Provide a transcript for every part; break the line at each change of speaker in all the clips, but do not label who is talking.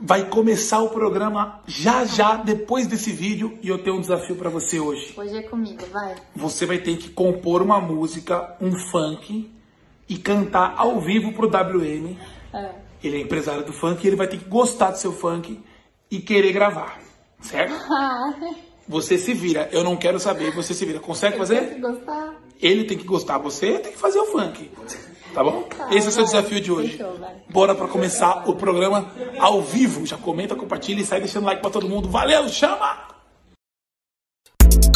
vai começar o programa já já depois desse vídeo e eu tenho um desafio para você hoje.
Hoje é comigo, vai.
Você vai ter que compor uma música, um funk e cantar ao vivo pro WM.
É.
Ele é empresário do funk, ele vai ter que gostar do seu funk e querer gravar, certo?
Ah,
Você se vira, eu não quero saber, você se vira. Consegue fazer?
se gostar.
Ele tem que gostar, você tem que fazer o funk. Tá bom? Esse é o seu
vai.
desafio de hoje.
Fechou, vai.
Bora pra começar o programa ao vivo. Já comenta, compartilha e sai deixando like pra todo mundo. Valeu, chama!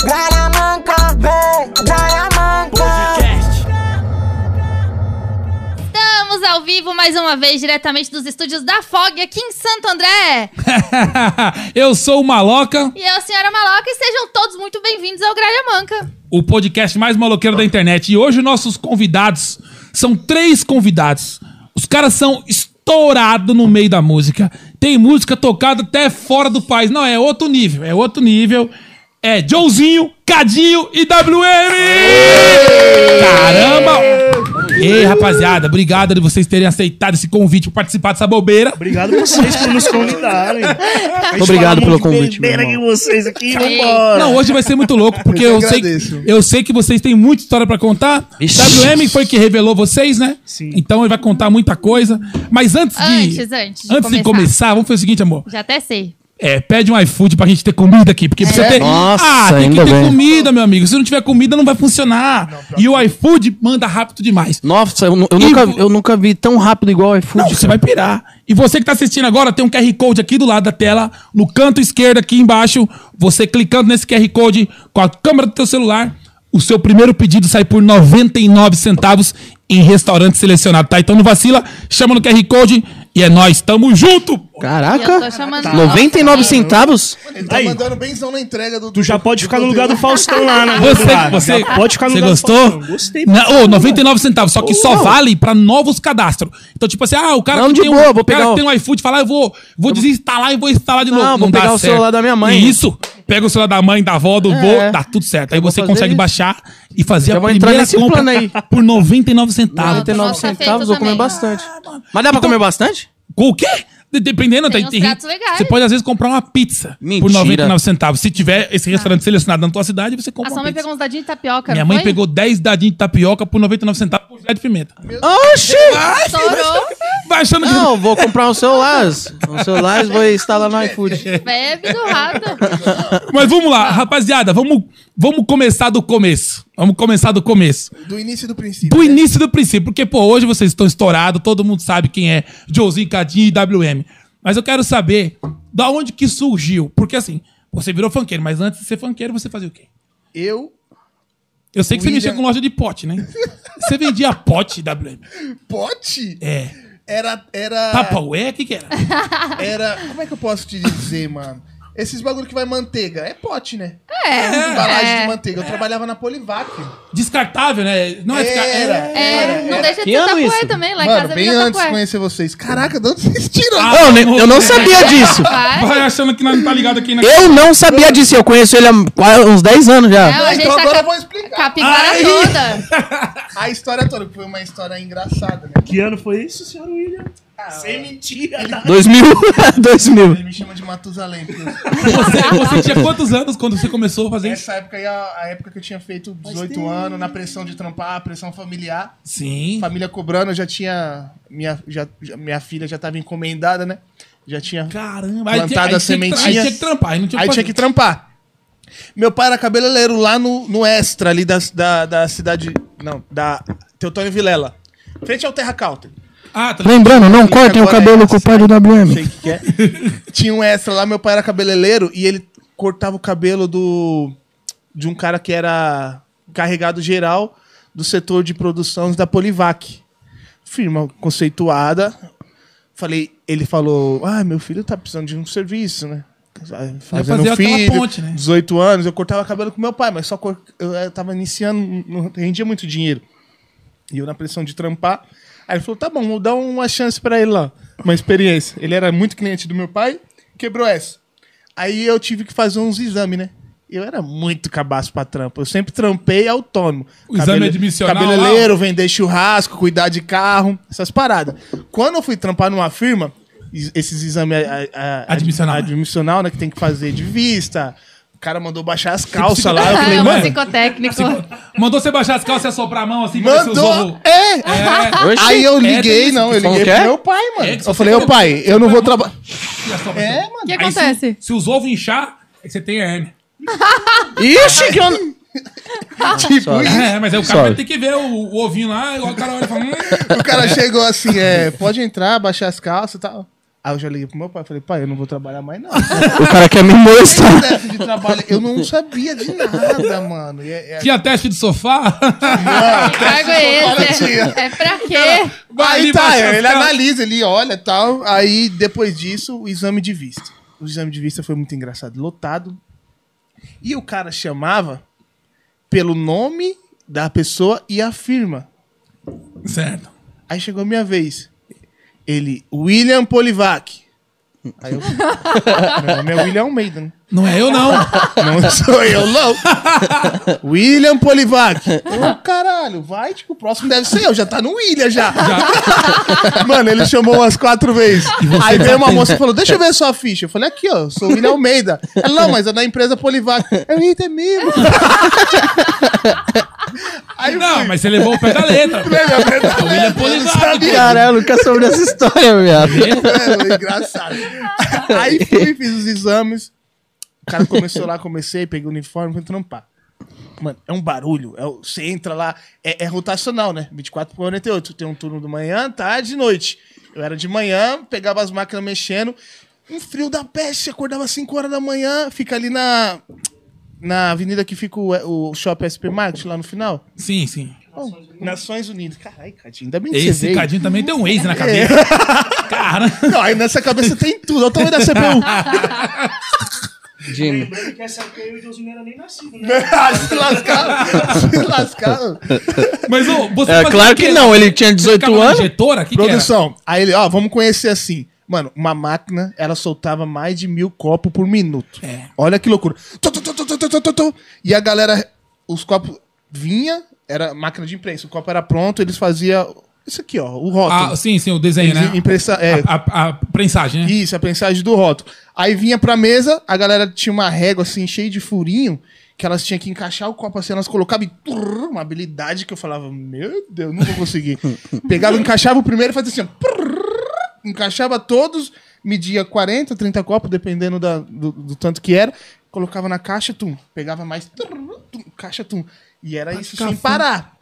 Garamanca, vem, Garamanca.
Estamos ao vivo mais uma vez, diretamente dos estúdios da FOG, aqui em Santo André.
eu sou o Maloca,
E eu, senhora Maloca, e sejam todos muito bem-vindos ao Gralha Manca.
o podcast mais maloqueiro da internet. E hoje nossos convidados são três convidados. Os caras são estourados no meio da música. Tem música tocada até fora do país. Não, é outro nível, é outro nível. É Joãozinho, Cadinho e WM! Caramba! Ei, rapaziada, obrigado de vocês terem aceitado esse convite para participar dessa bobeira.
Obrigado vocês por nos convidarem. Muito
obrigado pelo convite, meu
Bebeira que
irmão.
vocês aqui, vambora.
Não, Ah, hoje vai ser muito louco, porque eu,
Eu que
sei,
agradeço.
eu sei que vocês têm muita história pra contar.
Ixi.
WM foi que revelou vocês, né?
Sim.
Então ele vai contar muita coisa. Mas antes de.
Antes, antes de
de
começar.
começar, vamos fazer o seguinte, amor.
Já até sei.
É, pede um iFood pra gente ter comida aqui. Porque
É.
precisa ter.
Nossa,
ah, tem
ainda
que ter
bem.
comida, meu amigo. Se não tiver comida, não vai funcionar. e o iFood manda rápido demais.
Nossa, eu, nu- eu
E
nunca,
vo-
eu nunca vi tão rápido igual o iFood.
Não, você vai pirar. E você que tá assistindo agora, tem um QR Code aqui do lado da tela, no canto esquerdo aqui embaixo. Você clicando nesse QR Code com a câmera do teu celular, o seu primeiro pedido sai por 99 centavos em restaurante selecionado, tá? Então não vacila, chama no QR Code e é nóis, tamo junto!
E eu tô
Caraca,
chamando...
99 centavos?
Ele tá
Aí.
mandando benzão na entrega do.
Tu já pode ficar no lugar do Faustão lá, né?
Você,
Lá,
você,
já pode ficar no
você
lugar do
gostou?
Faustão. Gostei.
Na- ô, 99 centavos, só que só vale pra novos cadastros. Então, tipo assim, ah, o cara
Não,
que
de
tem um,
boa, vou
o cara
pegar
que
o-
tem um iFood, falar, eu vou, vou desinstalar e vou instalar de
Não,
novo.
vou
dá
pegar o celular da minha mãe.
Isso, pega o celular da mãe, da avó, do vô,
É.
dá tudo certo. Aí
Eu vou
você
fazer
consegue
isso.
baixar e fazer
Eu
a
vou entrar
primeira
nesse
compra
plano aí.
por 99 centavos.
99
Tá feito
centavos, vou comer
também.
bastante. Mas dá pra comer bastante?
Com o quê? De- Dependendo,
Tem
tá-
uns
tem-
pratos legais.
você pode às vezes comprar uma pizza por
Mentira.
99 centavos. Se tiver esse restaurante selecionado na tua cidade, você
A
compra
sua
uma
mãe
pizza.
pegou uns dadinhos de tapioca.
Minha
não
mãe
foi?
pegou 10 dadinhos de tapioca por 99 centavos por chá de pimenta.
Oxi!
Estourou,
Vai achando que...
Não, vou comprar um celular. Um celular e vou instalar no iFood.
bebe do rato.
Mas vamos lá, rapaziada, vamos, vamos começar do começo. Vamos começar do começo.
Do início e do princípio.
Do início do princípio, porque, pô, hoje vocês estão estourados, todo mundo sabe quem é Joãozinho Cadinho e WM. Mas eu quero saber da onde que surgiu. Porque assim, você virou funkeiro, mas antes de ser funkeiro, você fazia o quê?
Eu,
Eu sei que você
William.
mexia com loja de pote, né? Você vendia pote, WM.
pote?
É. Tá
Era. Era.
Tapaué, o que que era?
Era. Como é que eu posso te dizer, mano? Esses bagulho que vai manteiga. É pote, né? É. Embalagem de manteiga.
É.
Eu trabalhava na Polivac.
Descartável, né? Não é, descartável.
Era.
É, não deixa de
Que
ser
ano
tapoé
isso?
também. Lá em
Mano,
casa é
bem
vira
antes de
tapoé.
conhecer vocês. Caraca, de onde vocês tiram?
Ah,
Não, nem- eu não sabia disso.
Vai.
Vai achando que nós não tá ligado aqui, né?
Eu não sabia disso. Eu conheço ele há quase uns 10 anos já.
Não, a gente
então
tá
agora
cap-
eu vou explicar.
Capivara
Ai.
toda.
A história toda, que foi uma história engraçada, né?
Que ano foi isso, senhor William? Sem mentira.
2000. 2000.
Ele me chama de Matusalém. porque eu-
Você, você tinha quantos anos quando você começou a fazer isso?
Essa época aí, a, a época que eu tinha feito 18 anos, na pressão de trampar, pressão familiar.
Sim.
família cobrando, eu já tinha. Minha, já, já- minha filha já tava encomendada, né? Já tinha.
Caramba,
Plantada
tinha-
a sementinha.
Aí tinha que trampar, aí não tinha o
Aí
que
tinha que
fazer.
trampar. Meu pai era cabeleireiro lá no, no Extra, ali da, da, da cidade. Não, da Teotônio Vilela. Frente ao Terra Counter.
Ah, tá
Lembrando, não cortem o
Agora é
cabelo com o pai do
Não
WM.
sei o que, que é. tinha um Extra lá, meu pai era cabeleireiro e ele cortava o cabelo do. de um cara que era carregado geral do setor de produção da Polivac. Firma conceituada. Falei, ele falou: Ah, meu filho tá precisando de um serviço, né? Fazendo
fazia
um
aquela
filho,
ponte, né?
18 anos, eu cortava cabelo com meu pai, mas só cor... eu eh, tava iniciando, não rendia muito dinheiro. E eu na pressão de trampar. Aí ele falou: tá bom, vou dar uma chance pra ele lá. Uma experiência. Ele era muito cliente do meu pai, quebrou essa. Aí eu tive que fazer uns exames, né? Eu era muito cabaço pra trampa. Eu sempre trampei autônomo.
O exame admissional lá?
Cabeleireiro, vender churrasco, cuidar de carro, essas paradas. Quando eu fui trampar numa firma, is- esses exames a- a- a-
Admissional.
admissional, né? Que tem que fazer de vista. O cara mandou baixar as calças lá. Eu
Ah,
falei,
é um
mano,
psicotécnico.
Mandou você baixar as calças e assoprar a mão assim pra ver se os
mandou!
ovos...
É!
É,
Oxi.
Aí eu
é, tem
liguei,
isso.
não, eu
Como
liguei
que
pro
é?
meu pai, mano.
É, que se
eu falei,
você-
ô pai, eu não vou trabalhar.
e assopra
É,
assim.
O que
Aí se-
acontece?
Se, os ovos inchar, é que você tem hernia.
Ixi, que eu...
Tipo, isso.
É, mas aí o cara
Sorry.
vai ter que ver o, o ovinho lá, igual o cara olha e fala... Hum,
O cara chegou assim, é, pode entrar, baixar as calças e tal. Aí eu já liguei pro meu pai, falei, pai, eu não vou trabalhar mais, não.
O cara quer me mostrar.
Teste de trabalho, eu não sabia de nada, mano. E é- é-
tinha teste de sofá?
Que cargo é esse? É pra quê?
Vai ali
aí tá,
baixar as
ele
calças.
analisa, ele olha e tal. Aí, depois disso, o exame de vista. O exame de vista foi muito engraçado, lotado. E o cara chamava pelo nome da pessoa e a firma.
Certo.
Aí chegou a minha vez. Ele, William Polivac. Aí eu. Meu nome é William Almeida, né?
Não é eu, não.
Não sou eu, não. William Polivac. Ô, caralho, vai, tipo, o próximo deve ser eu. Já tá no William, já. Mano, ele chamou umas quatro vezes. Aí veio uma moça e tá falou, deixa eu ver a sua ficha. Eu falei, aqui, ó, eu sou o William Almeida. Ela, não, mas é da empresa Polivac. Eu, eita, é mesmo. Aí eu
Não,
fui.
mas você levou o pé da letra.
Velho, é verdade,
O William
eu não
Polivac,
sabia.
Caralho, nunca soube dessa história, viado.
É, engraçado. Aí fui, fiz os exames. O cara começou lá, comecei, peguei o uniforme, fui trampar. Mano, é um barulho. É, o- você entra lá, é, é rotacional, né? 24 por 48. Tem um turno de manhã, tarde e noite. Eu era de manhã, pegava as máquinas mexendo. Um frio da peste, acordava às 5 horas da manhã, fica ali na, na avenida que fica o, o Shopping SP Market, lá no final.
Sim, sim.
Oh, Nações Unidas. Caralho, Cadinho, ainda bem que você
Esse
veio.
cadinho também tem um ex
É.
na cabeça. Cara,
Não, aí nessa cabeça tem tudo. Olha o tamanho da CPU.
Jimmy.
Lembrando que essa época eu e o Josinho não era nem nascido, né?
Ah, se lascar, se lascar.
mas ô, você.
É,
fazia
claro
o quê?
que não, ele tinha
Você
18
ficava na
anos.
Injetora? Que que era?
Produção, aí ele, ó, vamos conhecer assim. Mano, uma máquina, ela soltava mais de mil copos por minuto.
É.
Olha que loucura. Tu, tu, tu, tu, tu, tu, tu, tu, tu. E a galera, os copos vinha, era máquina de imprensa, o copo era pronto, eles faziam isso aqui, ó, o rótulo.
Ah, sim, sim, o desenho,
Eles
né?
impressa- é.
A, a- a prensagem, né?
Isso, a prensagem do rótulo. Aí vinha pra mesa, a galera tinha uma régua assim, cheia de furinho, que elas tinham que encaixar o copo assim, elas colocavam e turr, uma habilidade que eu falava, meu Deus, não vou conseguir. Pegava, encaixava o primeiro e fazia assim, ó, prrr, encaixava todos, media 40, 30 copos, dependendo da- do, do tanto que era, colocava na caixa, tum, pegava mais, turr, tum, caixa, tum. E era isso sem parar.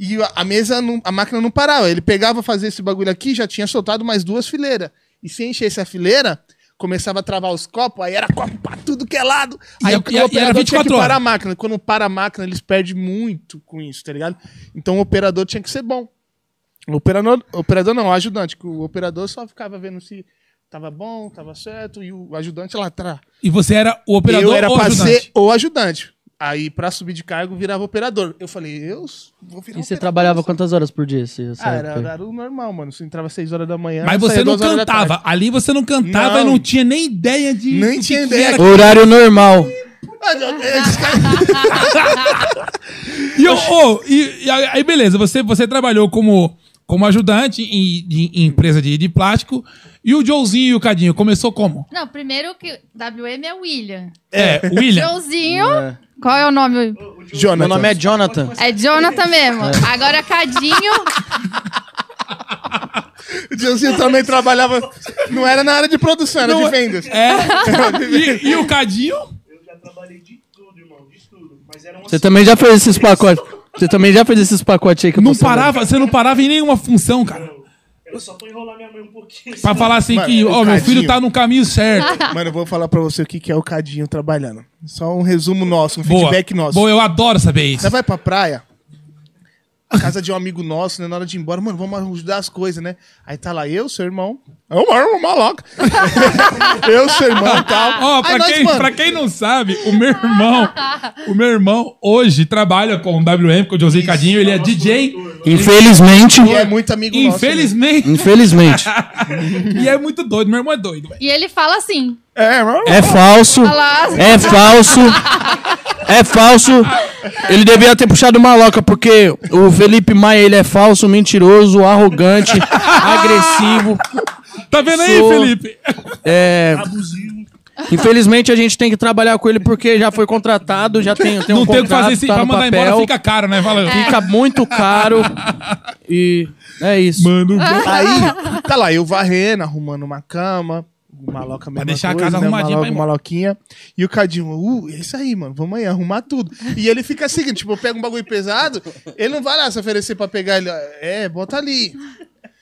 E a- a mesa, não- a máquina não parava. Ele pegava fazer esse bagulho aqui, já tinha soltado mais duas fileiras. E se enchesse a fileira, começava a travar os copos, aí era copo pra tudo que é lado.
E
aí
a-
o
e a- e era
operador tinha
24
que
horas.
parar a máquina. Quando para a máquina, eles perdem muito com isso, tá ligado? Então o operador tinha que ser bom. O operador, o operador não, o ajudante. que O operador só ficava vendo se tava bom, tava certo, e o ajudante lá atrás.
E você era o operador
Eu era
ou
pra
ajudante?
ser o ajudante. Aí, pra subir de cargo, virava operador. Eu falei, eu s- vou virar
E você
operador.
trabalhava quantas horas por dia? Você
Ah, era horário normal, mano. Você entrava às 6 horas da manhã.
Mas
saía
você não
duas horas da tarde.
cantava. Ali você não cantava e
Não.
não tinha nem ideia de. do
Nem
que
tinha
que
ideia.
era.
Horário normal.
Ah, não, é, esse cara-
E, ô, ô, e- e aí, beleza, você, você trabalhou como, como ajudante em, de- em empresa de, de plástico. E o Joãozinho e o Cadinho começou como?
Não, primeiro que WM é William.
É, William.
Joãozinho. Qual é o nome?
Jonathan.
Meu nome é Jonathan.
É Jonathan mesmo. Agora Cadinho.
O Diozinho é também trabalhava. Não era na área de produção, era de vendas.
É. E, e o Cadinho?
Eu já trabalhei de tudo, irmão, de tudo. Mas era uma
Você também já fez esses pacotes. Você também já fez esses pacotes aí que eu
Não
postei.
parava, você não parava em nenhuma função, cara.
Era só pra enrolar minha mãe um pouquinho.
Pra falar assim
Mano,
que,
o
ó, meu filho
é, Cadinho-
tá no caminho certo.
Mano, eu vou falar pra você o que que é o Cadinho trabalhando. Só um resumo nosso, um
Boa.
feedback nosso.
Boa, eu adoro saber isso.
Você vai pra praia, a casa de um amigo nosso, né? Na hora de ir embora, mano, vamos ajudar as coisas, né? Aí tá lá eu, seu irmão. É Eu, irmão, maloca. eu, seu irmão e tal.
Ó, pra,
Aí nós,
quem,
mano,
pra quem não sabe, o meu irmão, o meu irmão hoje trabalha com o WM, com o José Cadinho, ele é DJ,
Infelizmente.
e é muito amigo nosso. né?
infelizmente,
Infelizmente.
e é muito doido, meu irmão é doido, velho.
E ele fala assim.
É, irmão.
É falso.
lá.
É falso. É falso. Ele devia ter puxado maloca, porque o Felipe Maia ele é falso, mentiroso, arrogante, agressivo.
Tá vendo aí,
Sou.
Felipe?
É,
Abusivo.
infelizmente a gente tem que trabalhar com ele porque já foi contratado, já tem, tem um
não tem o que
contrato,
fazer. Se,
tá
pra
no
mandar
papel,
embora fica caro, né? Fala,
fica muito caro. E é isso.
Mano, pra
Aí, tá lá, eu varrendo, arrumando uma cama, o maloca mesma
deixar a
coisa,
casa
né?
arrumadinha
Maloca,
pra ir embora.
maloquinha. E o Cadinho, uh, é isso aí, mano, vamos aí arrumar tudo. E ele fica assim, tipo, eu pego um bagulho pesado, ele não vai lá se oferecer pra pegar, ele, é, bota ali.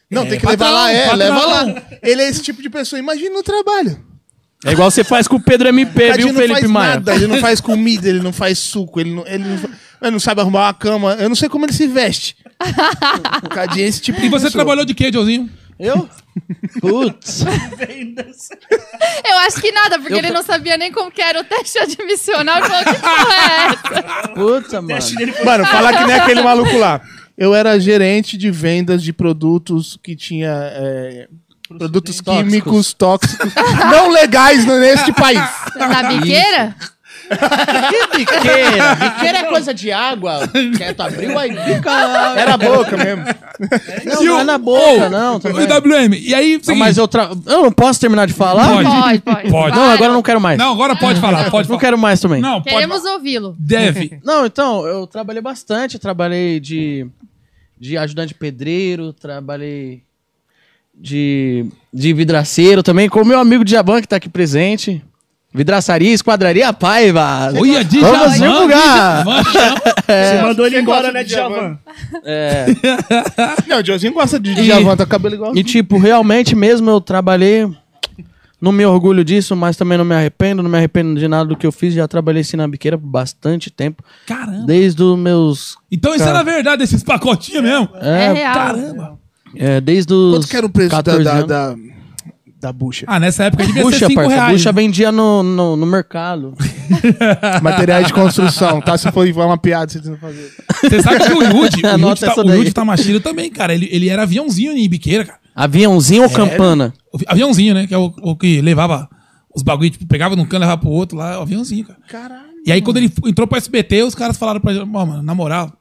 Não, tem que levar
patrão,
lá, é,
patrão.
leva lá. Ele é esse tipo de pessoa, imagina no trabalho.
É igual você faz com o Pedro MP,
Tadinho
viu,
não
Felipe
faz
Maia?
nada, ele não faz comida, ele não faz suco, ele não, ele não, ele não sabe arrumar uma cama, eu não sei como ele se veste. O Cadinho é esse tipo de
E você
pessoa.
trabalhou de quê, Joãozinho?
Eu? Putz.
Vendas.
Eu acho que nada, porque ele não sabia nem como que era o teste admissional. Ele falou, que porra é essa?
Putz, mano.
Teste dele foi
Mano, falar que nem aquele maluco lá. Eu era gerente de vendas de produtos que tinha é, produtos
Tóxicos.
químicos tóxicos não legais no- neste país.
Na biqueira?
Biqueira. Biqueira é coisa de água. Quer tu abriu aí?
Era a boca mesmo.
Não,
E
não
o-
é na boca,
Ô,
não.
tá
O
também.
IWM. E aí,
Não,
seguinte,
mas eu, tra... eu não posso terminar de falar?
Pode.
Pode, pode.
Pode.
Não, agora eu não quero mais.
Não, agora pode falar, pode
Não
falar.
quero mais também.
Não, pode.
Queremos ouvi-lo.
Deve.
Não, então, eu trabalhei bastante. Trabalhei de, de ajudante pedreiro, trabalhei de, de vidraceiro também, com o meu amigo Djavan, que tá aqui presente. Vidraçaria, esquadraria, paiva.
Olha,
Vamos um divulgar.
É.
Você mandou ele embora,
gosta
né,
de
Djavan?
É,
Não, o Josinho gosta de Djavan, tá com o cabelo igual.
e, tipo, realmente mesmo eu trabalhei. Não me orgulho disso, mas também não me arrependo. Não me arrependo de nada do que eu fiz. Já trabalhei assim na biqueira por bastante tempo.
Caramba.
Desde os meus.
Então isso é na verdade, esses pacotinhos mesmo.
É,
É,
real.
Caramba.
é, desde os.
Quanto que era o preço da,
14
da,
anos.
da, da bucha?
Ah, nessa época devia ser
Bucha,
5
parça.
reais.
Bucha vendia no, no, no mercado.
Materiais de construção, tá? Se for uma piada, você não fazer.
Você sabe que o Yudi, o Yudi,
Anota
tá,
essa
o Yudi
daí.
Tamashiro também, cara. Ele, ele era aviãozinho em biqueira, cara.
Aviãozinho
É.
ou campana?
O vi- Aviãozinho, né? Que é o, o que levava os bagulho, tipo, pegava num cano, levava pro outro lá, o aviãozinho, cara.
Caralho.
E aí, quando ele f- entrou pro SBT, os caras falaram pra ele, "Ó, mano, na moral,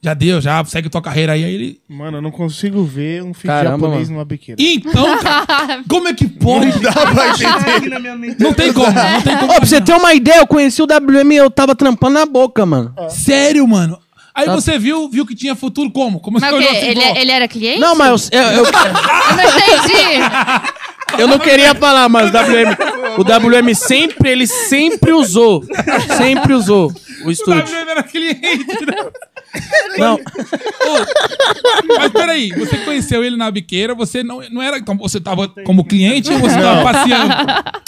já deu, já, segue tua carreira aí. Aí ele.
Mano, eu não consigo ver um filho
Caramba,
japonês
mano.
numa biqueira.
Então, cara, como é que pode?
Dá pra entender.
Aqui na minha mente.
Não tem como, não tem
Ô,
como.
pra você ter uma ideia, eu conheci o WM e eu tava trampando na boca, mano.
É. Sério, mano. Aí você viu, viu que tinha futuro como? Como
Mas o quê?
você olhou assim,
Ele, é-
pô,
ele era cliente?
Não, mas eu, eu, eu,
Eu não entendi.
eu não queria falar, mas o WM, o WM sempre, ele sempre usou. Sempre usou o
o
estúdio.
WM era cliente, né?
Não,
Mas peraí, você conheceu ele na biqueira, você não, não era. então, Você tava como cliente ou você tava passeando?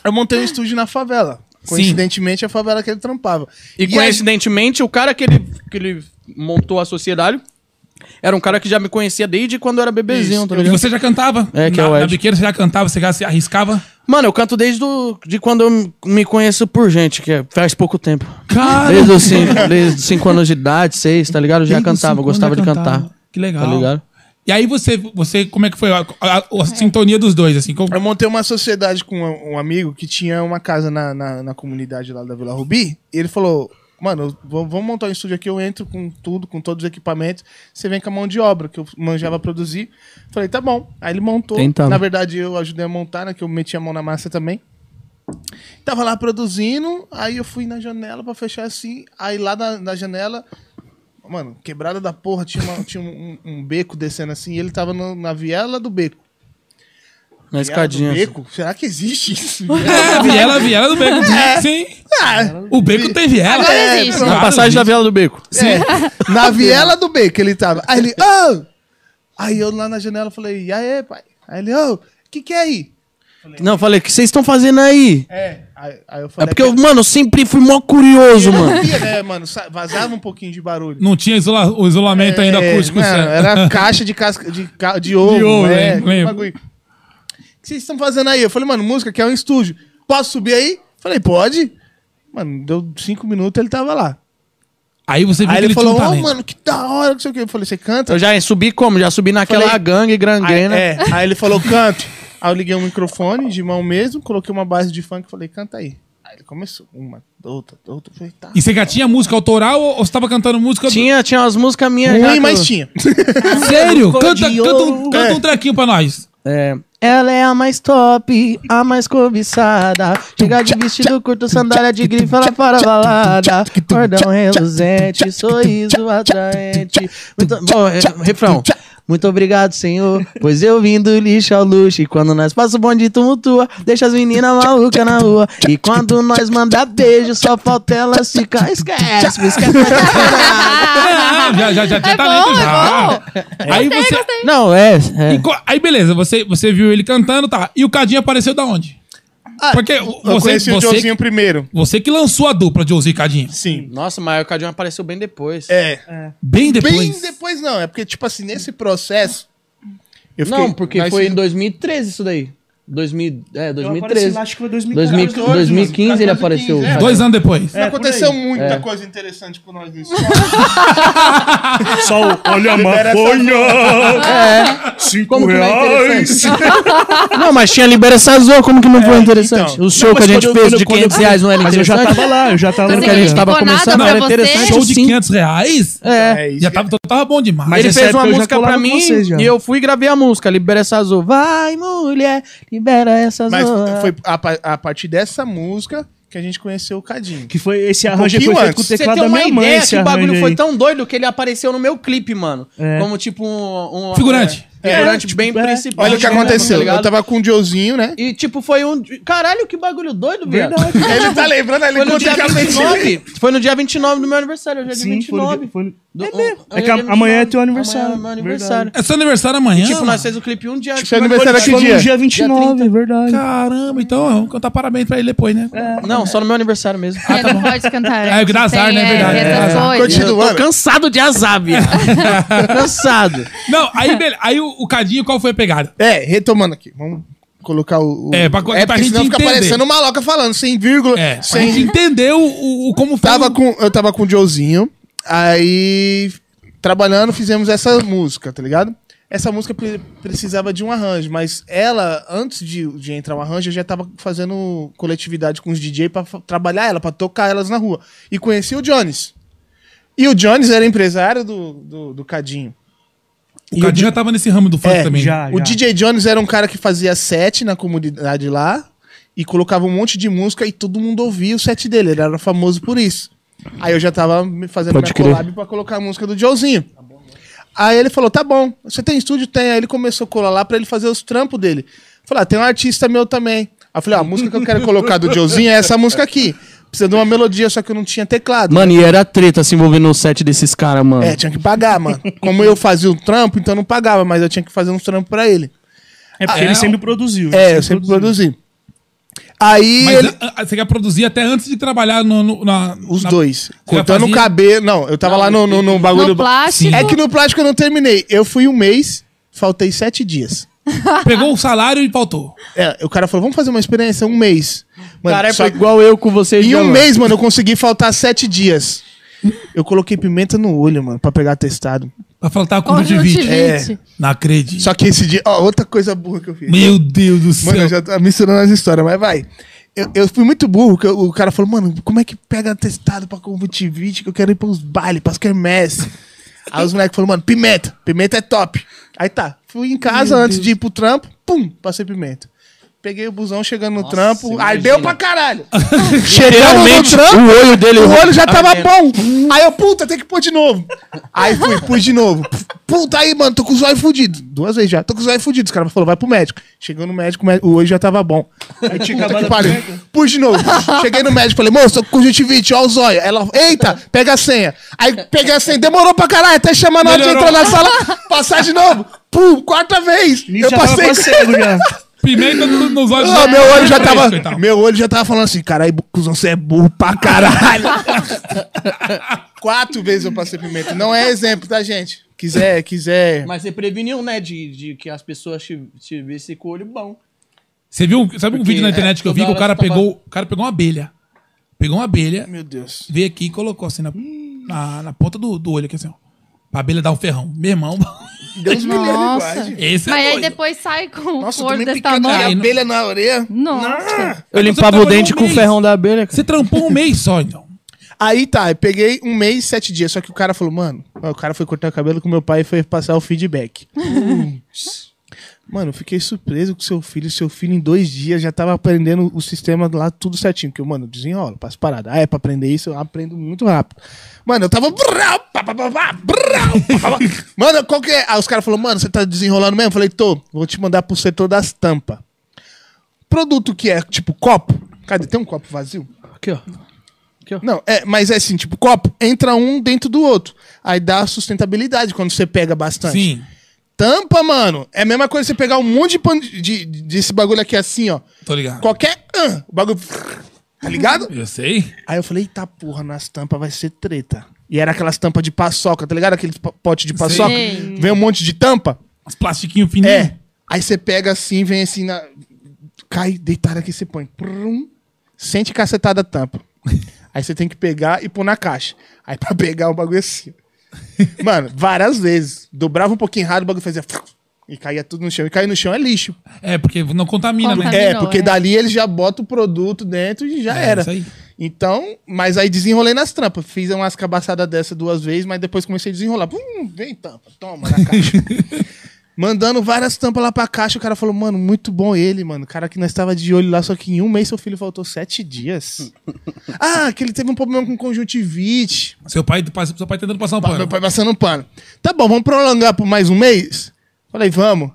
Eu montei um estúdio na favela. Coincidentemente, a favela que ele trampava.
e coincidentemente, o cara que ele, que ele montou a sociedade era um cara que já me conhecia desde quando eu era bebezinho, tá
E
ligado?
você já cantava?
É, que
na,
é o
Na
Ed.
biqueira você já cantava, você já se arriscava?
Mano, eu canto desde do, de quando eu m- me conheço por gente, que é- faz pouco tempo.
Cara!
Desde os cinco, desde 5 anos de idade, 6, tá ligado? Eu já
Desde os
cantava,
cinco
gostava de
anos já
cantar.
cantava. Que legal.
Tá ligado?
E aí você, você como é que foi a, a- a sintonia dos dois, assim? Como...
Eu montei uma sociedade com um um amigo que tinha uma casa na, na, na comunidade lá da Vila Rubi. E ele falou: Mano, eu vou- vamos montar um estúdio aqui. Eu entro com tudo, com todos os equipamentos. Você vem com a mão de obra que eu manjava produzir. Falei: Tá bom. Aí ele montou.
Tentava.
Na verdade, eu ajudei a montar, né? Que eu meti a mão na massa também. Tava lá produzindo. Aí eu fui na janela pra fechar assim. Aí lá na, na janela. Mano, quebrada da porra, tinha, uma- tinha um, um beco descendo assim, e ele tava no- na viela do beco.
Na
Viela do
escadinha. assim.
Beco? Será que existe isso? Ah,
É, viela, viela do beco. né?
É.
Sim. O beco tem viela.
Agora existe.
Na
Claro,
passagem da
gente.
Vela do Beco.
É, na viela do beco ele tava. Aí ele, ô! Aí eu lá na janela falei, e aí, pai? Aí ele, ô, o que que é aí?
Não, eu falei, o que vocês estão fazendo aí?
É. Aí, aí eu
É
falei,
porque eu, mano, eu sempre fui mó curioso, mano.
sabia, né, mano? Sa- Vazava um pouquinho de barulho.
Não tinha isola- o isolamento ainda
É,
acústico.
mano,
certo?
era caixa de casca de, ca- de ovo,
De ovo,
né?
é, lembro.
bagulho. O que vocês estão fazendo aí? Eu falei, mano, música que é um estúdio. Posso subir aí? Falei, pode. Mano, deu cinco minutos ele tava lá.
Aí você viu
Aí
que
ele falou,
tinha um
ô,
talento.
mano, que da hora, que sei o quê. Eu falei, você canta?
Eu já né? subi como? Já subi naquela
Falei-
gangue
Aí,
granguena.
é, aí ele falou, canto. Aí eu liguei o microfone de mão mesmo, coloquei uma base de funk e falei, canta aí. Aí ele começou, uma, outra, outra. Eu Falei, tá.
E você já tinha música autoral ou ou você tava cantando música?
Tinha, tinha umas músicas minhas já.
Ruim,
que
mas
eu-
tinha.
Sério? Canta, canta, um,
É.
canta um trequinho pra nós.
É, Ela é a mais top, a mais cobiçada. Chega de vestido curto, sandália de grife, ela para a balada. Cordão reluzente, sorriso atraente. Muito, bom, é, refrão. Muito obrigado, senhor, pois eu vim do lixo ao luxo. E quando nós passa o bonde tumultua, deixa as meninas malucas na rua. E quando nós manda beijo, só falta elas ficar. Esquece, esquece.
Ah, já, já, já Ah, tinha
É
talento
bom,
já. Aí você.
Não, é. é.
e co- Aí beleza, você, você viu ele cantando, tá. E o Cadinho apareceu da onde? Porque
Eu
você,
conheci o
você,
Joãozinho primeiro.
você que lançou a dupla Joãozinho e Cadinho.
Sim.
Nossa, mas o Cadinho apareceu bem depois.
É.
Bem depois.
Bem depois não, é porque, tipo assim, nesse processo. eu fiquei-
Não, porque
nós-
foi em 2013 isso daí. 2000, é,
Eu apareci
2013.
lá, acho que foi 2014.
2000, 2015
14,
ele apareceu.
15, é.
Dois anos depois.
É, por
Aconteceu
aí.
muita
É.
coisa interessante com nós nisso.
Só o- olha a
Libera essa
maconha!
É.
Cinco
Como que não é
reais!
interessante? não, mas tinha liberação, como que não foi interessante?
então.
o show que a
mas
gente
quando eu-
fez
quando
de
eu- quando eu
500
fui-
reais não era
Mas eu já
interessante?
tava lá, eu já tava
Mas
lá.
Lembra que a
ele
gente tava
ficou nada
começando?
pra
Não, era
você?
interessante.
Show de
É, sim.
500 reais?
É.
isso.
Já tava, então tava bom demais.
Mas
ele
essa
fez
época
uma
eu já
música pra
colava com
mim
vocês já.
e eu fui e gravei a música, Libera essa azul. Vai, mulher, libera essa
Mas
azul.
foi a, pa- a partir dessa música que a gente conheceu o Cadinho.
Que foi esse arranjo aí
pouquinho
foi feito
antes.
com o
Você
Você
teclado
tem
da
uma
minha mãe.
ideia
esse
que o
arranjo
bagulho
aí.
foi tão doido que ele apareceu no meu clipe, mano.
É.
Como tipo um. um-
Figurante.
É, figurante bem
é.
principal.
Olha o que
né, tá
aconteceu.
ligado?
eu tava com o Diozinho, né?
E tipo, foi um. Caralho, que bagulho doido, viado.
Ele tá lembrando, ele
Foi no dia
encontra o Cadinho.
29. Foi no dia 29 do meu aniversário, hoje é dia
Sim, foi no
29.
dia- foi no-
Do-
É mesmo.
hoje
É que
dia
amanhã é
29.
teu aniversário.
Amanhã é meu aniversário.
É seu aniversário amanhã?
Tipo,
mano.
nós fez o clipe um dia antes.
Seu
do meu
aniversário que
Foi
é dia?
no dia 29, é verdade.
Caramba, então vamos cantar parabéns pra ele depois, né?
Não, só no meu aniversário mesmo.
É, não pode cantar.
É, o que dá azar,
Tem,
né? É verdade.
Essas
É.
coisas.
Continua.
Eu tô cansado de azar, viado. Tô cansado.
Não, aí, beleza. aí o, o Cadinho, qual foi a pegada?
É, retomando aqui. Vamos colocar o. o-
É, pra- pra
porque
gente
senão fica
entender.
parecendo uma maloca falando, sem vírgula,
É, pra
sem
gente entender o, o- o como foi.
Tava com, eu tava com o Joezinho, aí trabalhando fizemos essa música, tá ligado? Essa música pre- precisava de um arranjo, mas ela, antes de, de entrar o arranjo, eu já tava fazendo coletividade com os DJ pra fa- trabalhar ela, pra tocar elas na rua. E conheci o Jones. E o Jones era empresário do, do, do Cadinho.
O Cadinho já tava nesse ramo do funk
É,
também.
já.
O DJ Jones era um cara que fazia set na comunidade lá e colocava um monte de música e todo mundo ouvia o set dele. Ele era famoso por isso. Aí eu já tava me fazendo
Pode
minha
crer.
collab pra colocar a música do Joezinho. Aí ele falou: tá bom, você tem estúdio? Tem. Aí ele começou a colar lá pra ele fazer os trampos dele. Falei: ah, tem um artista meu também. Aí eu falei: ó, a música que eu quero colocar do Joezinho é essa música aqui. Precisa de uma melodia, só que eu não tinha teclado.
Mano, e era treta se envolvendo no set desses caras, mano.
É, tinha que pagar, mano. Como eu fazia o trampo, então eu não pagava, mas eu tinha que fazer uns trampos pra ele.
É porque
Ah, é?
ele sempre produziu.
É, eu sempre produzi. Aí
Mas
ele-
a- a- você quer produzir até antes de trabalhar no, no- na.
os
na-
dois. Cortando o
fazia?
cabelo. Não, eu tava lá no, no, no bagulho
No plástico.
É que no plástico eu não terminei. Eu fui um mês, faltei sete dias.
Pegou o salário e faltou.
É, o cara falou, vamos fazer uma experiência, um mês. Mano,
Caralho,
só-
foi é igual eu com vocês.
Em
já,
um
mano.
mês, mano, eu consegui faltar sete dias. Eu coloquei pimenta no olho, mano, pra pegar testado.
Pra faltar com
Conjuntivite.
conjuntivite. Não acredito.
Só que esse dia. Ó, outra coisa burra que eu fiz.
Meu Deus do céu.
Mano, eu já tô misturando as histórias, mas vai. Eu, eu fui muito burro, que eu- o cara falou, mano, como é que pega testado pra conjuntivite que eu quero ir pros bailes, pras quermesse? Aí os moleques falaram, mano, pimenta, pimenta é top. Aí tá, fui em casa antes de ir pro trampo, pum, passei pimenta. Peguei o busão chegando no trampo, ardeu pra caralho. Chegando no
Realmente,
trampo,
o olho dele.
o olho já
Tá
tava bom. Aí eu, puta, tem que pôr de novo. Aí fui, pus de novo. Puta aí, mano, tô com os olhos fudidos. Duas vezes já, tô com os olhos fudidos. Os caras falaram, vai pro médico. Chegou no médico, o mé- o olho já tava bom.
Eu tinha
Puta
acabado
que
a
pariu.
pergunta.
Pus de novo. Cheguei no médico, falei, moço, tô com conjuntivite, ó os olhos. Ela, eita, pega a senha. Aí peguei a senha, demorou pra caralho, até chamar na hora de entrar
Melhorou.
na sala, passar de novo. Pum, quarta vez.
Nisso
eu
já tava
passei.
quase cego já.
Pimenta no- nos olhos. então.
Ah,
do-
meu olho já
Fresco
tava.
e tal.
Meu olho já tava falando assim, caralho, cuzão, você é burro pra caralho. Quatro vezes eu passei pimenta. Não é exemplo, tá, gente? Quiser, quiser.
Mas você preveniu, né? De, de que as pessoas te, te vissem com o olho bom.
Você viu? Sabe um vídeo na internet que eu vi que
toda
o cara
hora você tava-
pegou. O cara pegou uma abelha. Pegou uma abelha,
Meu Deus.
veio aqui e colocou assim na, na, na ponta do, do olho, aqui assim, ó. Pra abelha dar um ferrão. Meu irmão,
Deus me livre,
Nossa.
guarde.
esse é
Mas aí
doido.
depois sai com o
Nossa,
cor
também
desse
picada de
tamanho.
abelha na orelha.
Nossa.
Eu
limpava o dente com o ferrão
da abelha,
Você trampou um mês só, então.
Aí tá, eu peguei um mês, sete dias. Só que o cara falou, mano, ó, o cara foi cortar o cabelo com meu pai e foi passar o feedback. Mano, eu fiquei surpreso com seu filho. Seu filho, em dois dias, já tava aprendendo o sistema lá tudo certinho. Porque, mano, desenrola, passo parada. Ah, é pra aprender isso, eu aprendo muito rápido. Mano, eu tava. brau, pá, pá, pá, pá, brau, pá, pá, pá. Mano, qual que é? Aí os caras falaram, mano, você tá desenrolando mesmo? Eu falei, tô, vou te mandar pro setor das tampas. Produto que é tipo copo. Cadê? Tem um copo vazio?
Aqui, ó.
Não, é, mas é assim, tipo, copo, entra um dentro do outro. Aí dá sustentabilidade quando você pega bastante.
Sim.
Tampa, mano, é a mesma coisa você pegar um monte de pano de, de- desse bagulho aqui assim, ó.
Tô ligado.
Qualquer. ah, o bagulho. Tá ligado?
Eu sei.
Aí eu falei, eita porra, nas tampas vai ser treta. E era aquelas tampas de paçoca, tá ligado? Aquele po- pote de paçoca.
Sei.
Vem um monte de tampa.
Os plastiquinhos fininhos.
É. Aí você pega assim, vem assim na. Cai deitado aqui, você põe. Prum, sente cacetada a tampa. Aí você tem que pegar e pôr na caixa. Aí pra pegar o bagulho assim. Mano, várias vezes. Dobrava um pouquinho errado, o bagulho fazia. E caía tudo no chão. E cair no chão é lixo.
É, porque não contamina,
Conta-
né?
É,
Virou,
porque
é.
dali eles já botam o produto dentro e já
É,
era.
isso aí.
Então, mas aí desenrolei nas trampas. Fiz umas cabaçadas dessa duas vezes, mas depois comecei a desenrolar. Hum, vem tampa, toma na caixa. Mandando várias tampas lá pra caixa, o cara falou, mano, muito bom ele, mano. O cara que nós tava de olho lá, só que em um mês seu filho faltou sete dias. ah, que ele teve um problema com conjuntivite.
Seu pai, seu pai tentando passar um
Meu
pano.
pai passando um pano. Tá bom, vamos prolongar por mais um mês? Falei, vamos.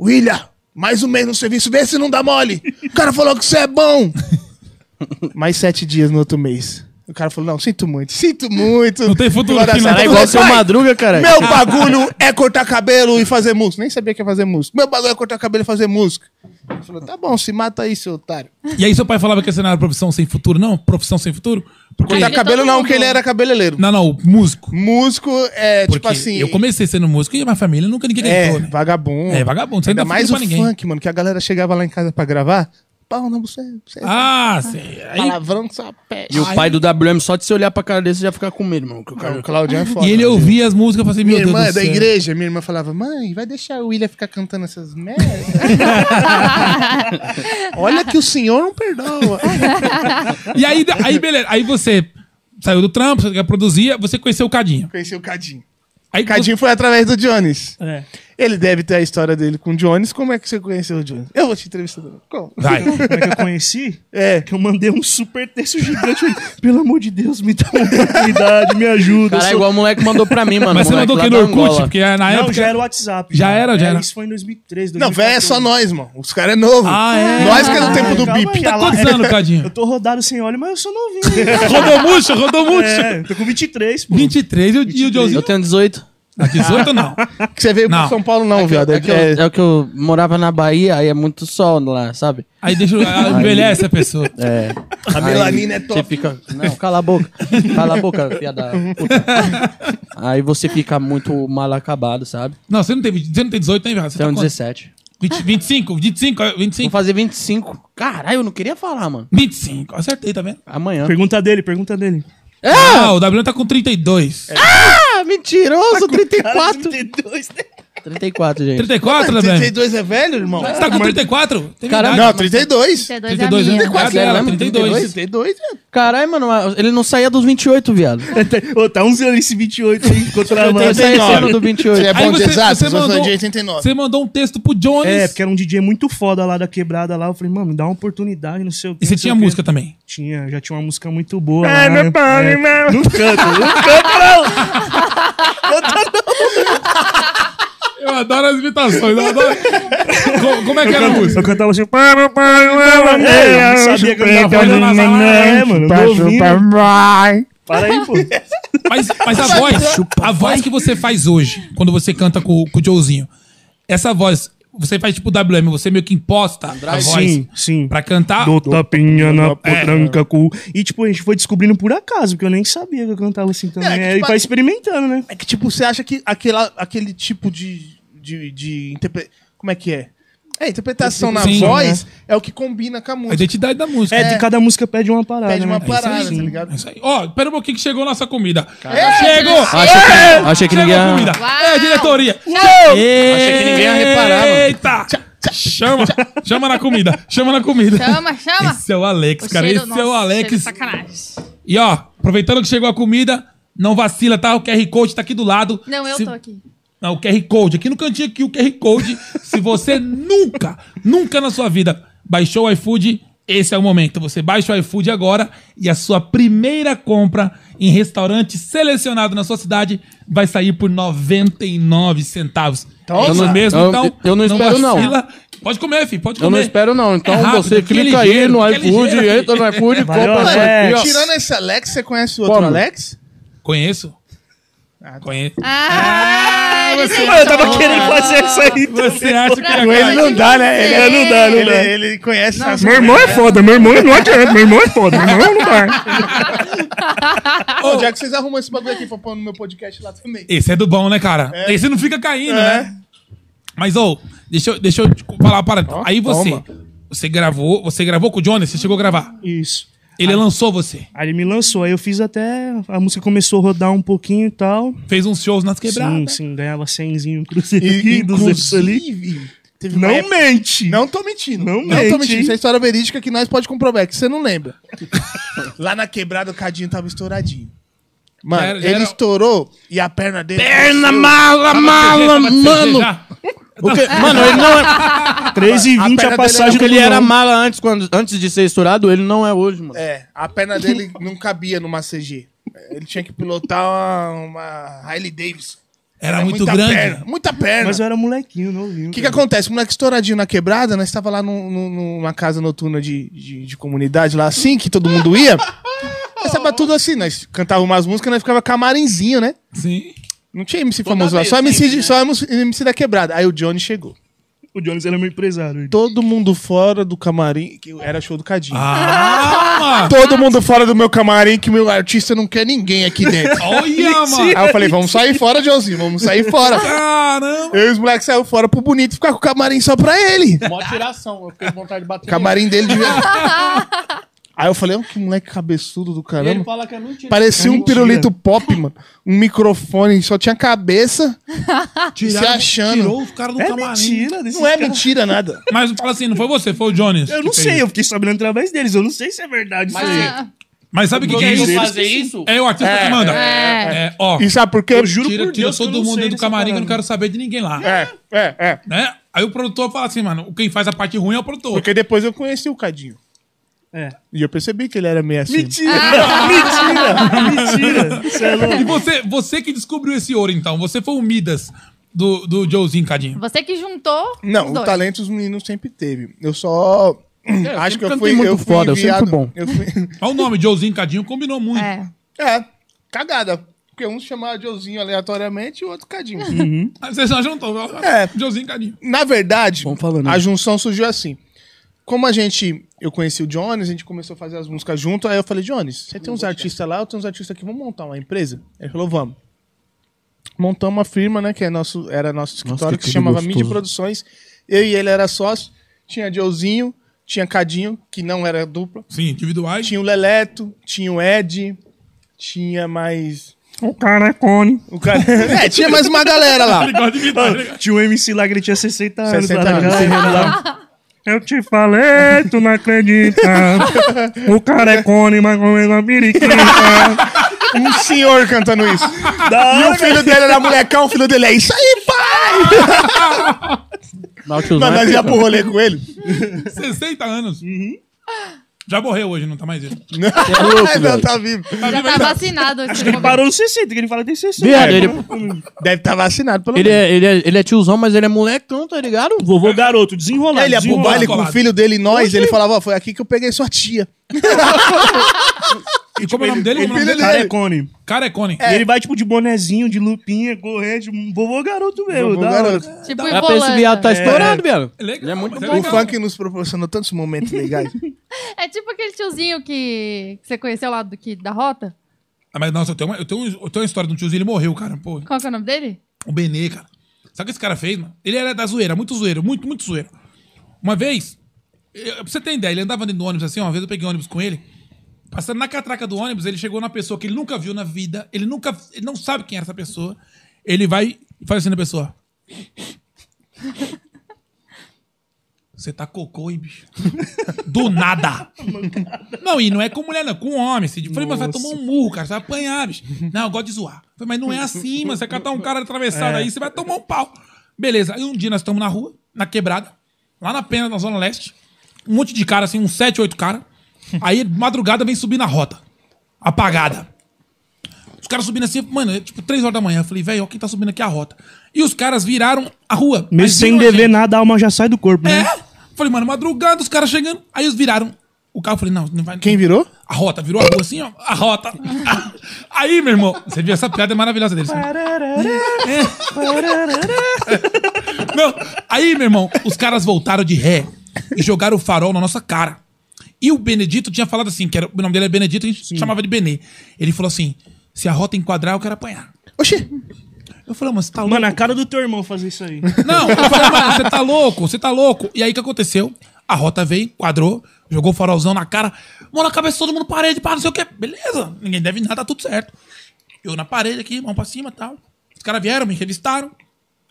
William, mais um mês no serviço, vê se não dá mole. O cara falou que você é bom. mais sete dias no outro mês. O cara falou, não, sinto muito, sinto muito.
Não tem futuro
Glória a
aqui, né? é não.
Deus.
Era
Eu falei,
igual seu
"Pai,
Madruga, caralho."
Meu bagulho é cortar cabelo e fazer música. Nem sabia que ia fazer música. Meu bagulho é cortar cabelo e fazer música. Ele falou, tá bom, se mata aí, seu otário.
E aí seu pai falava que você não era profissão sem futuro, não? Profissão sem futuro? Porque...
Cortar
de
cabelo
todo
não,
mundo.
porque ele era cabeleireiro.
tá Não, não, músico.
Músico é,
Porque
tipo assim...
eu comecei sendo músico e minha família nunca ninguém
É,
acreditou, né?
vagabundo.
É, vagabundo, você
Ainda
não dá
mais o
futuro pra ninguém.
funk, mano, que a galera chegava lá em casa pra gravar. Pau na você, você é
Ah, sei. Aí-
palavrão que só
é,
peste.
E o pai do WM, só de você olhar pra cara dele, você já fica com medo, irmão. Que o cara...
O Claudião é foda.
e ele
mano.
ouvia as músicas e falava assim, meu
Minha
Deus
irmã é
do
da
céu.
igreja, minha irmã falava, mãe, vai deixar o William ficar cantando essas merdas? Olha que o senhor não perdoa.
E aí, aí, beleza. Aí você saiu do trampo, você produzia, você conheceu o Cadinho.
Conheci o Cadinho.
Aí
O Cadinho foi através do Jones.
É.
Ele deve ter a história dele com o Jones. Como é que você conheceu o Jones? Eu vou te entrevistar. Como?
você- Vai.
Como é que eu conheci?
É.
Que eu mandei um super texto gigante. eu falei, Pelo amor de Deus, me dá uma oportunidade, me ajuda. eu
Cara, é
sou-
igual o moleque mandou pra mim, mano.
Mas você
moleque
mandou
lá
que no
da
Orkut?
Angola.
Porque na
Não,
época...
já era o WhatsApp.
Já era, já
É,
era.
Isso foi em 2003,
Não, velho, é só
2014.
nós, mano. Os caras é novo.
Ah, é?
Nós que é do tempo do
Calma aí,
bip.
Tá
ela-
quantos anos,
Eu
Cadinho?
tô rodado sem óleo, mas eu sou novinho. né?
rodou murcho, rodou murcho.
é, tô com 23, pô.
23 e o, e o Joãozinho...
Eu tenho 18.
Ah, 18 não.
que você veio
Não.
pro São Paulo, não, viado.
É que, eu,
É-
é que eu morava na Bahia, aí é muito sol lá, sabe?
Aí deixa... eu- ah, Envelhece a pessoa.
É.
A melanina é
Você
top.
fica. Não, cala a boca. Cala a boca, piada. Puta. Aí você fica muito mal acabado, sabe?
Não, você não tem, 20 você não tem 18, hein, velho? Você
Tenho
tá
17.
20, 25, 25,
Então, Vou
25.
fazer 25. Caralho, eu não queria falar, mano.
25, acertei, tá vendo?
Amanhã.
Pergunta dele, pergunta dele.
Ah, o WM tá com 32.
É.
Ah, mentiroso, 34.
32, né?
34, gente.
34, WM?
32 é velho, irmão?
Você tá com 34? Tem
Caralho.
idade.
Não, 32.
32,
32
é a minha.
anos, quase
Ela
ela,
é
32.
32, velho.
Caralho, mano, ele não saía dos 28, viado.
Ô, tá 11 anos esse 28 aí, enquanto na
Ele
é
mão.
saía esse ano do 28.
Você é bom de
você-
exato,
você
você foi
mandou-
de 89.
Você mandou um texto pro Jones.
É, porque era um DJ muito foda lá da quebrada lá. Eu falei, mano, me dá uma oportunidade, não sei o que.
E você tinha música também.
Tinha, já tinha uma música muito boa. É, meu pai, meu. Não canto,
Eu adoro as imitações. Eu adoro... como, como é que era a música?
Eu cantava assim, pá, pá, pá, pá, pá, é, eu não sabia que eu ia É, mano, eu tô ouvindo. Para aí, pô.
Mas, mas a voz, a voz que você faz hoje, quando você canta com, com o Joezinho, essa voz, você faz tipo WM, você meio que imposta a voz
Sim, sim.
pra cantar.
Dou tapinha na potranca cu. E, tipo, a gente foi descobrindo por acaso, porque eu nem sabia que eu cantava assim também.
É, que,
É,
tipo,
e vai experimentando, né?
É que, tipo, você acha que aquela, aquele tipo de, de, de interpre- Como é que é? É, interpretação na
Sim,
voz é o que combina com a
A
música.
identidade da música.
É, de cada música pede uma parada.
Pede uma
né?
parada, tá
Sim.
ligado?
É isso aí. Ó, pera um pouquinho que chegou nossa comida.
é Chegou!
Achei que, achei que ninguém
Chegou a
ia...
comida.
Uau!
É, diretoria.
Achei que ninguém ia reparar, mano.
Eita! Chama, chama na comida, chama na comida.
Chama, chama.
Esse é o Alex,
O
cara.
cheiro-
Esse
nossa,
é o Alex.
cheiro de sacanagem.
E ó, aproveitando que chegou a comida, não vacila, tá? O QR Code tá aqui do lado.
Não, eu
Se-
tô aqui.
Não, o QR Code. Aqui no cantinho aqui, o QR Code. Se você nunca, nunca na sua vida baixou o iFood, esse é o momento. Você baixa o iFood agora e a sua primeira compra em restaurante selecionado na sua cidade vai sair por 99 centavos. Então,
eu não- eu- eu não espero, não.
vacila. Pode comer, filho, pode comer.
Eu não espero, não. Então
É rápido,
você
que
clica aí
ligeiro,
no
que
iFood,
ligeiro.
entra no iFood,
É
compra
Valeu,
né?
isso
Alex.
aqui, ó.
Tirando esse Alex, você conhece o outro
Como?
Alex?
Conheço. Conheço.
Ah, ele tem
Mano, eu tava
dó.
querendo fazer isso aí.
Você acha que
Pra
ele
quem
é
não dá, né?
Ele é, não dá, não
Ele,
dá.
ele conhece as
Meu irmão é foda, meu irmão não adianta, meu irmão é foda, meu irmão não dá.
Ô, Onde é que vocês arrumam esse bagulho aqui pra pôr no meu podcast lá também?
Esse é do bom, né, cara? Esse não fica caindo,
É.
né? Mas, ô, deixa, eu- deixa eu te falar uma parada. Aí você, você gravou, você gravou com o Johnny, você chegou a gravar.
Isso.
Ele lançou você.
Aí ele me lançou, aí eu fiz até. A música começou a rodar um pouquinho e tal.
Fez uns shows nas
Sim,
quebradas.
sim, ganhava 100zinho, cruzeiro
E,
aqui, 200 ali. é
inclusive, teve uma
Não
época-
mente!
Não tô mentindo.
Não
tô
mente,
mentindo.
hein?
Isso é história verídica que nós pode comprovar, que você não lembra. Lá na quebrada, o Cadinho tava estouradinho. Mano,
Já era- já
ele
era-
estourou e a perna dele.
Perna É mala, mala, mano!
O quê?
Mano, ele não é.
3 e 20 a,
perna
passagem
Acho que ele
do
era
Não.
mala antes, quando, antes de ser estourado, ele não é hoje, mano.
É, a perna dele não cabia numa CG. Ele tinha que pilotar uma, uma Harley Davidson.
Era
É
muito
muita
grande.
Perna, muita perna.
Mas eu era molequinho, novinho.
O que, que acontece? O moleque estouradinho na quebrada, nós estava lá num- num- numa casa noturna de, de, de comunidade, lá assim, que todo mundo ia. Nós tava tudo assim, nós cantava umas músicas, nós ficava camarinzinho, né?
Sim.
Não tinha MC famoso lá, só
vez,
MC, de- só MC da quebrada. Aí o Johnny chegou.
O Jones era meu empresário.
Todo mundo fora do camarim, que era show do Cadinho.
Ah, mano.
Todo mundo fora do meu camarim, que meu artista não quer ninguém aqui dentro.
Olha, mano.
Aí eu falei, vamos sair fora, Johnzinho, vamos sair fora.
Caramba.
Eu e os moleques saíram fora pro bonito ficar com o camarim só pra ele.
Mó tiração, eu fiquei com vontade de bater. nele.
Camarim dele devia. Aí eu falei, ó, que moleque cabeçudo
E
do
ele
caramba.
fala que é mentira.
Parecia um
Mentira.
pirulito pop, mano. Um microfone, só tinha cabeça.
Tiraram-
Se achando.
Tirou os caras do
É
camarim.
mentira desse
Não é
cara.
mentira nada.
Mas fala assim, não foi você, foi o Jones.
Eu não
que fez
sei,
isso.
eu fiquei sabendo através deles. Eu não sei se é verdade isso aí.
Ah,
Mas sabe o que, que é
Quem
isso?
fazer isso?
É o artista que manda.
É.
É, ó.
E sabe por quê?
Eu juro
Tira,
por
tira
Deus que eu
todo
não
mundo
sei
do
dessa
camarim que eu
parada.
não quero saber de ninguém lá.
É, é, é.
Né? Aí o produtor fala assim, mano, quem faz a parte ruim é o produtor.
Porque depois eu conheci o Cadinho.
É.
E eu percebi que ele era meio assim.
Mentira! Ah. mentira! Mentira! Você é
E
louco.
você, você que descobriu esse ouro, então. Você foi o Midas do, do Joezinho, Cadinho.
Você que juntou.
Não,
os
o
dois.
talento os meninos sempre teve. Eu só. acho que eu
cantei
fui.
muito
eu fui
foda, eu sempre
enviado-
fui bom.
eu fui-
Olha o nome, Joezinho, Cadinho, combinou muito.
É.
É, cagada. Porque um chamava Jozinho aleatoriamente e o outro Cadinho.
Uhum.
Aí Você já juntou. É.
É.
Joezinho, Cadinho.
Na verdade,
Vamos falando né? aí.
a junção surgiu assim. Como a gente, eu conheci o Jones, a gente começou a fazer as músicas junto, aí eu falei, Jones, você tem uns artistas lá, eu tenho uns artistas aqui, vamos montar uma empresa? Ele falou, vamos. Montamos uma firma, né, que é nosso, era nosso escritório,
que
que, se
tudo
chamava
gostoso.
Mídia Produções, eu e ele era sócio, tinha Joezinho, tinha Cadinho, que não era dupla,
Sim, individuais.
tinha o Leleto, tinha o Ed, tinha mais...
O cara é cone.
O cara... é, tinha mais uma galera lá.
Ele gosta de imitar. ele gosta.
Tinha um MC lá que ele tinha 60 anos.
60
lá na
anos,
casa. Eu te falei, tu não acredita. O cara é cone, mas com a periquita.
Um senhor cantando isso.
Da
E o filho dele era molecão, o filho dele é isso aí, pai!
Mas o tiozão
Mas
é
nós ia
pica.
pro rolê com ele.
60 anos. Já morreu hoje, não tá mais isso.
Não,
É
não tá vivo.
Já tá vacinado aqui.
Ele parou no 60, que ele fala que tem 60.
Viado, ele,
Deve estar vacinado, pelo
ele,
menos.
é, ele, é, ele é tiozão, mas ele é molecão, tá ligado?
Vovô garoto, desenrolado.
Ele ia pro
desenrolado.
baile com o filho dele e nós, ele falava, ó, foi aqui que eu peguei sua tia.
E
Tipo
como é o nome dele? Como é o nome
ele-
O
dele?
cara é cone.
Carecone.
É.
E ele vai, tipo, de bonezinho, de lupinha, corrente. um Vovô garoto mesmo.
Vovô
da hora.
garoto.
Tipo,
É pra esse viado tá estourado, viado.
É legal,
Ele é muito
mas é
bom.
O
legal.
funk nos proporcionou tantos momentos legais.
É tipo aquele tiozinho que, que você conheceu lá do, que, da rota.
Ah, mas nossa, eu tenho, uma, eu, tenho, um- eu tenho uma história de um tiozinho, ele morreu, cara. Pô,
Qual que é o nome dele?
O Benê, cara. Sabe o que esse cara fez, mano? Ele era da zoeira, muito zoeiro, muito, muito zoeiro. Uma vez, eu, pra você ter ideia, ele andava dentro do ônibus assim, uma vez eu peguei ônibus com ele. Passando na catraca do ônibus, ele chegou na pessoa que ele nunca viu na vida, ele nunca. Ele não sabe
é
quem era essa pessoa. Ele vai e faz assim na pessoa.
Você tá cocô, hein, bicho? Do nada. Não, e não é com mulher, não, é com homem. Assim. Eu Falei, mas vai tomar um murro, cara, você vai apanhar, bicho. Não, eu gosto de zoar. Eu Falei, mas não é assim, mano. Você catar um cara atravessado
É.
aí, você vai tomar um pau. Beleza, aí um dia nós estamos na rua, na quebrada, lá na pena, na Zona Leste. Um monte de cara, assim, uns sete, oito cara. Aí, madrugada, vem subir na rota. Apagada. Os caras subindo assim, mano, é tipo três horas da manhã. Eu falei, velho, ó, quem tá subindo aqui é a rota. E os caras viraram a rua.
Mesmo
mas
sem
viram a
dever
gente.
nada, a alma já sai do corpo, né?
É. Falei, mano, madrugada, os caras chegando. Aí eles viraram o carro. Eu Falei, não, não vai.
Quem virou?
A rota, virou a rua assim, ó. A rota. Aí, meu irmão, você viu essa piada maravilhosa deles. né? Não, aí, meu irmão, os caras voltaram de ré e jogaram o farol na nossa cara. E o Benedito tinha falado assim, que era, o nome dele é Benedito, a gente chamava de Benê. Ele falou assim: se a rota enquadrar, eu quero apanhar.
Oxi!
Eu falei, mas você tá louco?
Mano, a cara do teu irmão fazer isso aí.
Não, eu falei, mano, você tá louco, você tá louco. E aí o que aconteceu? A rota veio, quadrou, jogou o farolzão na cara, mão na cabeça, todo mundo parede, pá, não sei o quê. Beleza, ninguém deve nada, tá tudo certo. Eu na parede aqui, mão pra cima e tal. Os caras vieram, me revistaram.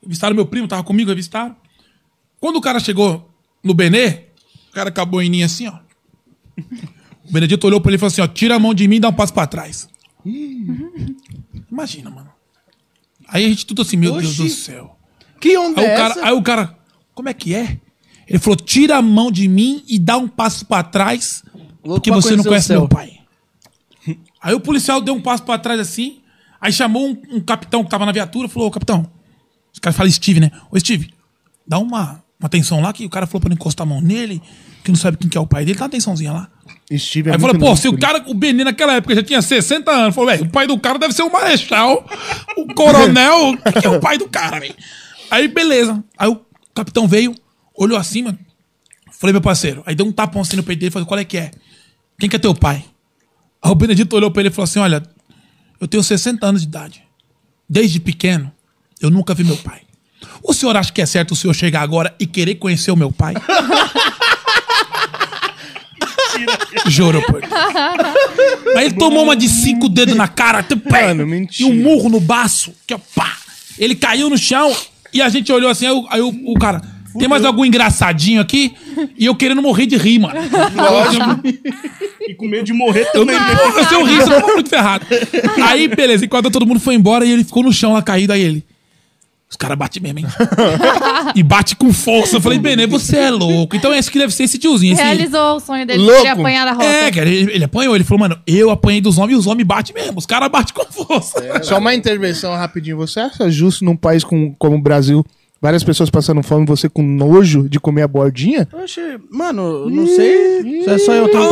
Revistaram meu primo, tava comigo, revistaram. Quando o cara chegou no Benê, o cara acabou em mim assim, ó. O Benedito olhou pra ele e falou assim, ó, tira a mão de mim e dá um passo pra trás. Imagina, mano. Aí a gente tudo assim, meu Deus do céu.
Que onda
Então,
Aí
é
o, cara,
essa?
aí o cara, como é que é? Ele falou: tira a mão de mim e dá um passo pra trás,
Louco
porque
pra
você não
conhecer o
conhece
céu.
meu pai. Aí o policial deu um passo pra trás assim, aí chamou um, um capitão que tava na viatura e falou: Ô capitão, os caras falam Steve, né? Ô Steve, dá uma, uma atenção lá que o cara falou pra não encostar a mão nele, que não sabe quem que é o pai dele, dá uma atençãozinha lá.
Steve é
Aí eu
muito
falei, pô,
louco,
se o
né?
cara, o Benê naquela época já tinha 60 anos, falou, velho, o pai do cara deve ser o marechal, o coronel, o que que é o pai do cara, velho? Aí, beleza. Aí o capitão veio, olhou assim, mano, falei, meu parceiro, aí deu um tapão assim no peito dele, falou, qual é que é? Quem que é teu pai? Aí o Benedito olhou pra ele e falou assim, olha, eu tenho 60 anos de idade, desde pequeno, eu nunca vi meu pai. O senhor acha que é certo o senhor chegar agora e querer conhecer o meu pai? Juro, pô. Aí ele tomou uma de cinco dedos na cara, até pé,
Mano, mentira.
e um murro no baço, que ó, pá. Ele caiu no chão e a gente olhou assim, aí, o- aí o, o cara, tem mais algum engraçadinho aqui? E eu querendo morrer de rir, mano.
E com medo de morrer
Eu
também. né?
não, porra, se eu rir, eu tô muito ferrado. Aí, beleza, enquanto todo mundo foi embora e ele ficou no chão lá caído, aí ele. Os caras batem mesmo, hein? e bate com força. Eu falei, Benê, você é louco. Então é isso que deve ser esse tiozinho. Esse...
Realizou o sonho dele
Louco.
de apanhar da rota.
É, cara, ele, ele apanhou, ele falou, mano, eu apanhei dos homens e os homens batem mesmo. Os caras batem com força.
É.
Só uma intervenção rapidinho. Você acha justo num país com- como o Brasil, várias pessoas passando fome, você com nojo de comer a bordinha?
Oxe, mano, eu não sei. Se é só eu ter um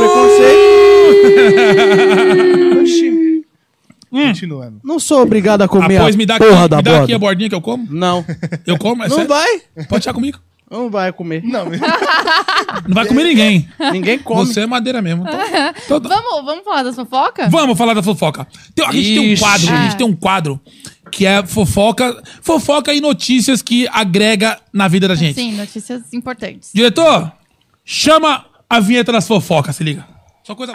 preconceito.
Hum.
Hum.
Continuando.
Não sou obrigado a
Ah,
comer
Depois
a
me dá, aqui,
porra da
me dá aqui
borda.
a bordinha que eu como.
Não,
Eu como, é
não
sério.
vai.
Pode tirar comigo.
Não vai comer.
Não,
Não vai comer ninguém.
Ninguém come.
Você é madeira mesmo. Então, então tá.
Vamos, vamos falar das fofocas?
Vamos falar da fofoca. Tem- a gente tem um
Ixi.
quadro, a gente tem um quadro que é fofoca, fofoca e notícias que agrega na vida da gente.
Sim, notícias importantes.
Diretor, chama a vinheta das fofocas, se liga. Só coisa.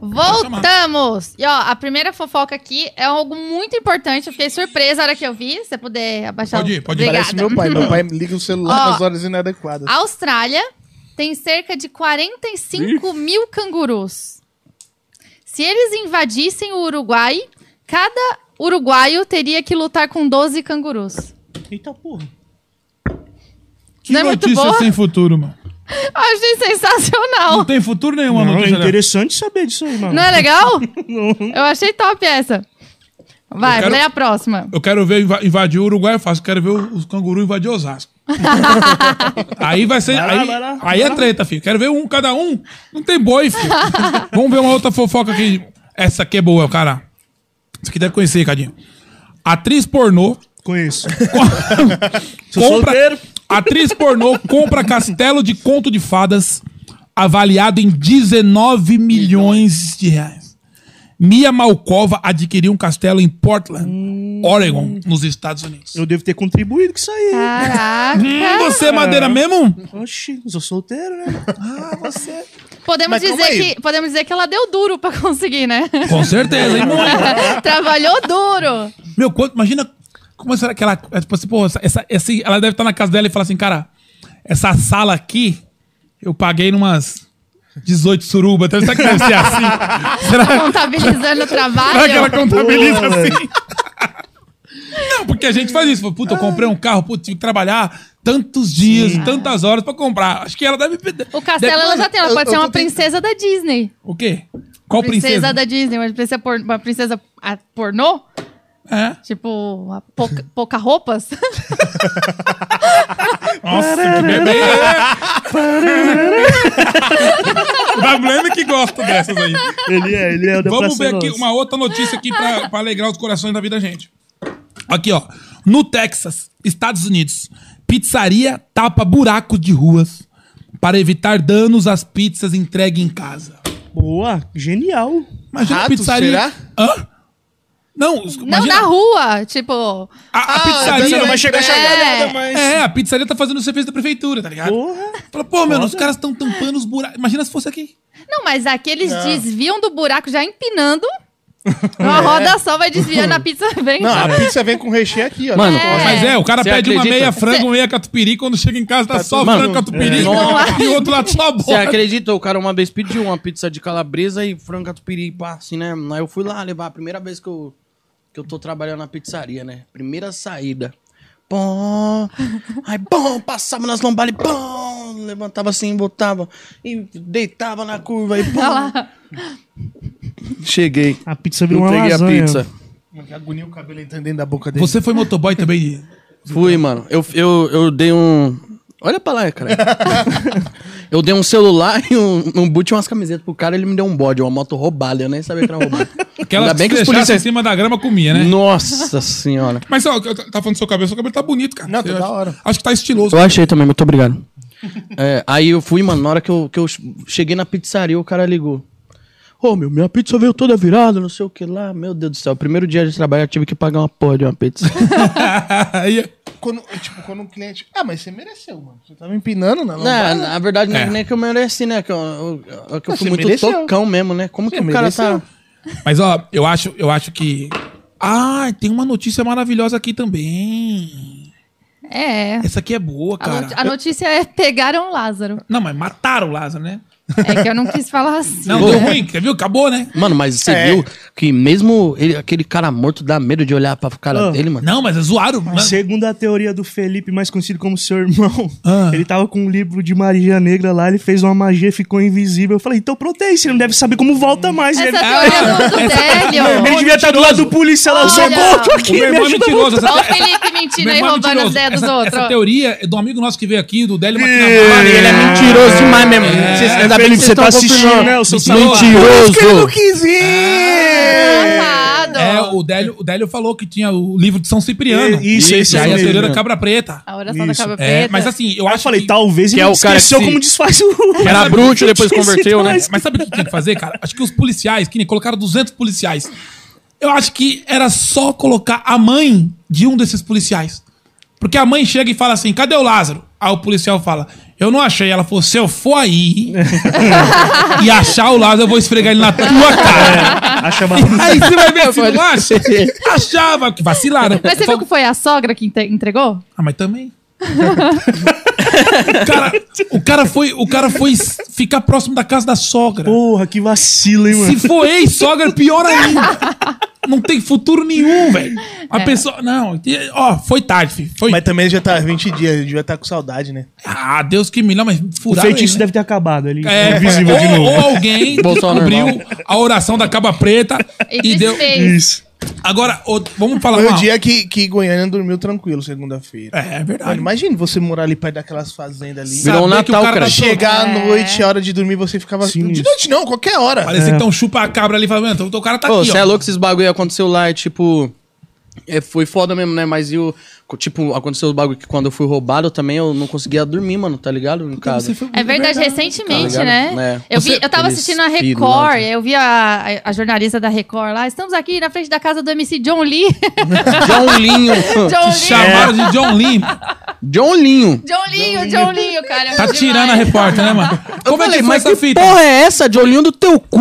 Voltamos! E ó, a primeira fofoca aqui é algo muito importante. Eu fiquei surpresa na hora que eu vi. Se você puder abaixar
Pode
o-
ir, pode ir.
Obrigada.
Parece meu pai. Meu pai liga o celular
Ó.
nas horas inadequadas.
A Austrália tem cerca de 45 mil cangurus. Se eles invadissem o Uruguai, cada uruguaio teria que lutar com 12 cangurus.
Eita porra.
Que
Não é muito
notícia
boa?
sem futuro, mano.
Eu Achei
Oh.
Não
sensacional!
tem futuro nenhum a
Não, é
notícia. dessa.
interessante saber disso
Então.
aí, mano.
Não é legal? Eu achei top essa. Vai,
Eu quero-
lê a próxima.
Eu quero ver inva- invadir o Uruguai, eu faço. Quero ver os cangurus invadir Osasco. aí vai ser.
Vai lá,
aí
vai lá,
aí é treta, filho. Quero ver um cada um. Não tem boi, filho. Vamos ver uma outra fofoca aqui. Essa aqui é boa, cara. Isso aqui deve conhecer, Cadinho. Atriz pornô.
Conheço.
compra,
solteiro.
atriz pornô compra castelo de conto de fadas avaliado em 19 milhões de reais. Mia Malkova adquiriu um castelo em Portland, Oregon, nos Estados Unidos.
Eu devo ter contribuído com isso aí. hein?
Caraca! Ah.
Você é madeira mesmo?
Oxi, eu sou solteiro, né?
É.
Ah, você.
Podemos
Mas calma
dizer,
aí.
que, podemos dizer que ela deu duro pra conseguir, né?
Com certeza, hein, mano?
Trabalhou duro.
Meu, quanto, imagina como será que ela. é, Tipo assim, pô, essa, essa- esse- ela deve estar na casa dela e falar assim, cara, essa sala aqui eu paguei numas 18 suruba. Então, será que deve ser assim? será,
Contabilizando o
será que
trabalho.
ela contabiliza assim? Não, porque a gente faz isso. Fala, Puta, eu comprei um carro, putz, tive que trabalhar tantos dias, e tantas horas pra comprar. Acho que ela deve.
O castelo ela já tem, ela
eu-
pode
eu
ser
tô
uma princesa da Disney.
O quê? Qual princesa?
princesa da Disney, uma princesa, por, uma princesa ah, pornô?
É.
Tipo, a pouca, pouca roupas?
Nossa, que bebê! o WM é que gosta dessas aí.
Ele é, ele é o da
Tá
Vamos
Praça
ver aqui
Nossa.
uma outra notícia aqui pra, pra alegrar os corações da vida da gente. Aqui, ó. No Texas, Estados Unidos, pizzaria tapa buracos de ruas para evitar danos às pizzas entregues em casa.
Boa, genial.
Imagina a
Ratos,
pizzaria.
será?
Hã? Não, os-
Não,
imagina
na rua. Tipo,
a, a pizzaria.
Ah, Não vai chegar
é,
É, a pizzaria tá fazendo o serviço da prefeitura, tá ligado?
Porra.
Fala, pô, mano, os caras estão tampando os buracos. Imagina se fosse aqui.
Não, mas aqui eles desviam do buraco já empinando. Uma roda só vai desviando a pizza vem.
É. Não, a pizza vem com recheio aqui, ó.
Mano,
É.
Mas é, o cara
Você
pede uma
acredita?
meia frango, meia catupiry, quando chega em casa tá, só
tudo-
frango,
Mano,
catupiry,
é.
e o outro lado só
Você
bota.
acredita? O cara uma vez pediu uma pizza de calabresa e frango catupiry, pá, assim, né? Aí eu fui lá levar, a primeira vez que eu, que eu tô trabalhando na pizzaria, né? Primeira saída. Pão. Aí, pão, passava nas lombares, pão. Levantava assim, botava. E deitava na curva e
Olha
pão.
lá.
Cheguei.
A pizza virou uma
Entreguei a
lasanha.
pizza.
Que agonia o cabelo entrando dentro da boca dele.
Você foi motoboy também? de-
Fui, mano. Eu, eu, eu dei um. Olha pra lá, cara. eu dei um celular e um, um boot e umas camisetas pro cara. Ele me deu um bode, uma moto roubada. Eu nem sabia que era roubada.
Aquela
Ainda bem que os
se deixasse em
policiais.
cima da grama comia, né?
Nossa senhora.
Mas ó, eu tava falando do seu cabelo, seu cabelo tá bonito, cara.
Não, tá
Eu
da
acho-
hora.
Acho que tá estiloso.
Eu achei também, muito obrigado. É, aí eu fui, mano, na hora que eu, que eu cheguei na pizzaria, o cara ligou. Ô, meu, minha pizza veio toda virada, não sei o que lá. Meu Deus do céu, primeiro dia de trabalho eu tive que pagar uma porra de uma pizza.
Aí,
Quando, tipo, quando um cliente. Ah, mas você mereceu, mano. Você tava empinando na
Não,
lombada.
na verdade, não
É.
é. nem que eu mereci, né? Que eu, eu- eu- que eu
Mas
fui
você
muito
mereceu.
tocão mesmo, né? Como que o cara tá.
Mas ó, eu acho, eu acho que. Ah, tem uma notícia maravilhosa aqui também.
É.
Essa aqui é boa,
A,
cara.
noti- a notícia é pegaram o Lázaro.
Não, mas mataram o Lázaro, né?
É que eu não quis falar assim.
Não, deu ruim, você viu? Acabou, né?
Mano, mas você viu que mesmo ele- aquele cara morto dá medo de olhar pra cara
Ah.
dele, mano?
Não, mas zoaram. mano.
Segundo a teoria do Felipe, mais conhecido como seu irmão,
Ah.
ele tava com um livro de magia negra lá, ele fez uma magia, ficou invisível. Eu falei, então pronto, é isso, ele não deve saber como volta mais.
Essa
né?" Ele,
teoria do
é
ele
Délio.
devia estar do lado do polícia lá, eu sou
Olha.
morto
O
aqui,
meu
me
irmão é
ajuda.
mentiroso. Essa,
Olha o Felipe mentindo
meu
aí,
irmão é
roubando as
mentiroso.
ideias dos
Essa- Essa
outros.
teria é do amigo nosso que veio aqui, do Délio Maquinavari.
Ele é mentiroso demais mesmo. Vocês- ainda bem que você tá assistindo.
né, o seu
Mentiroso!
Safado.
É, o Délio, o Délio falou que tinha o livro de São Cipriano.
É, isso, isso,
E aí
isso
a teoria da
mesmo.
Cabra Preta.
A oração da
Isso.
cabra
É,
preta.
mas assim, eu
Eu
acho
falei, tá
que...
talvez ele
é o cara
esqueceu
que se-
como desfaz o...
Era bruxo, depois
Esqueci
converteu, né?
demais.
Mas sabe o que tinha que fazer, cara? Acho que os policiais, que nem colocaram 200 policiais. Eu acho que era só colocar a mãe de um desses policiais. Porque a mãe chega e fala assim, cadê o Lázaro? Aí o policial fala, eu não achei. Ela falou, se eu for aí e achar o Lázaro, eu vou esfregar ele na tua cara.
Achava...
Aí você vai ver se não acha. Achava, que vacilaram. Então,
Mas você viu que foi a sogra que inte- entregou?
Ah, mas também. o, cara, o cara foi, o cara foi s- ficar próximo da casa da sogra.
Porra, que vacilo, hein, mano.
Se for ex-sogra, pior ainda. Não tem futuro nenhum, velho.
É.
A pessoa. Não, e- ó, foi tarde, filho. Foi.
Mas também já tá 20 dias, ele devia estar com saudade, né?
Ah, Deus que me livre, mas
O
furaram. ele,
feitiço
né?
deve ter acabado ali.
É,
invisível
ou,
de novo.
ou alguém
Voltou ao
descobriu
normal.
a oração da Caba Preta e,
E
deu.
desfez.
Agora, ô, vamos falar.
Foi o
uma-
dia que, que Goiânia dormiu tranquilo, segunda-feira.
É, é
Mano,
verdade.
imagina você morar ali perto daquelas fazendas ali.
Virou um
Saber que o
Natal,
cara
cara.
tá solto.
Chegar
É.
à noite, a hora de dormir, você ficava. De noite não, qualquer hora.
Parecia
É.
que tão chupa a cabra ali falando, "Mano, o cara tá
Pô,
aqui,
você
ó.
é louco esses bagulho aconteceu lá, é tipo. É, foi foda mesmo, né? Mas eu. Tipo, aconteceu os bagulho que quando eu fui roubado também eu não conseguia dormir, mano, tá ligado? Em casa.
É verdade, recentemente,
Tá ligado?
né?
É.
Eu, vi,
Você-
eu tava
Eles né?
assistindo a
piram
Record,
lá,
eu vi a, a jornalista da Record lá. Estamos aqui na frente da casa do MC John Lee.
John Linho.
John Lee. É.
Chamaram de John Lee.
John Linho.
Johninho, Johninho, cara. é
Tá
bom
tirando a
demais.
repórter, né, mano? Como é que foi
mas
essa
que
fita?
porra é essa? John Linho do teu cu?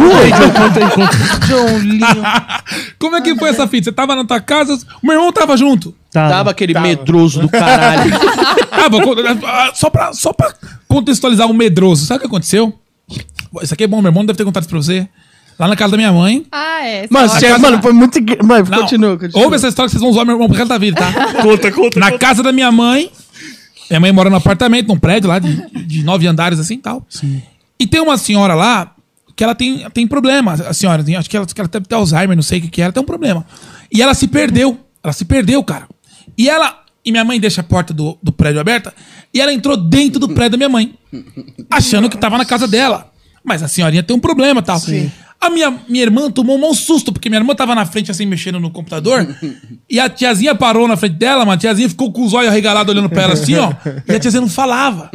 John Linho.
Como é que foi essa fita? Você tava na tua casa, o meu irmão tava junto.
Tava.
Tava aquele medroso do caralho.
Tava, co- ah, só, pra, só pra contextualizar o medroso, sabe o que aconteceu? Isso aqui é bom, meu irmão deve ter contado isso pra você. Lá na casa da minha mãe.
Ah, é.
Mano,
só-
você-
casa-
mano, foi muito. engra- Mano,
Não,
continua, continua.
Ouve essa história que vocês vão zoar meu irmão pro resto da vida, tá?
Conta, conta.
na casa da minha mãe. Minha mãe mora num apartamento, num prédio lá de, de nove andares assim e tal. E tem uma senhora lá que ela tem, tem problema. A senhora, tem- acho que ela, que ela deve ter Alzheimer, não sei o que, que é, ela tem um problema. E ela se perdeu. Ela se perdeu, cara. E ela. E minha mãe deixa a porta do, do prédio aberta. E ela entrou dentro do prédio da minha mãe. Achando que tava na casa dela. Mas a senhorinha tem um problema e tal. A minha, minha irmã tomou um mau susto, porque minha irmã tava na frente, assim, mexendo no computador. e a tiazinha parou na frente dela, mano. A tiazinha ficou com os olhos arregalados olhando pra ela assim, ó. E a tiazinha não falava.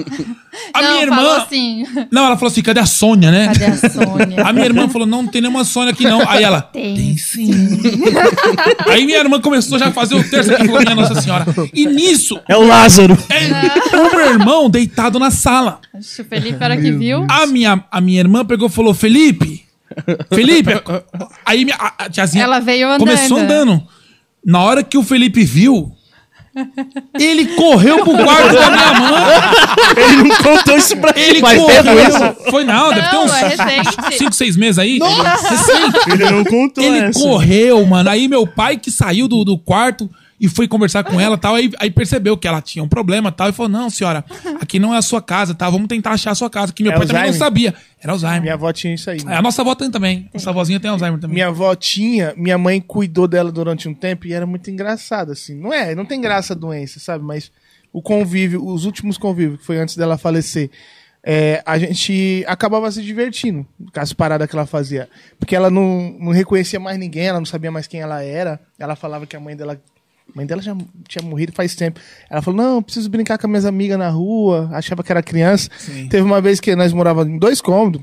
A
Não,
minha irmã.
falou assim.
Não, ela falou assim: cadê a Sônia, né?
Cadê a Sônia?
A minha irmã falou: não, não tem nenhuma Sônia aqui, não. Aí ela.
Tem.
sim. Aí minha irmã começou já a fazer o terço aqui falou, minha Nossa Senhora. E nisso,
É o Lázaro.
é, o meu irmão deitado na sala.
Acho que o Felipe era que viu.
A minha, a minha irmã pegou e falou: Felipe! Felipe! Aí minha, a, a tiazinha
Ela veio andando.
começou andando. Na hora que o Felipe viu, ele correu pro quarto da minha mãe.
Ele não contou isso pra
Ele
Faz tempo
correu. Foi na hora, deve ter
Não, é
uns
recente.
5, 6 meses aí. Recente.
Ele não contou
Ele
essa.
correu, mano. Aí meu pai que saiu do, do quarto e foi conversar tá com ela tal. Aí, aí percebeu que ela tinha um problema tal. E falou: Não, senhora, aqui não é a sua casa, tá? Vamos tentar achar a sua casa. Que meu
É
pai também não
Alzheimer.
sabia. Era Alzheimer.
Minha avó tinha isso aí.
É, a nossa avó tem também. Nossa avózinha tem Alzheimer também.
Minha avó tinha, minha mãe cuidou dela durante um tempo e era muito engraçado, assim. Não é, não tem graça a doença, sabe? Mas o convívio, os últimos convívios, que foi antes dela falecer, é, a gente acabava se divertindo com as paradas que ela fazia. Porque ela não, não reconhecia mais ninguém, ela não sabia mais quem ela era. Ela falava que a mãe dela. A mãe dela já tinha morrido faz tempo. Ela falou: não, eu preciso brincar com as minhas amigas na rua. Achava que era criança. Teve uma vez que nós morávamos em dois cômodos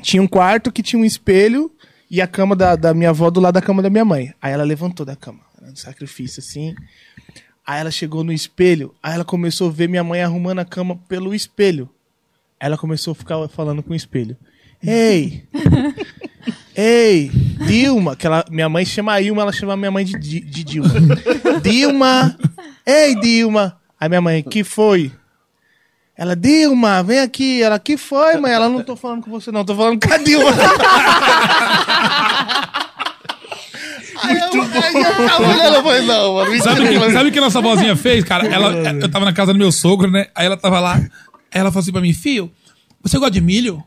tinha um quarto que tinha um espelho e a cama da, da minha avó do lado da cama da minha mãe. Aí ela levantou da cama, era um sacrifício assim. Aí ela chegou no espelho, aí ela começou a ver minha mãe arrumando a cama pelo espelho. Aí ela começou a ficar falando com o espelho. Ei! Ei, Dilma, que ela, minha mãe chama a Ilma, ela chama minha mãe de, Di- de Dilma. Dilma! Ei, Dilma! Aí minha mãe, que foi? Ela, Dilma, vem aqui. Ela, que foi, mãe? Ela, não tô falando com você, não, tô falando com a Dilma. Aí eu, aí eu tava olhando, eu falei, não, mano, isso
Sabe
não
o
é
que, sabe o que nossa vozinha fez, cara? Ela, eu tava na casa do meu sogro, né? Aí ela tava lá. Aí ela falou assim pra mim, fio, você gosta de milho?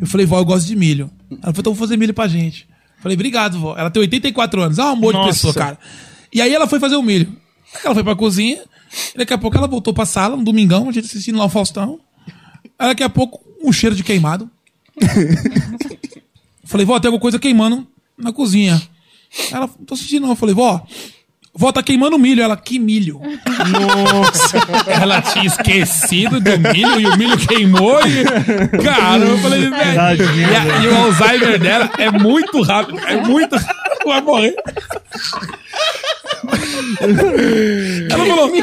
Eu falei, vó, eu gosto de milho. Ela falou, então vou fazer milho pra gente. Eu falei, obrigado, vó. Ela tem 84 anos. É um amor de pessoa, cara. E aí ela foi fazer o milho. Aí Ela foi pra cozinha. e Daqui a pouco ela voltou pra sala, um domingão, a gente assistindo lá o Faustão. Aí daqui a pouco, um cheiro de queimado. Eu falei, vó, tem alguma coisa queimando na cozinha. Ela, não tô sentindo não. Eu falei, vó, vó, tá queimando milho. Ela, que milho? Nossa. Ela tinha esquecido do milho e o milho queimou. E... Cara, eu falei, velho. E, a- e o Alzheimer dela é muito rápido. É muito rápido. Vai morrer. Ela falou, que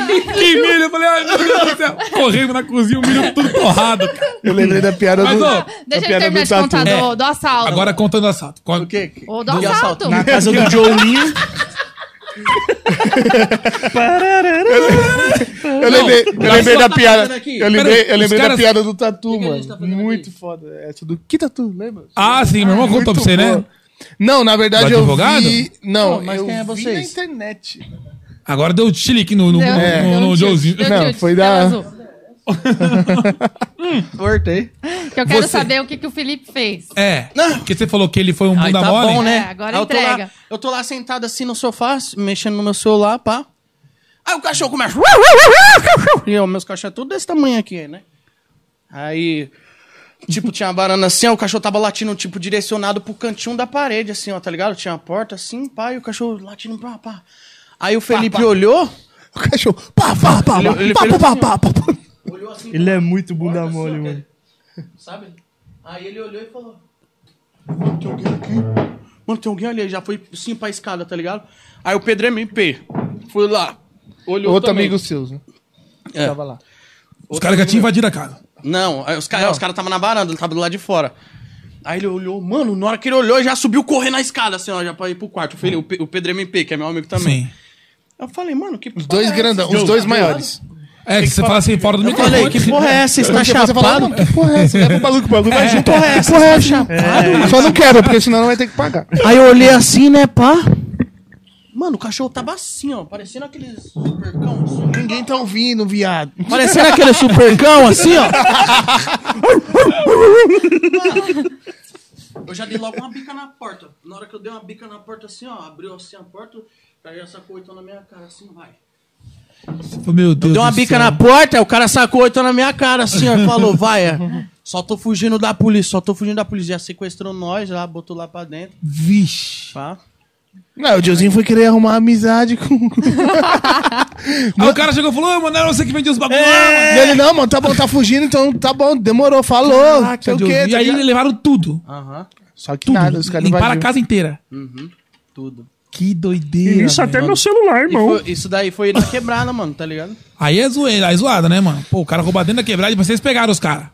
milho? Eu falei, ai meu Deus do céu. Correndo na cozinha, o milho tudo torrado. cara.
Eu lembrei da piada
Mas,
do.
ó,
Deixa eu
a piada
terminar
do
de contar
tatu.
do, do assalto.
Agora contando assalto. Qual-
Ou do assalto.
Na casa do Jolinho.
Eu lembrei, eu lembrei da
tá
piada.
fazendo aqui?
Eu lembrei,
Peraí,
eu
os
lembrei
caras-
da piada do tatu,
que a
mano.
gente tá fazendo
Muito foda. Essa do que tatu, lembra?
Ah, sim, meu irmão contou pra você, né?
boa. Não, na verdade
Do
eu
advogado?
vi... Não,
Pô, mas
eu
quem é
vi
vocês?
na internet.
Agora deu chilique no, no, no,
É.
no- no Joãozinho.
Deu
Não,
tilt,
foi
tela
da-
azul.
Cortei.
Que eu quero
Você-
saber o que, que o Felipe fez.
É, porque você falou que ele foi um bunda
Aí tá
mole.
bom, né?
É, agora
Aí eu tô lá-
entrega.
Eu tô lá sentado assim no sofá, mexendo no meu celular, pá. Aí o cachorro começa. E ó, meus cachorros é tudo desse tamanho aqui, né? Aí, tipo, tinha uma varanda assim, ó, o cachorro tava latindo, tipo, direcionado pro cantinho da parede, assim, ó, tá ligado? Tinha uma porta assim, pá, e o cachorro latindo, pá, pá. Aí o Felipe olhou,
O cachorro... Pá, pá, pá,
Ele-
pá,
ele
pá,
fez assim,
pá, pá, pá, pá.
olhou assim,
Ele é muito bunda
Olha só,
mole,
cara.
mano.
sabe? Aí ele olhou e falou: Tem alguém aqui? Mano, tem alguém ali. Aí Já foi sim pra é escada, tá ligado? Aí o Pedro MP foi lá. Olhou
Outro
também.
amigo seu, né?
que tava lá.
Os caras já tinham invadido a casa.
Não, aí os caras estavam na varanda, ele tava do lado de fora. Aí ele olhou, mano, na hora que ele olhou, ele já subiu correndo na escada, assim, ó, já pra ir pro quarto. Eu falei, o, Pe- o Pedro MP, que é meu amigo também.
Sim.
Eu falei, mano, que é
Os dois grandão, os dois maiores.
É, que, você fala assim, fora do
tá Eu falei,
microfone.
que porra é essa? Você tá
Porque você fala,
chapado?
"Mano, que porra é essa? Leva o baluco, o baluco vai junto.
Porra é essa? Você tá chapado?
Só não quebra, porque senão não vai ter que pagar.
Aí eu olhei assim, né, pá? Mano, o cachorro tava assim, ó, parecendo aqueles supercão, assim.
Ninguém tá ouvindo, viado.
Parecendo aquele é supercão, assim, ó. Eu já dei logo uma bica na porta. Na hora que eu dei uma bica na porta, assim, ó, abriu assim a porta, o cara já sacou oito na minha cara, assim, vai.
Meu Deus
Deu uma
do
bica
céu.
na porta, o cara sacou oito na minha cara, assim, ó, e falou, vai, é. Só tô fugindo da polícia, só tô fugindo da polícia. Já sequestrou nós, já botou lá pra dentro,
Vixe.
pá.
Não, o Diozinho foi querer arrumar amizade com.
Aí o cara chegou e falou, ah, mano, era você que vendia os bagulho lá,
E ele, não, mano, tá bom, tá fugindo, então tá bom, demorou, falou.
mano.
sei o
Deus.
quê,
e
tá
aí
ligado?
levaram tudo.
Aham,
Só que
Tudo.
nada, os caras
Limparam a
invadiram.
casa inteira.
tudo.
Que doideira.
Isso até
mano.
meu celular,
E
irmão.
foi- isso daí foi na quebrada, mano, tá ligado?
Aí é zoeira, aí é zoada, né, mano? Pô, o cara roubar dentro da quebrada e vocês pegaram os caras.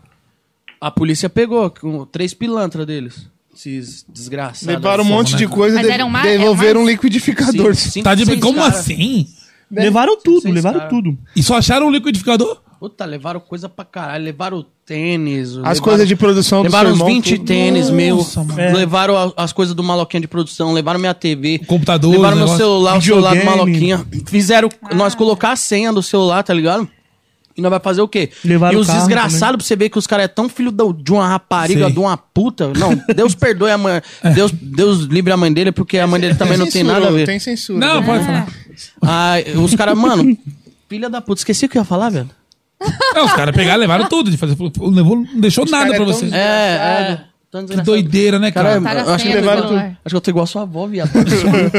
A polícia pegou com três pilantras deles. Esses desgraçados. assim,
Levaram um monte de coisa,
Mas
de-
eram mais-
devolveram
eram
um
mais-
liquidificador.
Tá de
seis
como
cara.
assim?
Levaram tudo,
Seis
levaram
caras.
tudo.
E só acharam o liquidificador?
Puta, levaram coisa pra caralho. Levaram tênis.
As coisas de produção do seu
Levaram uns
irmão.
20
tudo.
tênis meus.
Nossa, mano.
Levaram a- as coisas do maloquinha de produção. Levaram minha TV.
computador, os
Levaram meu
negócios.
celular, o celular do
Videogame.
maloquinha. Fizeram nós colocar a senha do celular, tá ligado? E nós vai fazer o quê?
Levaram
e
o
os
carro
desgraçados, pra você ver que os caras é tão filho da- de uma rapariga,
Sei.
de uma puta. Não, Deus perdoe a mãe. Deus, Deus livre a mãe dele, porque a mãe dele também não tem nada a ver.
Tem censura.
Não, pode falar.
Ah, os caras, mano, filha da puta, esqueci o que eu ia falar, velho.
É, os caras pegaram, levaram tudo. De fazer, não, levou, não deixou nada pra
cara é tão
vocês.
É, é. tão
Que
desgraçado.
doideira, né, cara?
Cara,
Cara,
eu acho que
Tá senha do
levaram
celular.
tudo. Acho que eu tô igual a sua avó, viado.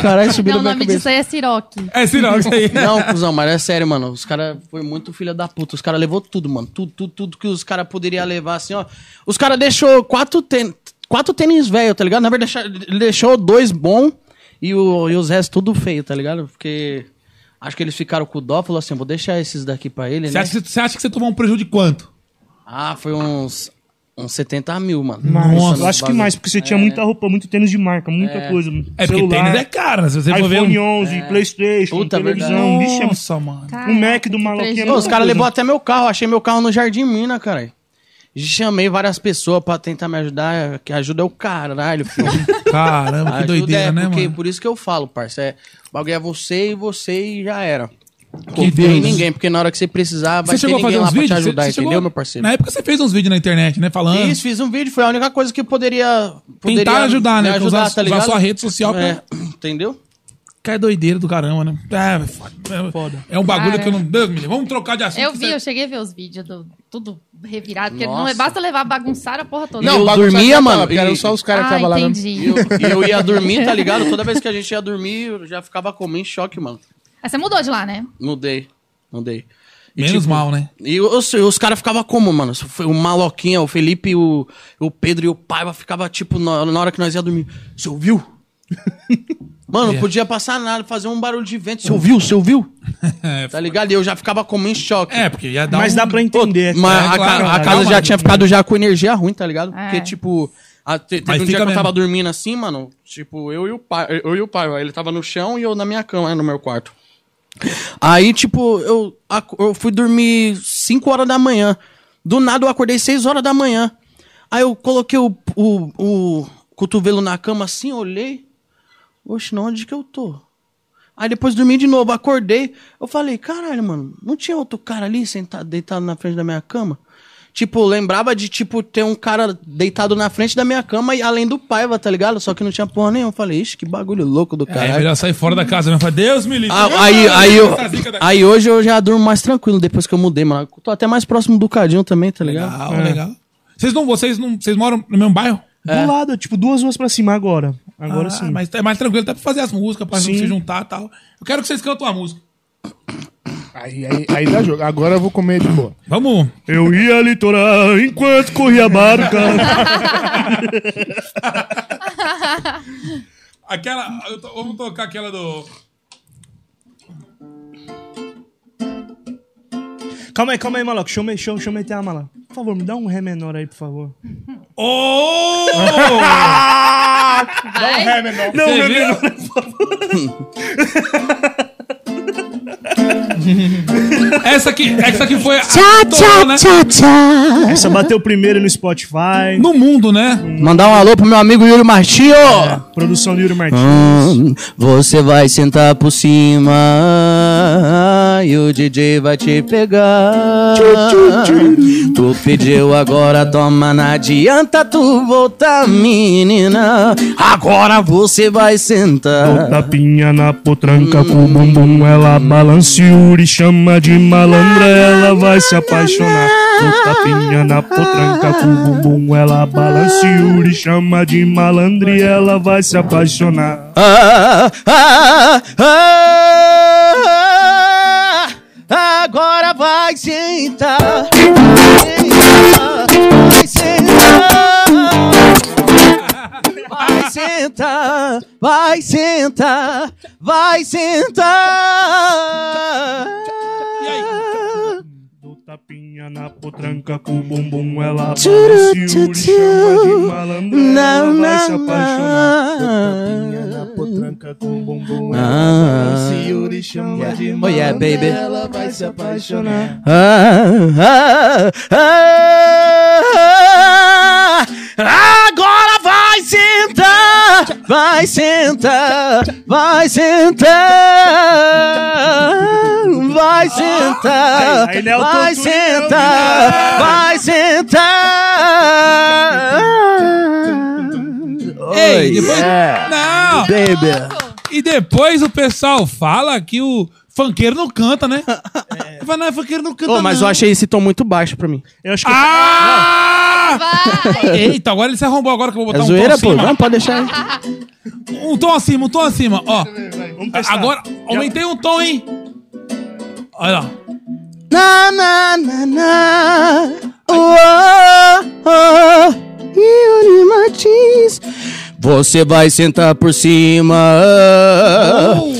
Caralho, subiu
Não, o
na
nome
minha cabeça.
disso aí é Siroque.
É esse não, isso aí.
Não, cuzão, mas é sério, mano. Os caras foi muito filha da puta. Os caras levou tudo, mano. Tudo, tudo, tudo que os caras poderiam levar, assim, ó. Os caras deixou quatro tênis, quatro tênis velho, tá ligado? Na verdade, deixa- deixou dois bom e, o, e os restos tudo feio, tá ligado? Porque acho que eles ficaram com dó, falou assim, vou deixar esses daqui pra ele,
Você
né?
acha, que- você acha que você tomou um prejuízo de quanto?
Ah, foi uns, uns 70 mil, mano.
Nossa, eu
no
acho que
bagulho. É.
mais, porque você tinha muita roupa, muito tênis de marca, muita coisa.
É porque
celular,
tênis é caro, né? Se você for ver
iPhone
um...
11, Playstation,
É. Puta,
televisão, bicho, é
Nossa, mano.
O Mac do maloquinho é
Ô, os caras
muita coisa.
levou até meu carro, achei meu carro no Jardim Mina, caralho. Chamei várias pessoas pra tentar me ajudar, que ajuda é o caralho, filho.
Caramba,
Ajuda
que doideira,
é,
né,
porque,
mano?
Por isso que eu falo, parça. É, o bagulho é você e você e já era.
Que
Confia em
Deus.
ninguém, porque na hora que você precisar, vai
Você
ter
chegou a
ninguém
fazer
lá
uns
pra
vídeos?
te
Você-
ajudar,
você
entendeu,
chegou- Né?
meu parceiro?
Na época você fez uns vídeos na internet, né? Falando.
Fiz, fiz um vídeo, foi a única coisa que poderia. poderia
Tentar ajudar, né?
me
Porque
Ajudar,
usar- usar
tá ligado?
sua rede social pra-
É, entendeu?
Que é doideira do caramba, né? É, é foda. É- É um bagulho
Cara.
que eu não. Deus me livre. Vamos trocar de assunto.
Eu
que
vi,
você-
eu cheguei a ver os vídeos do tudo revirado, porque
Nossa.
não é basta levar bagunçar a porra toda.
Não, Eu
bagunça
dormia,
tava
mano,
lá, porque
e-
Era só os caras que
ah,
estavam lá. mesmo.
entendi.
E eu, e eu ia dormir, tá ligado? Toda vez que a gente ia dormir, eu já ficava com em choque, mano.
Ah, você mudou de lá, né?
Mudei, mudei. E,
Menos
tipo,
mal, né?
E os, os caras ficavam como, mano? Foi O Maloquinha, o Felipe, o, o Pedro e o Paiva ficava tipo, na, na hora que nós ia dormir. Você ouviu? Mano, não podia passar nada, fazer um barulho de vento. Você ouviu? Você ouviu?
É,
Tá ligado? E eu já ficava como em choque.
É, porque ia dar
Mas
um...
dá pra entender.
Mas
é,
a,
claro,
ca- a
dá
casa
uma-
já tinha ficado já com energia ruim, tá ligado? Porque,
É.
tipo, a, te- teve
Mas
um dia
fica
que eu tava
mesmo.
dormindo assim, mano. Tipo, eu e o pai, eu e o pai, ele tava no chão e eu na minha cama, né, no meu quarto. Aí, tipo, eu, ac- eu fui dormir 5 horas da manhã. Do nada eu acordei 6 horas da manhã. Aí eu coloquei o, o, o cotovelo na cama assim, olhei. Oxe, não, onde que eu tô? Aí depois dormi de novo, acordei. Eu falei, caralho, mano, não tinha outro cara ali sentado, deitado na frente da minha cama? Tipo, eu lembrava de, tipo, ter um cara deitado na frente da minha cama e além do paiva, tá ligado? Só que não tinha porra nenhuma. Eu falei, ixi, que bagulho louco do
É, é
caralho.
melhor sair fora da casa, né? Fala, Deus me livre.
Ah,
Eu
aí,
não
aí,
quero
eu-
essa zica daqui.
aí hoje eu já durmo mais tranquilo depois que eu mudei, mano. Tô até mais próximo do Cadinho também, tá ligado?
Legal, Ah, legal. Vocês não, vocês não, vocês moram no mesmo bairro?
É.
Do lado, tipo, duas ruas pra cima agora. Agora
Ah,
sim.
Mas é mais tranquilo, dá pra fazer as músicas, pra
Sim.
se juntar e tal. Eu quero que vocês cantem uma música.
Ah, Aí, aí, aí dá jogo. Agora eu vou comer de boa.
Vamos.
Eu ia litorar enquanto corria a barca.
Aquela. eu to- vamos tocar aquela do.
Calma aí, calma aí, maluco. Deixa eu, me- deixa, eu, deixa eu meter a mala. Por favor, me dá um ré menor aí, por favor.
Ô!
Vai.
né?
Não,
Você
ré
viu?
menor.
Essa aqui, essa aqui foi a
Tchau,
né?
tchau, tchau.
Essa bateu primeiro no Spotify.
no mundo, né?
Mandar um alô pro meu amigo Yuri Martinho.
É.
Produção do Yuri Martins.
Ah,
Hum, Você vai sentar por cima e o DJ vai te pegar. Tu pediu agora, toma, não adianta tu voltar, menina. Agora você vai sentar.
Tapinha na potranca com o bumbum, ela balança e o Uri chama de malandra, ela vai se apaixonar. O tapinha na potranca com o bumbum, ela balança e o Uri chama de malandra e ela vai se apaixonar.
Ah, ah, ah, ah, agora vai sentar. Vai sentar. Vai sentar. Vai sentar. Vai sentar.
O tapinha na potranca com o bumbum, ela balança e o Uri chama de malandra, ela vai se apaixonar. Tapinha na potranca com o bumbum, ela balança e o Uri chama de
Oh, Ah. yeah, baby.
ela vai se apaixonar.
Ah, ah, ah, agora vai sentar, vai sentar, vai sentar, vai sentar,
Aí, aí, Léo,
vai
tô tudo
sentar, vai sentar.
Ei,
é.
depois-
yeah,
Não!
baby.
E depois o pessoal fala que o funkeiro não canta, né? É. Fala, não, funkeiro não canta,
Ô, mas eu
não.
achei esse tom muito baixo pra mim.
Eu acho que
Ah!
Vai.
Eita, agora ele se arrombou agora que eu vou
É
botar um
zoeira,
tom
pô.
acima.
Não, pode deixar aí.
Um tom acima, um tom acima, ó.
Vamos testar.
Agora, aumentei um tom, hein? Olha lá.
Na na na na. Oh, oh, oh. Yuri Martins. Você vai sentar por cima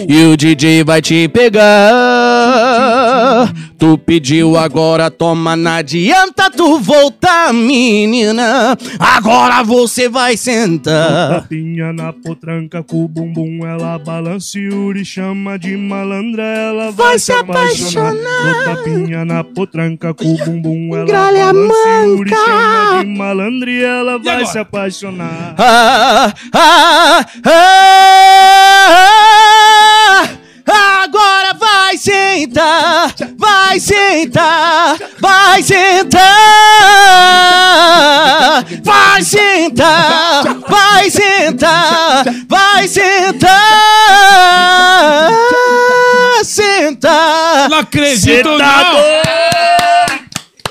e o DJ vai te pegar. Tu pediu agora, toma, não adianta tu voltar, menina. Agora você vai sentar.
Tapinha na potranca com o bumbum, ela balança e Uri chama de malandra, ela vai, se apaixonar. O tapinha na potranca com o bumbum, ela
Gralha
balança e Uri
manca.
chama de malandra e ela vai
agora?
se apaixonar.
Ah, ah, ah, ah, agora vai sentar, vai sentar, vai sentar, vai sentar, vai sentar, vai sentar, sentar.
Não acredito,
tá
não!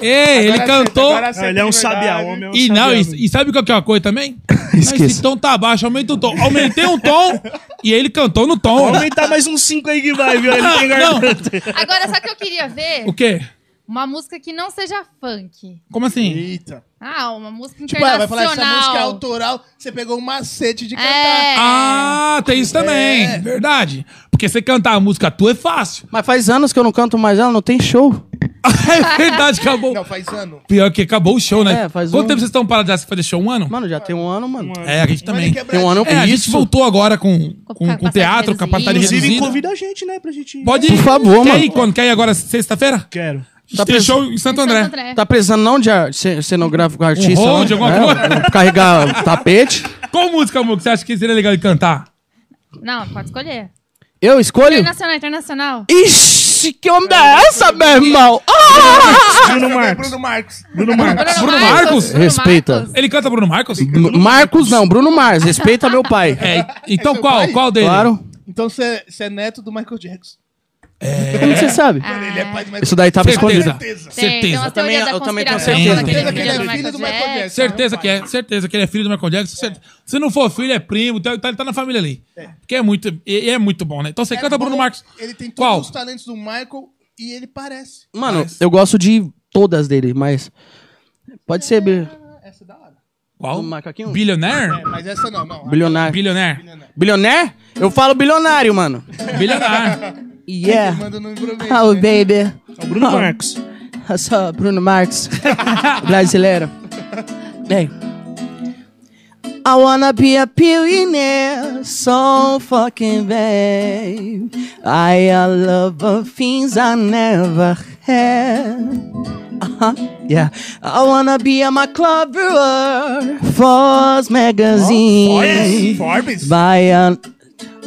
Ei, É, ele cantou.
Ah, ele é um sabiá, o homem é um
E
sabiá.
não, e, e sabe qual que é a coisa também? Mas esse tom tá baixo, aumenta o tom. Aumentei um tom e ele cantou no tom. né?
Tá.
Aumentar Tá mais uns 5 aí que vai, viu? Ele tem
Ah, Não.
garganta.
Agora, só que eu queria ver
O quê?
uma música que não seja funk.
Como
É.
assim?
Eita.
Ah, uma música
Tipo, ela vai falar,
internacional.
essa música é autoral, você pegou um macete de cantar.
É.
Ah, tem isso também.
É.
Verdade. Porque você cantar a música tua é fácil.
Mas faz anos que eu não canto mais ela, não tem show.
É verdade, acabou.
Não, faz ano.
Pior que acabou o show, né?
É, faz
Quanto
um-
tempo vocês estão parados de fazer show? Um ano?
Mano, já tem um ano, mano.
É, a gente também.
Mas ele
Tem um ano
É, a gente voltou agora com, com, com
capacidade
teatro,
reduzida.
capacidade
Inclusive,
reduzida.
convida a gente, né, pra gente... ir.
Pode ir.
Por favor,
quer
mano.
Ir, quando? Quer ir agora sexta-feira?
Quero.
A gente tem show em
Santo
Santo André.
André.
Tá precisando não de ar- ce- cenográfico artista?
rol,
não? É, um
de Um alguma coisa?
Carregar tapete?
Qual música, amor, que você acha que seria legal de cantar?
Não, pode escolher.
Eu escolho?
Internacional, internacional.
Ixi, que onda é essa, meu irmão? Ah!
Bruno Marcos.
Bruno Marcos.
Bruno Marcos.
Bruno Marcos?
Bruno
Respeita.
Marcos.
Ele canta Bruno Marcos?
M- Marcos não, Bruno Mars, respeita meu pai.
É, então qual? Qual dele?
Claro.
Então você você é neto do Michael Jackson.
Como que você sabe?
Ah.
Mano, ele é pai do Michael
Isso daí tava escondido.
Certeza.
Certeza.
Tem, tem uma
Certeza.
teoria
também-
da
eu também tenho
conspiração
certeza.
daquele né?
Certeza
que ele é filho do Michael Jackson.
Certeza que é, certeza que ele é filho do Michael Jackson. cer- Se não for filho, é primo, tá- tá- ele tá na família ali. Porque é muito, e- e é muito bom, né? Então você canta Bruno
bom,
Marcos.
Ele tem todos
Qual?
os talentos do Michael e ele parece.
Mano, eu gosto de todas dele, mas... Pode ser bi-
Essa é da hora.
Qual?
Um macaquinho?
Billionaire?
É, mas essa não, não.
bilionário.
Billionaire.
Bilionário? Eu falo bilionário, mano.
Bilionário.
Yeah.
Manda no improviso.
né? É
Oh, baby.
Bruno Marcos.
eu sou Bruno Marques, brasileiro. Bem. I wanna be a billionaire so fucking bad. I love things I never had. Uh-huh. Yeah. I wanna be a McClover Forbes magazine.
Forbes?
By an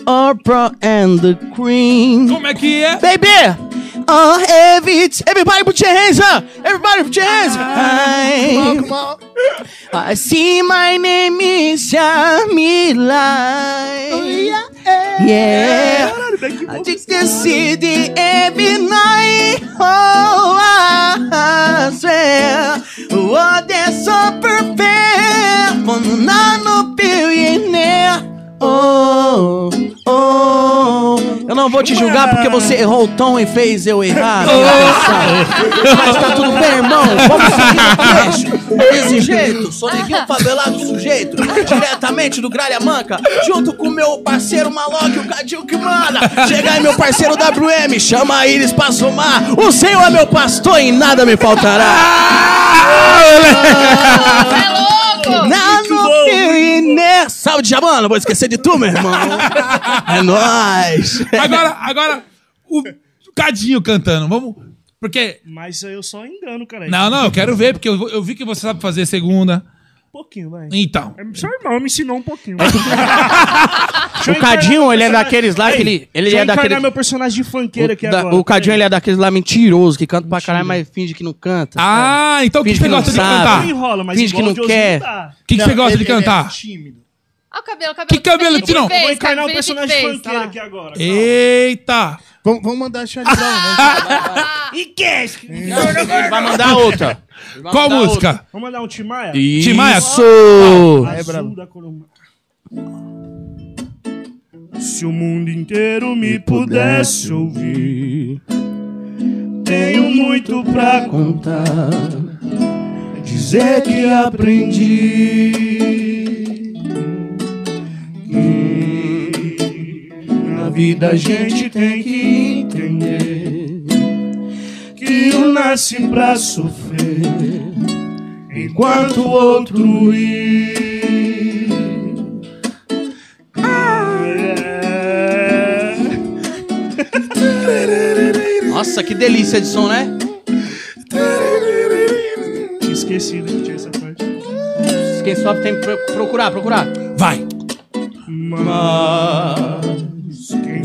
Oprah and the Queen.
Como é que é?
Baby! Uh, every, everybody put your hands up! Everybody put your hands up! I, I see my name is Jamila. Yeah. I just can see the every night. Oh, I swear. Oh, they're so prepared for the nano billionaire. Oh, oh. Eu não vou te julgar porque você errou o tom e fez eu errar. Mas tá tudo bem, irmão. Vamos seguir o peixe. Desse jeito, soneguinho favelado do jeito. Diretamente do Gralha Manca. Junto com meu parceiro Malog, o Cadinho que manda. Chega aí, meu parceiro WM. Chama eles pra somar. O Senhor é meu pastor e nada me faltará.
É louco!
Nano Salve, Djavan. Não vou esquecer de tu, meu irmão. É nóis.
Agora, agora, o Cadinho cantando. Vamos. Porque.
Mas eu só engano, cara.
Não, não, eu quero ver, porque eu, eu vi que você sabe fazer segunda.
Um pouquinho, vai.
Então.
É, Seu irmão me ensinou um pouquinho.
O Cadinho, ele é daqueles lá que ele, ele
Deixa
é
eu encarnar
daquele.
meu personagem de funkeiro aqui
O, da-
agora.
o Cadinho, ele é daqueles lá mentiroso, que canta pra caralho, mas finge que não canta.
Ah, então o que
Finge
você
que não
gosta de
sabe.
cantar?
Não enrola, mas
Finge que não
igual o Josinho
quer.
dá.
O que, que você gosta de
É
cantar?
tímido.
Olha o cabelo, o cabelo.
Que cabelo,
Felipe
Tirão?
fez,
Vou encarnar um
Felipe
personagem
fez,
funkeiro
tá lá.
aqui agora.
Eita!
Vamos, vamos mandar a Charlie Brown. né?
é
Ele vai mandar outra.
Qual música?
Vamos mandar um Tim Maia?
Tim Maia?
Isso!
Azul da Colômbia. Se o mundo inteiro me pudesse ouvir, tenho muito pra contar. Dizer que aprendi. que Na vida a gente tem que entender que um nasce pra sofrer enquanto o outro ir. É.
Nossa, que delícia de som, né?
Tinha esquecido que tinha essa parte.
Quem sobe tem que pro- procurar, procurar.
Vai!
Mas quem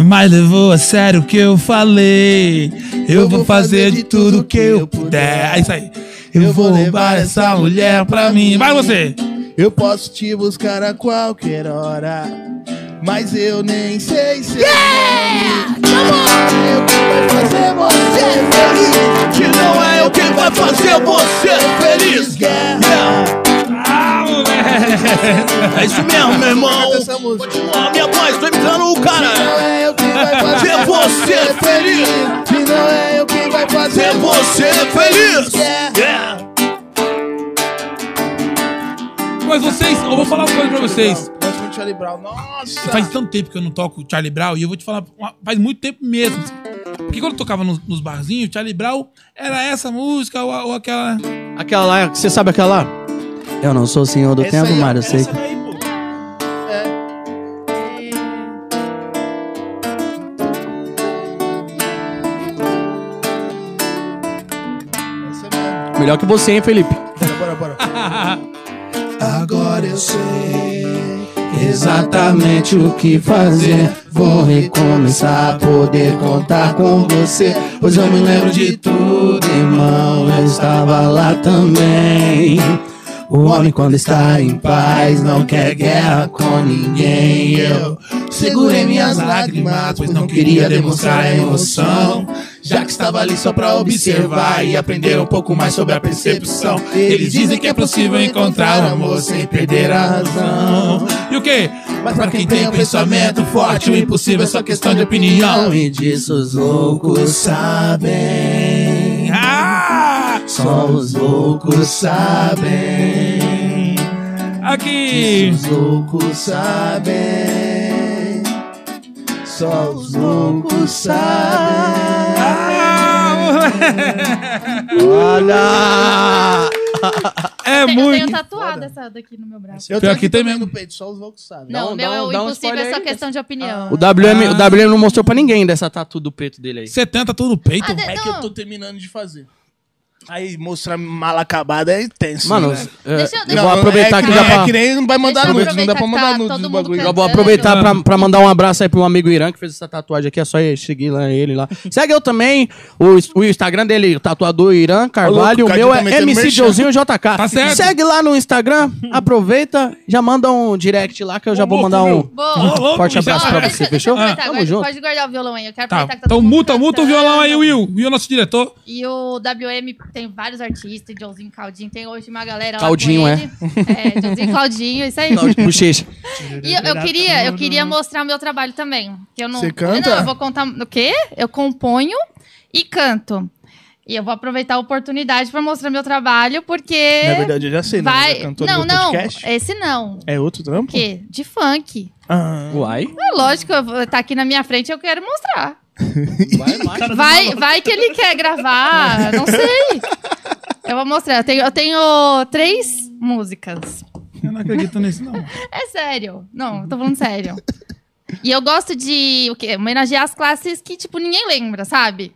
Mas levou a sério o que eu falei. Eu vou fazer de tudo que eu puder. É isso aí. Eu vou roubar essa mulher pra mim. Vai você!
Eu posso te buscar a qualquer hora, mas eu nem sei se. Yeah! Eu que vai fazer você feliz. Que não é eu que vai fazer você feliz. Yeah!
Ah, moleque!
É isso mesmo, meu irmão. Continua a minha voz, tô imitando o cara.
é
Ser você feliz.
Se não é eu quem vai fazer
Ser você feliz.
Yeah.
Yeah.
Mas vocês, eu vou falar uma coisa pra vocês.
Gosto muito de Charlie Brown. Nossa!
Faz tanto tempo que eu não toco Charlie Brown e eu vou te falar, uma- faz muito tempo mesmo. Porque quando eu tocava nos, nos barzinhos, Charlie Brown era essa música ou, a- ou aquela.
Aquela lá, você sabe aquela lá? Eu não sou o senhor do
é
tempo, Mário, é eu sei. que- Melhor que você, hein, Felipe?
Bora, bora, bora.
Agora eu sei exatamente o que fazer. Vou recomeçar a poder contar com você. Pois eu me lembro de tudo, irmão. Eu estava lá também. O homem, quando está em paz, não quer guerra com ninguém. Eu
Segurei minhas lágrimas, pois não queria demonstrar a emoção. Já que estava ali só pra observar e aprender um pouco mais sobre a percepção. Eles dizem que é possível encontrar amor sem perder a razão.
E o quê?
Mas pra quem tem um pensamento forte, o impossível é só questão de opinião.
E disso os loucos sabem.
Ah!
Só os loucos sabem.
Aqui!
Os loucos sabem. Só os loucos
Ah!
sabem. Olha!
É
eu tenho
muito.
tatuada essa daqui no meu braço.
Pior que tem mesmo.
peito, só os loucos sabem.
Não,
Dá um-
o meu
dá
é
um-
o
dá um
impossível,
spoiler
é só
aí.
questão de opinião.
O WM, o WM não mostrou pra ninguém dessa tatu do peito dele aí.
70 tudo no peito.
Ah, de-
É que eu
não,
tô terminando de fazer. Aí mostrar mal acabada é intenso.
Mano,
né?
eu,
Deixa eu-
eu
deixa
vou
eu-
aproveitar
é,
que
que-
já
é
pra,
que nem não vai mandar
Deixa eu
nudes, não dá pra
aproveitar que
mandar
tá
nudes
todo
do
mundo
bagulho.
Eu
cantando.
vou aproveitar pra, pra mandar um abraço aí pro meu amigo Irã, que fez essa tatuagem aqui. É só ele seguir lá ele lá. Segue eu também. O, o Instagram dele, o tatuador Irã Carvalho.
Ô, louco,
o meu
Cadinho tá
é
metendo
MC
merchan.
Jozinho JK.
Tá certo.
Segue lá no Instagram, aproveita, já manda um direct lá que eu já vou mandar um
Boa.
louco,
forte
já
abraço
era. Ah,
pra
Deixa- deixa
você, fechou?
eu aproveitar,
Tamo
guarda-
junto.
Pode guardar o violão aí. Eu quero
Tá,
aproveitar que tá
então
todo mundo
multa, multa o
cantando.
violão aí, Will. Will, é nosso diretor.
E o WM tem vários artistas, Joãozinho Claudinho, tem hoje uma galera
Claudinho,
lá com ele. É, Joãozinho Claudinho, isso aí.
Claudio um Bochecha.
E eu, eu queria, eu queria mostrar o meu trabalho também. Que eu não,
Você canta?
Não, eu vou contar o quê? Eu componho e canto. E eu vou aproveitar a oportunidade para mostrar meu trabalho, porque
Na verdade, eu já sei, né?
vai...
Já cantou no
Não,
meu
não,
podcast.
esse não.
É outro trampo?
Que? De funk.
Ah.
Uai.
É lógico, eu vou- tá aqui na minha frente, eu quero mostrar.
Vai, vai.
Vai, vai que ele quer gravar, não sei. Eu vou mostrar. Eu tenho, eu tenho três músicas.
Eu não acredito nisso, não.
É sério. Não, eu tô falando sério. E eu gosto de o quê? homenagear as classes que, tipo, ninguém lembra, sabe?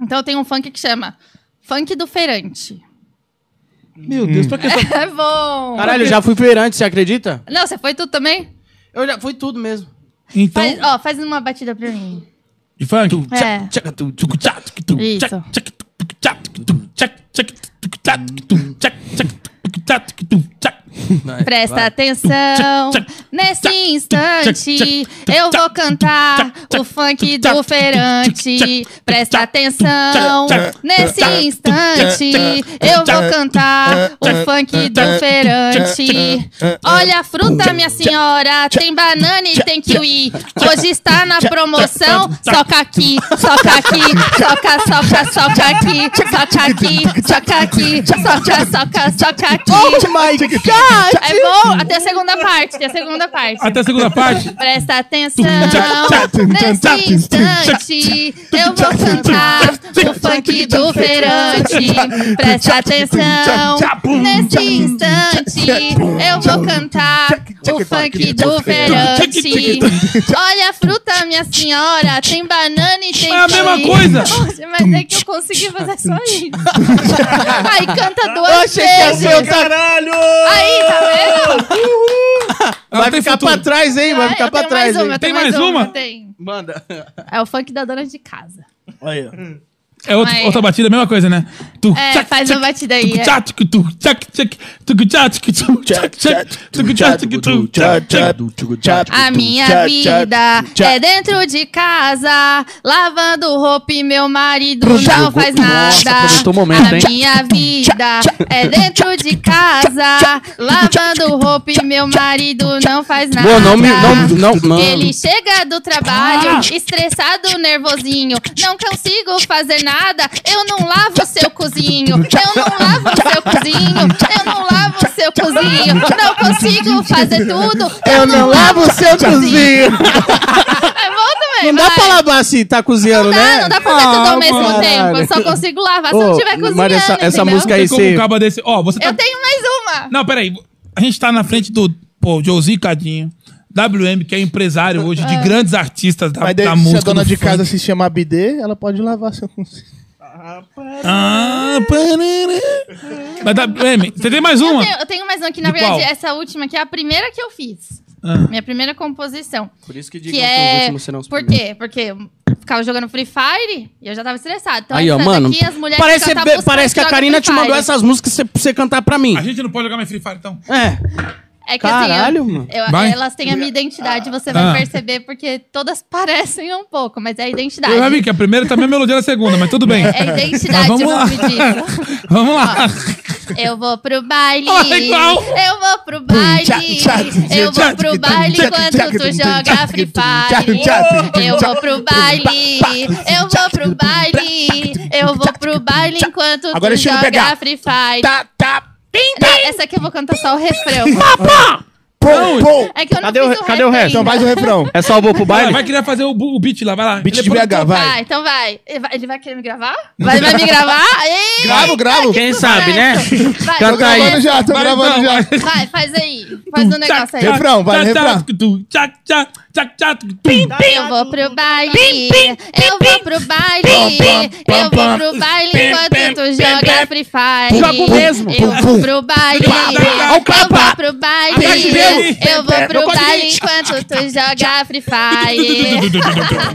Então eu tenho um funk que chama Funk do Feirante.
Meu Deus, pra que
É bom!
Caralho, eu já fui feirante, você acredita?
Não, você foi tu também?
Eu já fui tudo mesmo.
Então.
Faz, ó, faz uma batida pra mim.
E funk?
É. Isso. Presta atenção. Nesse instante, eu vou cantar o funk do feirante. Presta atenção. Nesse instante, eu vou cantar o funk do feirante. Olha a fruta, minha senhora. Tem banana e tem kiwi. Hoje está na promoção. Soca aqui, soca aqui, soca, soca, soca aqui, soca aqui, soca aqui, soca, soca, soca
Oh,
aqui.
my God!
É bom? Até a segunda parte, até a segunda parte.
Até a segunda parte.
Presta atenção, nesse instante eu vou cantar o funk do feirante. Presta atenção, nesse instante eu vou cantar o funk do feirante. Olha a fruta, minha senhora, tem banana e tem
É a mesma
kiwi.
coisa.
Nossa, mas é que eu consegui fazer só isso. Aí canta duas
Achei que ia
vezes.
ser o tatu-
Aí, tá vendo?
Ela
Vai
tem
ficar
futuro.
pra trás, hein? Vai
Ah,
ficar
eu
pra
tenho
trás,
mais uma,
hein?
eu
Tem
tenho
mais uma?
Tem.
Manda.
É o funk da dona de casa.
Olha aí.
É outro-
Aí.
outra batida, a mesma coisa, né? Tu,
É, faz uma batida aí, é.
Tchac, tchac, tu, tchac, tchac, tucu, tchac, tu, tchac, tchac, tucu, tchac, tucu, tu, tchac, tchac.
A minha vida é dentro de casa, lavando roupa e meu marido não faz
Nossa,
nada.
aproveitou o momento, hein?
A minha vida é dentro de casa, lavando roupa e meu marido não faz nada.
Pô, não me. Não, não, Ah! mano.
Ele chega do trabalho estressado, nervosinho. Não consigo fazer nada. Eu não lavo seu cozinho. Eu não lavo seu cozinho. Eu não lavo seu cozinho. Não consigo fazer tudo.
Eu não lavo o seu cozinho.
É bom também,
Não dá
vai.
pra lavar assim, tá cozinhando,
Não dá,
né?
não dá pra fazer tudo ao mesmo
caralho.
tempo. Eu só consigo lavar se eu
Ô,
tiver cozinhando.
Maria, essa- essa
entendeu?
É
música aí,
Tem como um caba desse... Ó, você tá...
Eu tenho mais uma.
Não, peraí. A gente tá na frente do, pô, Joãozinho Cadinho, WM, que é empresário hoje de
Ah.
grandes artistas da,
tá
Mas daí,
da
se a
música.
dona
do
de
funk.
casa se chamar BD, ela pode lavar seu conselho.
Ah, parará. Mas WM, você tem mais uma?
Eu tenho, eu tenho mais uma que, na
De
verdade,
qual?
essa última aqui é a primeira que eu fiz.
Ah.
Minha primeira composição.
Por isso
Que,
digam que os
é.
últimos serão os
Por
primeiros.
quê? Porque eu ficava jogando Free Fire e eu já tava estressada. Então,
aí, ó,
essas
mano.
aqui, as mulheres
parece,
ficam, tá
be-
buscando
parece que a
jogar
Karina
Free
te mandou
Fire.
essas músicas pra você- pra você cantar pra mim.
A gente não pode jogar mais Free Fire, então.
É.
É que
Caralho,
assim, eu-
mano.
eu-
Vai.
elas têm a minha identidade, você
Ah.
vai perceber, porque todas parecem um pouco, mas é a identidade.
Eu já vi que a primeira também é melodia da segunda, mas tudo bem.
É identidade,
Mas vamos
o
lá.
nome disso.
vamos lá.
Eu vou pro baile.
Ah, igual.
Eu vou pro
Tchac,
baile.
tchac,
Eu vou
tchac,
pro
tchac,
baile
tchac,
quando
tchac,
tu
tchac,
joga
tchac,
Free
tchac,
Fire.
tchac,
Eu vou
tchac,
pro baile. Eu vou pro baile. Eu vou pro baile enquanto
Agora
tu
estilo
joga
pegar.
Free Fire.
Tá,
tá. Essa aqui eu vou cantar só o refrão.
Pum, pum.
É que eu não
Cadê
fiz
o,
o
cadê o
rap
resto? Então
ainda.
faz o refrão.
É só o vou pro
baile? Vai querer fazer o, bu- o beat lá, vai lá.
Beat
Ele
de
é
BH,
produtor.
vai.
Vai, então vai. Ele vai- Ele vai querer me gravar? Vai, vai me gravar? Ei,
Gravo, gravo.
Quem sabe, né?
Vai,
Canta
então. vai,
aí. então,
vai.
já, tô gravando já.
Vai, faz aí. Faz
é
um negócio aí. Eu vou pro baile, eu vou pro baile, eu vou pro baile enquanto tu joga Free Fire.
Jogo mesmo.
Eu vou pro baile,
Olha
eu
o capa.
vou pro
Ataque
baile,
dele.
eu vou
Não
pro
pode
baile
ir.
enquanto tu joga Free Fire.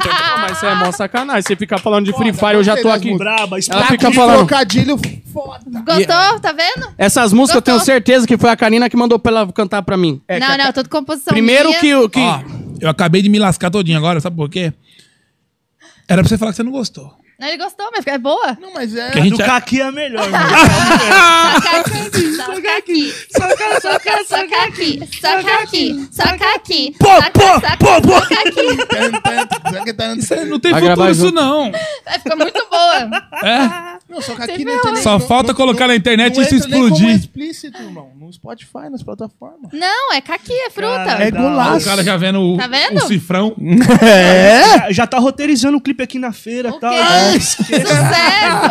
Não, mas isso é mó sacanagem. Você fica falando de Free Fire, eu já tô aqui.
Braba,
Ela fica
de
falando.
trocadilho.
Gostou? Tá vendo?
Essas músicas eu tenho
Gostou?
certeza que foi a Karina que mandou pra ela cantar pra mim. um
Não, não, tudo composição
É, Primeiro
minha.
que o- que-
Ó, eu acabei de me lascar todinho agora, sabe por quê? Era pra você falar que você não gostou.
Não, ele gostou, mas é boa. Não,
mas é...
Que a gente é-
Aqui é melhor, mano.
é Soca aqui, soca, soca, soca aqui, soca aqui, soca aqui,
Pô,
soca,
pô,
soca,
pô, pô.
soca aqui.
Isso
não tem
Vai
futuro
gravar
isso,
junto.
não.
Vai ficar muito boa.
É?
Não, só que
Você
aqui
vê
não entra
lá.
nem-
Só
não-
falta
não-
colocar
não-
na internet
não
e isso
entra nem como
explodir.
explícito, irmão. No Spotify, nas plataformas.
Não, é caqui, é fruta.
É golaço. O cara já vendo o,
Tá vendo?
o cifrão.
É? Já, já tá roteirizando o clipe aqui na feira e tal.
É
Sucesso!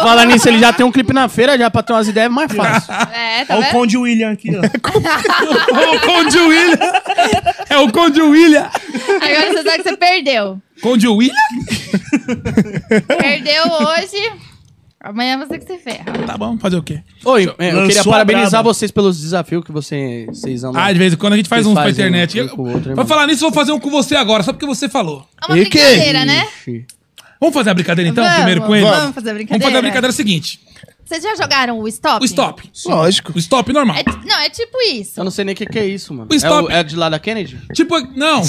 Fala nisso, ele já tem um clipe na feira, já pra ter umas ideias mais fácil.
É, tá
Olha o
vendo?
Conde William aqui, ó.
o Conde William. É o Conde William.
Agora você sabe que você perdeu.
Conde William?
Perdeu hoje. Amanhã você que se ferra.
Tá bom, fazer o quê?
Oi, é, eu
Lançou
queria
a
parabenizar
braba.
vocês pelos desafios que vocês, vocês andam.
Ah, de vez em quando a gente faz
vocês
uns pra
fazem
internet.
um com o outro, hein,
Pra
mano?
falar nisso, eu vou fazer um com você agora, só porque você falou.
É uma brincadeira, né?
Vamos fazer a brincadeira então,
Vamos,
primeiro com ele?
vamos fazer a brincadeira.
Vamos fazer a brincadeira seguinte:
Vocês já jogaram o stop?
o stop.
Lógico.
O stop normal.
É ti- não, é tipo isso.
Eu não sei nem o que, que é isso, mano.
O stop.
É, o- é de lá da Kennedy?
Tipo, não.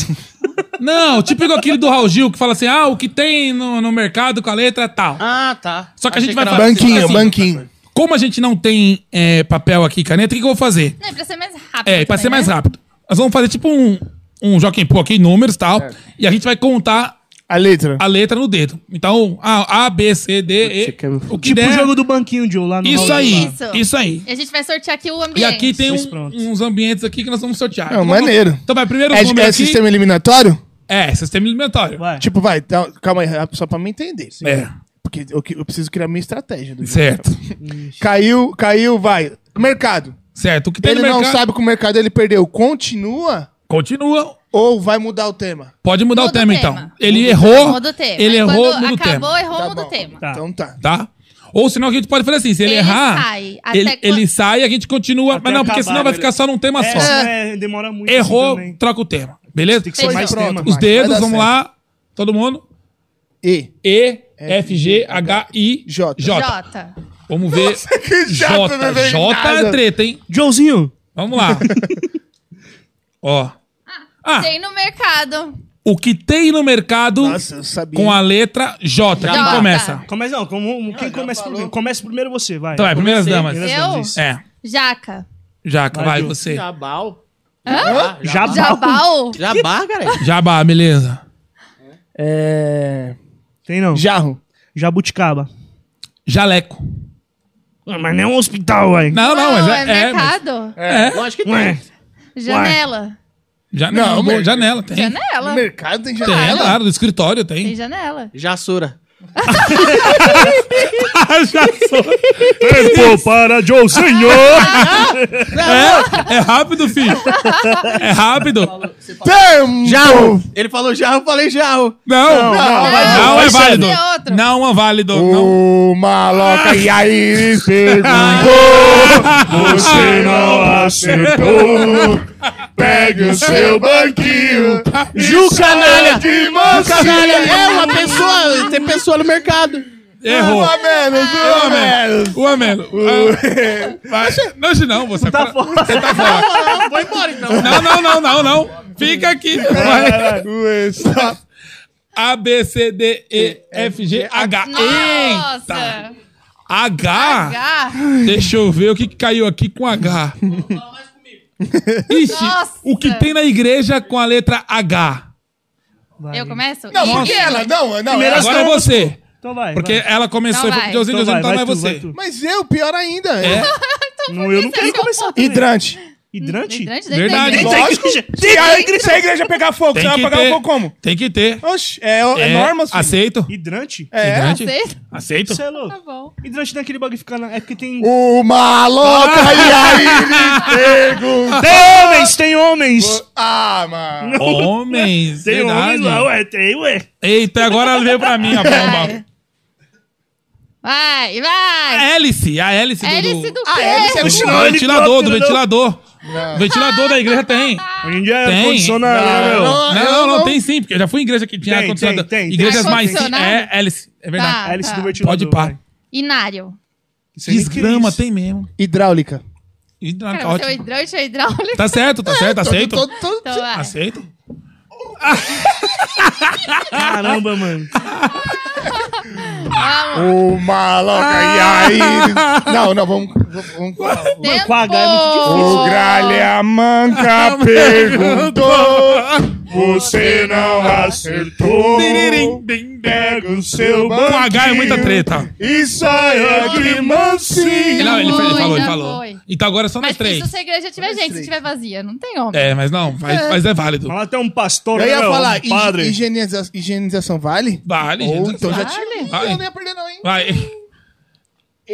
Não, tipo igual aquele do Raul Gil que fala assim: ah, o que tem no, no mercado com a letra é tal.
Ah, tá.
Só que a
Achei
gente vai
era
fazer.
assim.
assim, Como a gente não tem é, papel aqui e caneta, o que, que eu vou fazer?
Não, é pra ser mais rápido.
É, pra
também,
ser mais
né?
rápido. Nós vamos fazer tipo um, um Joaquim Pô aqui, números e tal. E a gente vai contar.
É. A letra.
A letra no dedo. Então, A, a B, C, D,
é
E.
um
O que
Tipo
der.
o jogo do banquinho, Joe, lá no
Isso
Raul
aí,
lá.
isso aí.
E a gente vai sortear aqui o ambiente.
E aqui tem
Vocês
um- uns ambientes aqui que nós vamos sortear.
Não,
Então vamos-
É um maneiro.
Então vai, primeiro
é,
número
é
aqui.
sistema eliminatório?
É, sistema eliminatório.
Tipo, vai, tá- calma aí, rápido, só pra me entender.
É.
Porque eu, que- eu preciso criar minha estratégia. Do jogo.
Certo.
Caiu, caiu, vai. Mercado.
Certo, o que tem
Ele
no
não
mercado...
sabe que o mercado ele perdeu. Continua?
Continua.
Ou vai mudar o tema?
Pode mudar
Muda
o tema,
o
então.
tema.
Ele
Muda o
errou.
tema, muda o tema.
Ele
Aí
errou,
quando
muda o
acabou,
tema.
errou, muda o tema.
Então tá.
Tá? Ou senão a gente pode fazer assim, se ele,
Ele
errar,
sai, até
ele,
quando-
ele sai, a gente continua, mas não, porque senão vai ficar só num tema
É,
só.
é, demora muito.
Errou,
assim também.
troca o tema, beleza?
Tem que ser mais Fechou. tema,
Os
Mike. Vai
dedos,
dar
vamos
certo.
lá, todo mundo. E. E, F, G, H, I, J. J.
Jota.
Vamos ver.
Nossa,
que
Jota,
Jota,
não veio
Jota
nada.
é treta, hein? Joãozinho. Vamos lá. Ó. Ah.
Tem no mercado.
O que tem no mercado com a letra J. Quem
Jota.
começa?
Começa não, como, quem começa primeiro? Começa primeiro você, vai.
Então vai, primeiras
Comecei,
damas.
primeiras damas, isso.
É.
Jaca.
Jaca, vai,
Ju.
você.
Jabal.
Hã?
Jabal.
Jabal?
Jabá, cara.
Jabá, beleza.
É. Tem não. Jarro. Jabuticaba.
Jaleco.
Mas nem um hospital, vai.
Não,
Não, é, mercado?
É. Lógico que tem.
Ué.
Janela.
Janela,
Não,
amor,
mer-
janela tem.
Janela.
mercado tem
Tem, é claro, do escritório tem.
Tem janela.
Jassura.
Tempo para Joãozinho.
É, é rápido, filho. É rápido.
Tempo. Jarro. Ele falou jarro, eu falei jarro.
Não, não,
vai- vai
é
sério.
válido. Não é válido.
O maloca e a Iris
perguntou, você não acertou.
Pegue o seu banquinho.
Ju canalha.
De
Ju canalha. É uma pessoa. Tem pessoa no mercado.
Errou.
Uma menos,
O Amelo. O Amelo. Ah, vai. Não, hoje não, você tá fora. Você tá fora.
Vai embora então.
Não, não, não, não, não. Fica aqui. Vai.
É.
A, B, C, D, E, F, G, H. Eita!
Nossa. Ah,
H?
H.
Deixa eu ver o que, que caiu aqui com H. Ixi,
Nossa.
o que tem na igreja com a letra H?
Eu começo?
Não, é
Ih,
porque ela, não, não.
Primeiro
ela-
agora é você.
Então vai.
Porque
vai.
ela começou
Então
e
vai.
foi pro Josinho,
Então
Josinho, então
vai,
não é
vai tu,
você.
vai tu.
Mas eu, pior ainda.
É.
Não, eu não
Esse é
queria
o
começar.
ponto.
também.
Hidrante.
Hidrante?
Hidrante dentro da
Verdade.
igreja.
Lógico. Se a, igreja, se a igreja pegar fogo,
Tem
você vai
que
apagar
ter.
o fogo como?
Tem que ter.
Oxe, é, é, norma, filho.
Aceito.
Hidrante?
É.
Tá
Hidrante?
Aceito?
Aceito?
Você é
Tá
louco.
bom.
Hidrante não é aquele bagulho que fica na... É porque tem...
O maloca e a Iris
Tem
perguntou.
homens, tem homens!
Ah, mano.
Homens,
Tem
verdade.
homens lá, ué, tem, ué.
Eita, agora ela veio pra mim a bomba.
Vai. Vai, vai.
A hélice, a hélice do...
Hélice do
Ah, hélice é
quê?
do-
Do ventilador, do ventilador.
Não.
O ventilador da igreja tem.
Hoje em dia é
Tem. Ah,
condicionado, né, meu?
Não,
eu
não, não,
não-
tem sim, porque eu já fui em igreja que tinha
Tem,
ar-condicionado.
tem, tem, tem.
Igrejas mais.
Ar-condicionado?
É, hélice, é
né?
verdade.
Tá,
Hélice
tá.
do ventilador.
Pode ir pá.
vai.
Inário.
Isso é aí nem que
Desgrama
isso.
tem mesmo.
Hidráulica.
Ih, tá
Cara, você é o
ótimo.
hidrante ou hidráulico?
Tá certo,
É,
tá certo, aceito.
Todo- todo-
Então vai.
Aceito.
Caramba, mano.
Vamos.
O maloca e a Iris. Não, não, vamos. vamos, vamos
Tempo.
com H é muito
Oh.
o gralha manca perguntou.
Ah,
Você não acertou.
Tiririm,
Pega o seu
Com H é
banquinho
muita treta.
E saia de mansinho.
Não, ele,
foi,
ele falou, ele
já
falou.
foi.
Então agora é só nós
Mas
três.
isso se a igreja tiver gente, se tiver vazia, não tem homem.
É, mas não, mas, mas é válido.
Mas lá tem um pastor,
Eu
né,
ia
meu?
falar,
um padre.
higi- higieniza- higienização vale?
Vale,
Ou
gente.
então já
Vale.
tinha.
Vale.
Eu não ia perder, não, hein? Hum.
Vai.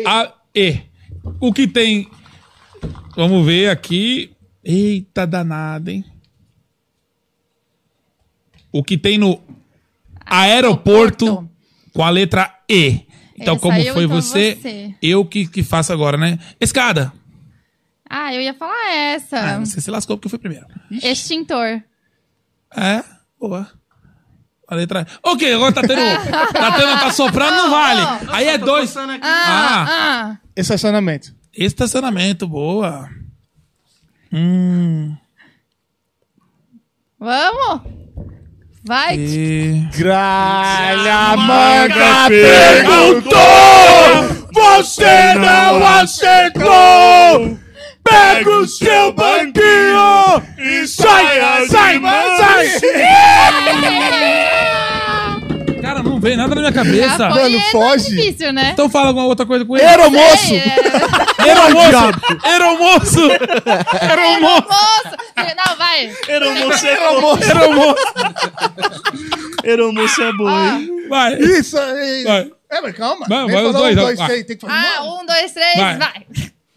A E. O que tem? Vamos ver aqui. Eita danada, hein? O que tem no aeroporto com a letra E. Então,
Essa
como
eu,
foi
então
você,
você.
eu que, que faço agora, né? Escada.
Ah, eu ia falar
Ah,
essa.
você se lascou porque eu fui primeiro.
Extintor.
É, boa. A letra. Ok, agora tá tendo. tá tendo, tá soprando, não vale. Aí é dois. Ah,
Ah, ah.
Estacionamento.
Estacionamento, boa. Hum.
Vamos. Vai.
E...
Gralha é manga perguntou. Você não acertou. Pega o seu banquinho e saia, sai, sai.
Cara, não vem nada na minha cabeça.
Já foi,
Mano,
é, não
foge.
É difícil, né?
Então fala alguma outra coisa com ele.
Era o
Ei,
moço.
é,
Era o moço! Era o moço! Era o Tá moço!
moço. Não, vai.
Era um moço é bom.
Era o moço!
Era um moço é bom, hein?
Vai!
Isso aí.
Vai.
É, mas calma.
Vai,
Vem
vai os
falar
dois,
um,
ó.
dois,
Vai.
três. Tem que falar.
Ah, um, dois, três,
Vai.
vai.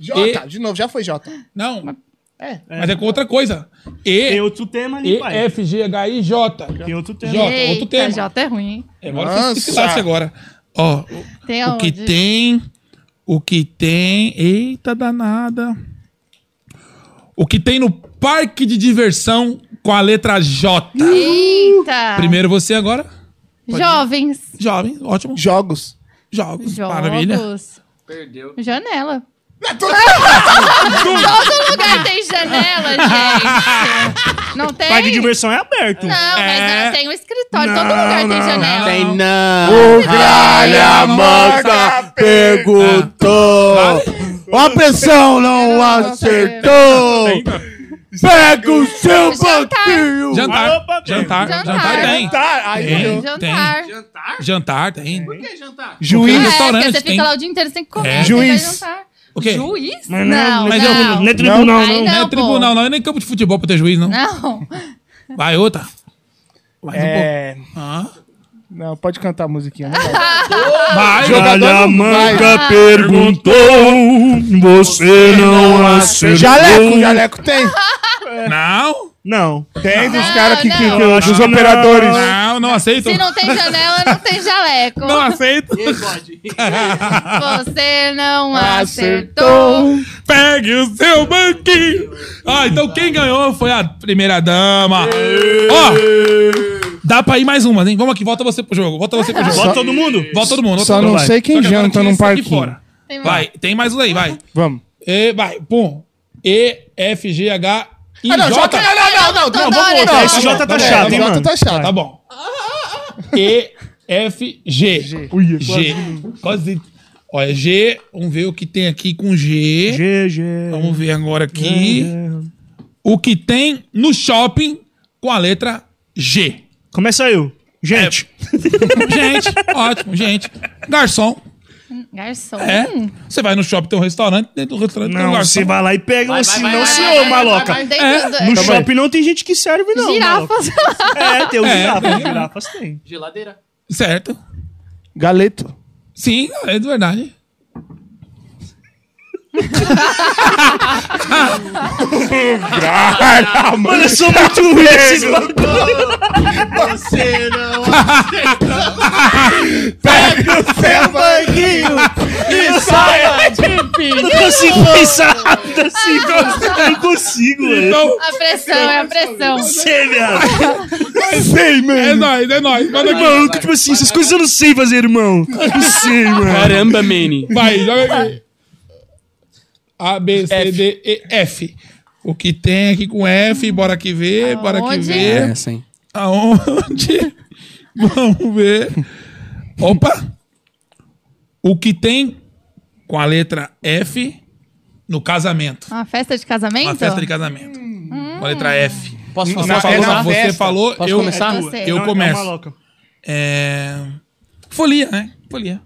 Jota, de novo, já foi Jota.
Não, mas é com outra coisa.
Tem
E,
outro tema ali,
e é-
pai.
F, G, H, I, J.
Tem outro tema.
J, outro
Eita,
tema.
Jota é ruim, hein?
É, Agora você se
Nossa.
lasca agora. Ó, o-
Tem
o que
aonde?
tem. O que tem. Eita danada. O que tem no parque de diversão com a letra J.
Eita.
Primeiro você agora.
Jovens.
Jovens, ótimo.
Jogos.
Jogos. Maravilha.
Jogos.
Perdeu.
Janela. Todo lugar tem janela, gente. Não tem?
Parque de diversão é aberto.
Não, mas
É.
não tem um escritório. Todo lugar tem janela.
Tem não.
O Gralha
Mansa perguntou.
Tá?
A pressão não acertou. Pega o seu banquinho.
Jantar.
Alô,
jantar.
Jantar.
Jantar. tem.
Jantar.
Tá,
Aí
tem,
eu-
Jantar.
Tem. Jantar tem. Por que jantar?
É,
Juiz.
porque
restaurante
você
tem.
fica lá o dia inteiro, você tem que comer.
É.
tem que
Juiz.
jantar.
O quê?
Juiz?
Mas é
não,
mas eu-
não.
não é tribunal, não.
Aí
Não, é
pô. Né?
tribunal, não. É nem campo de futebol pra ter juiz, não.
Não.
Vai, outra. Mais
É.
um pouco. Ah.
Não, pode cantar a musiquinha. né?
Vai,
Jogador não vai.
Salamanca perguntou, você não acertou.
Jaleco, jaleco tem.
É.
Ah,
Não?
Não.
Tem dos
Não,
caras que, que,
não.
que-
Eu acho
dos
que
operadores.
Não, não aceito.
Se não tem janela, não tem jaleco.
Não aceito.
Você não acertou.
Pegue o seu banquinho. Ó, então quem ganhou foi a primeira dama. Ó, dá pra ir mais uma, hein? Vamos aqui, volta você pro jogo. Volta você pro jogo.
Volta todo mundo?
Volta todo mundo. volta
Só
todo mundo.
não sei quem
Só que agora
janta
tira
num
esse aqui
parquinho.
fora. Vai, tem mais um aí, vai.
Vamos.
E, vai, pum. E, F, G, H, I,
Ah, não, J- não, não, não, não, não, vamos
hora,
voltar.
tá
Esse
bom.
J tá
bom,
chato, hein,
bom,
mano?
tá chato. Tá bom. E, F, G. G. G. Quase. Olha, G. Vamos ver o que tem aqui com G.
G, G.
Vamos ver agora aqui. O que tem no shopping com a letra G. É.
Começa eu. Gente.
Gente, ótimo, gente. Garçom.
Garçom.
É. Você vai no shopping, tem um restaurante, dentro do restaurante tem um
Não,
garçom.
você vai lá e pega
Vai, vai,
um assim,
vai,
é
não,
vai,
senhor,
vai, vai,
maloca.
É, vai, vai, vai, dentro do-
No
Calma
Tá
shopping não tem gente que serve, não. maloca.
Girafas.
É, tem os
É,
girafas.
tem.
Girafas tem.
Geladeira.
Certo.
Galeto.
Sim, é de verdade.
Mano, eu sou muito ruim nesses bagulho.
Você não acertou.
Pega o seu
banquinho
e saia
de
Eu não consigo pensar rápido assim, não. Eu não consigo, velho.
Então,
A pressão, é a pressão.
Não sei, viado. Não sei, mano.
É nóis, é nóis. Manda aqui.
Mano, tipo assim, essas coisas eu não sei fazer, irmão. Não sei, mano.
Caramba, Manny.
Vai, joga aqui. A, B, C, D, E, F. O que tem aqui com F? Bora aqui ver, bora aqui
Aonde?
ver.
É Essa, hein?
Aonde? Vamos ver. Opa! O que tem com a letra F no casamento?
Uma festa de casamento?
Uma festa de casamento. Com a letra F.
Posso
Você
falar?
falou,
É na
você
festa.
falou,
Posso
eu,
começar?
Você.
eu
Não, é
começo.
maloca.
É... Folia, né? Folia.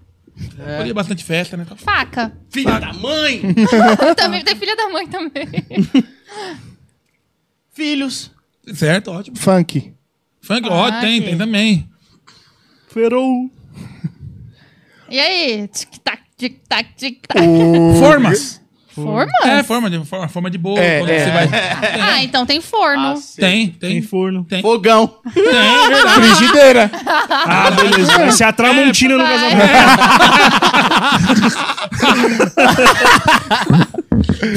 Folia é bastante festa, né?
Faca.
Filha da mãe!
também tem filha da mãe também.
Filhos.
Certo, ótimo.
Funk.
Funk, ó,
Funk.
tem, tem também.
Ferou.
E aí? Tic-tac, tic-tac, tic-tac.
Formas.
Forma?
É, forma de, forma, forma de bolo.
É,
quando
é.
você vai...
Ah, então tem forno.
Tem, tem.
Tem forno.
Tem.
Fogão.
Tem, verdade.
Frigideira.
Ah, beleza. Vai ser a Tramontina no
vai.
casamento.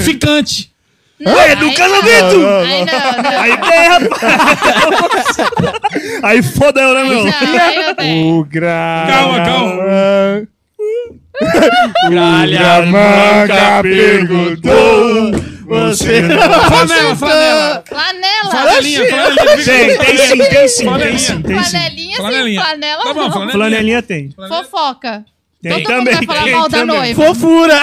Ficante.
É, no
Aí
casamento!
não. Aí não, não.
Aí tem, rapaz. Aí foda-eu, né, meu?
Não, aí não tem.
O gra...
Calma, calma.
Gralha
Manca
perguntou. Você
Flanela,
Flanela.
flanela. Flanelinha, flanelinha.
Tem, tem sim, tem sim, tem
Flanelinha.
sim, tem
Flanelinha
sim.
sem
Flanelinha.
assim, flanela.
Tá bom,
não.
flanelinha.
Flanelinha tem.
Fofoca.
Tem
Todo
também,
mundo vai falar
tem
mal da
também.
noiva.
Fofura.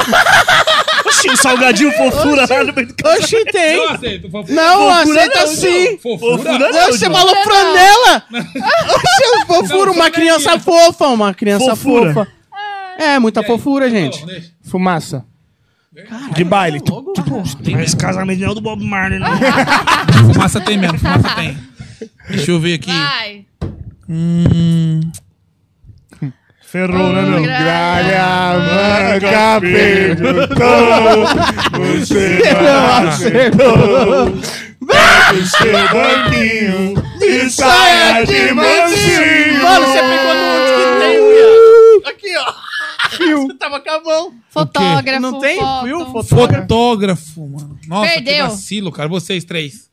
Oxi, o salgadinho fofura lá no meio do casamento.
Oxi, tem.
Eu aceito, fofura.
Não,
Fofura
aceita
não,
sim.
Fofura.
Fofura não,
Você
João.
falou
Não.
franela? Oxe,
Não,
fofura, uma
franela.
criança fofa, uma criança
Fofura.
fofa. É, muita fofura, gente.
Fumaça. De baile.
Mas casamento não é o do Bob Marley, não.
Fumaça tem mesmo, fumaça tem. Deixa eu ver aqui.
Vai.
Hum,
Ferrou, né, meu?
Manca perguntou. Você
Não acertou.
o seu banquinho. E
saia de
mansinho.
Mano, você pegou no outro que tem, viado. Aqui, ó. Você tava com a mão.
Fotógrafo.
Não tem
foto.
fio?
Então,
Fotógrafo.
fotógrafo, mano. Nossa,
Perdeu.
que vacilo, cara. Vocês três.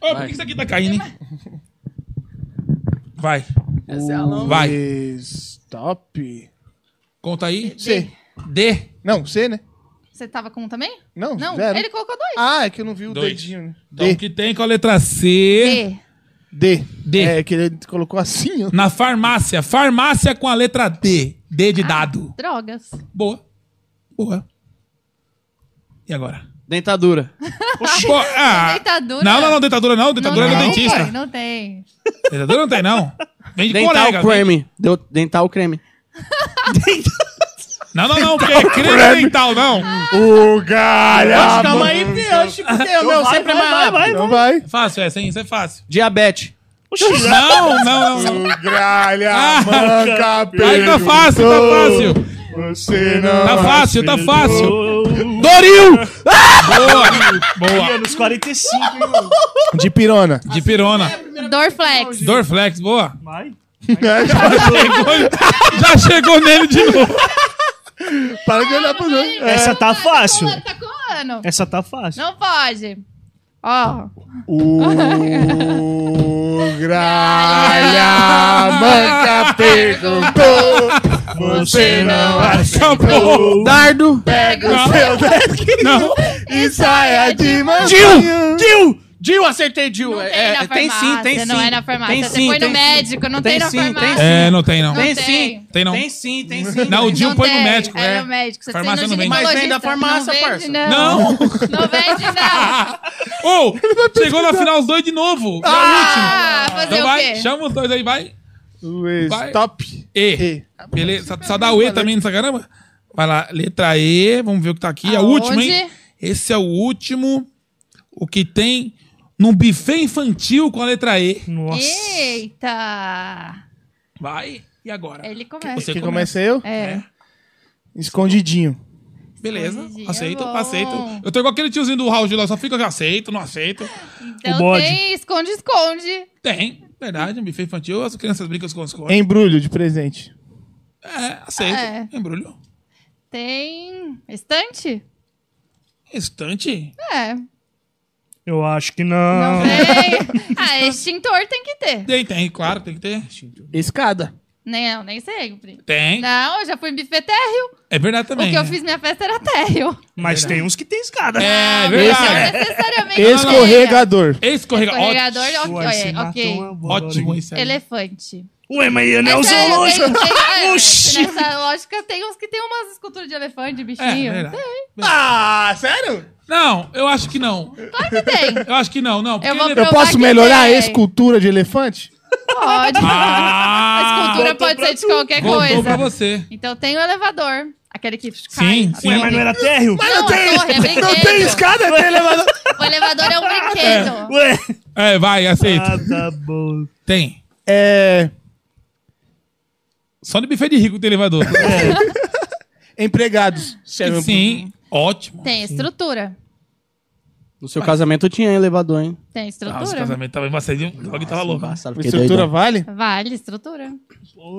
Ô, por que isso aqui tá caindo, hein? Vai.
Essa é a longa.
Vai.
Stop.
Conta aí.
C.
D.
Não, C, né?
Você tava com um também?
Não,
Não,
zero.
ele colocou dois.
Ah, é que eu não vi o
Dois.
dedinho, né?
Então, o que tem com a letra C?
D.
D.
É, que ele colocou assim, ó.
Na farmácia. Farmácia com a letra D. D de dado.
Drogas.
Boa. Boa. E agora?
Dentadura.
Pô, ah,
Deitadura.
Não, não, não, dentadura não. Dentadura
é
é
não,
do
tem,
dentista.
Não tem.
Dentadura não tem, não. Vem de
Dental
colega. vem-
creme. Deu- dental creme.
Não, não, não, porque é creme dental, não.
O galha!
calma aí,
Pioche,
porque o meu sempre é mais rápido.
Não vai.
Fácil essa, hein? Isso é fácil.
Diabetes.
Não, não, não.
O gralha,
Ah,
manca,
Aí tá fácil, tá fácil.
Você não
Tá fácil, tá fácil. Doril! Boa, boa.
Anos 45, hein, mano?
De pirona.
De pirona.
Dorflex.
Dorflex, boa.
Vai.
É, Chegou- já chegou nele de novo.
Para de olhar pro dois.
Essa tá fácil.
Tá colando.
Essa tá fácil.
Não pode. Ó.
O gralha, manca, perguntou. Você não
aceitou.
Dardo.
Pega o seu deck
Não.
e saia é de
Dil!
mantinho.
Dil! Dil, acertei Dil.
Não
É,
tem na
é, tem sim,
farmácia,
tem sim.
não é na farmácia.
Tem
Você
sim,
foi no
tem
médico, não tem na
sim,
farmácia.
sim.
É, não tem, não.
Tem
tem.
sim.
Tem, não.
Tem sim, tem sim.
Não, o Dil
Não
põe
tem,
no médico.
É
É.
no médico. Você tem
Farmácia
no
não vende.
Mas vem da
ginecologista,
farmácia,
um não
parça.
vende, Não.
Não!
Não vende, não.
Ou, chegou na final os dois de novo. É o último.
Ah, fazer
Então
o
vai,
quê?
chama os dois aí, vai. Vai.
Stop.
E.
Ah,
Beleza, só, só dá o E também nessa caramba? Vai lá, letra E, vamos ver o que tá aqui. É o
Aonde?
último, hein? Esse é o último. O que tem num buffet infantil com a letra E.
Eita.
Vai, e agora?
Ele começa.
Você né?
Quem
começa.
começa é eu?
É.
Escondidinho.
Beleza,
Escondidinho é
aceito,
bom.
aceito. Eu tô igual aquele tiozinho do Raul Gil, lá, só fica que aceito, não aceito.
Então
bode.
tem esconde-esconde.
Tem, verdade, um buffet infantil, as crianças brincam com os cores.
Embrulho de presente.
É, aceito.
É.
Embrulho.
Tem estante?
Estante?
É.
Eu acho que
Ah.
não.
Tem. Ah, extintor tem que ter.
Tem, tem, claro, tem que ter.
Escada.
Não, nem sempre.
Tem.
Não, eu já fui em buffet térreo.
É verdade também.
o que eu
né?
fiz minha festa era térreo.
Mas tem uns que tem escada.
É
Não
verdade. É.
necessariamente.
Escorregador.
Escorrega.
é Escorregador,
Pô,
ok.
aí você
é,
matou
ok.
uma bola
Ótimo,
aí.
isso aí.
Elefante.
Ué, mas eu não é o
Essa-
zoológico.
tem- tem- é,
Oxi.
Nessa lógica, tem uns que tem umas esculturas de elefante, de bichinho.
verdade.
tem.
Ah, sério?
Não, eu acho que não.
Claro que tem.
Eu acho que não, não. porque
vou
ele- é
Eu
Provar
posso
que
melhorar a
tem.
escultura de elefante?
Pode. a
Ah!
escultura pode ser de qualquer
Voltou pra
coisa.
você.
Então tem o elevador. Aquele que cai.
Sim, sim.
Ué, mas não era térreo?
Não, a torre, é brinquedo.
escada, tem elevador.
O elevador é um brinquedo.
Ué.
É, vai, aceita.
Ah, tá bom.
Tem.
É.
Só no buffet de rico tem elevador.
Empregados.
É,
Serve- um
Sim, ótimo.
Tem estrutura.
No seu casamento tinha elevador, hein?
Tem
Ah, os
estrutura.
casamentos tava embaçadinho, o jogo tava louco.
Embaçado, fiquei
Estrutura
doidão.
vale?
Vale, estrutura.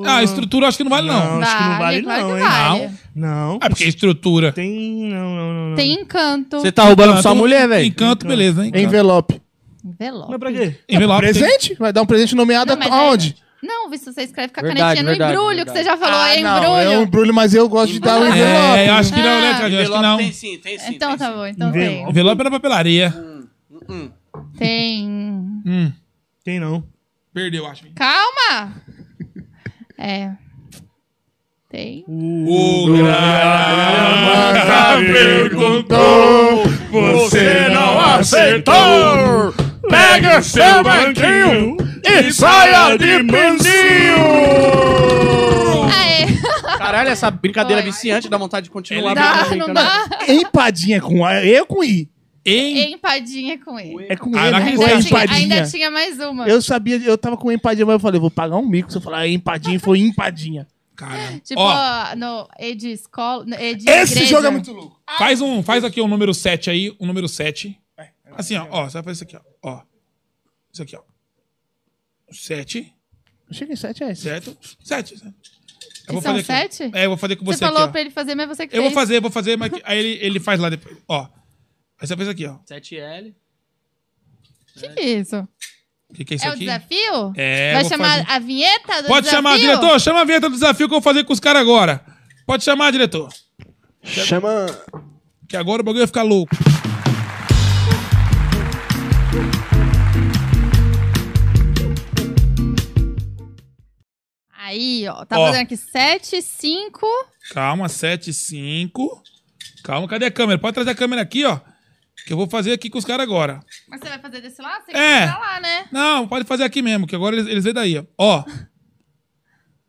Ah, a estrutura acho que não vale, não.
Não. acho que vale
claro
não,
que
hein?
vale.
Não.
Ah, porque estrutura.
Tem. Não, não, não. não.
Tem encanto.
Você tá roubando
Encanto-
sua mulher, velho?
Encanto, beleza, hein?
Envelope.
Envelope.
Mas pra quê?
Envelope. tem-
Presente? Vai dar um presente nomeado
Não, mas é,
aonde?
aí- Não, visto você escreve com a
Verdade,
canetinha no
verdade,
embrulho,
verdade.
que você já falou,
Ah,
é
Não, é um
embrulho.
embrulho, mas eu gosto de dar um envelope.
É, eu acho que não,
Ah,
né, Cláudio? Eu acho que não.
Tem sim, tem sim.
Então
tem
tá
sim.
bom, então tem.
Envelope.
Envelope era papelaria.
Tem.
Hum.
Tem não.
Perdeu, acho.
Calma! É. Tem.
O
perguntou, você não aceitou. Pega seu banquinho e saia de mansinho.
Aê!
Caralho, essa brincadeira
Foi.
viciante, dá vontade de
Tá
continuar.
é. Dá,
então,
não
brincando.
né?
dá?
Empadinha com A, eu com I.
Empadinha com ele.
É com
Ah, não
E, né?
acredito.
Ou é
Ainda tinha,
empadinha?
ainda tinha mais uma.
Eu sabia, eu tava com empadinha, mas eu falei, vou pagar um mico. Se eu falar empadinha, foi empadinha.
Cara.
Tipo,
Ó,
no E de escola. no E de
Esse
igreja.
jogo é muito louco.
faz, um, faz aqui um número 7 aí. Um número 7. Assim, ó. ó você vai fazer isso aqui, ó. ó. Isso aqui, ó. 7,
Chega em 7 é esse.
certo? 7. Eu
E
vou
são
fazer aqui.
sete?
É, eu vou fazer com você,
Você falou
aqui, ó.
pra ele fazer, mas você que
Eu vou
fez.
fazer, eu vou fazer, mas aí ele, ele faz lá depois. Ó. Aí você faz aqui, ó.
7L.
O que que é isso?
O que que, que é isso
é o
aqui?
desafio?
É,
Vai
vou
chamar
fazer.
a vinheta do
Pode
desafio?
chamar, diretor. Chama a vinheta do desafio que eu vou fazer com os caras agora. Pode chamar, diretor. Chama. Que agora o bagulho vai ficar louco.
Aí, ó. Tá
Ó.
fazendo aqui 7, 5.
Calma, 7, 5. Calma, cadê a câmera? Pode trazer a câmera aqui, ó. Que eu vou fazer aqui com os caras agora.
Mas você vai fazer desse lado? Você
É.
quer ficar lá, né?
Não, pode fazer aqui mesmo, que agora eles, eles vêm daí, ó. Ó,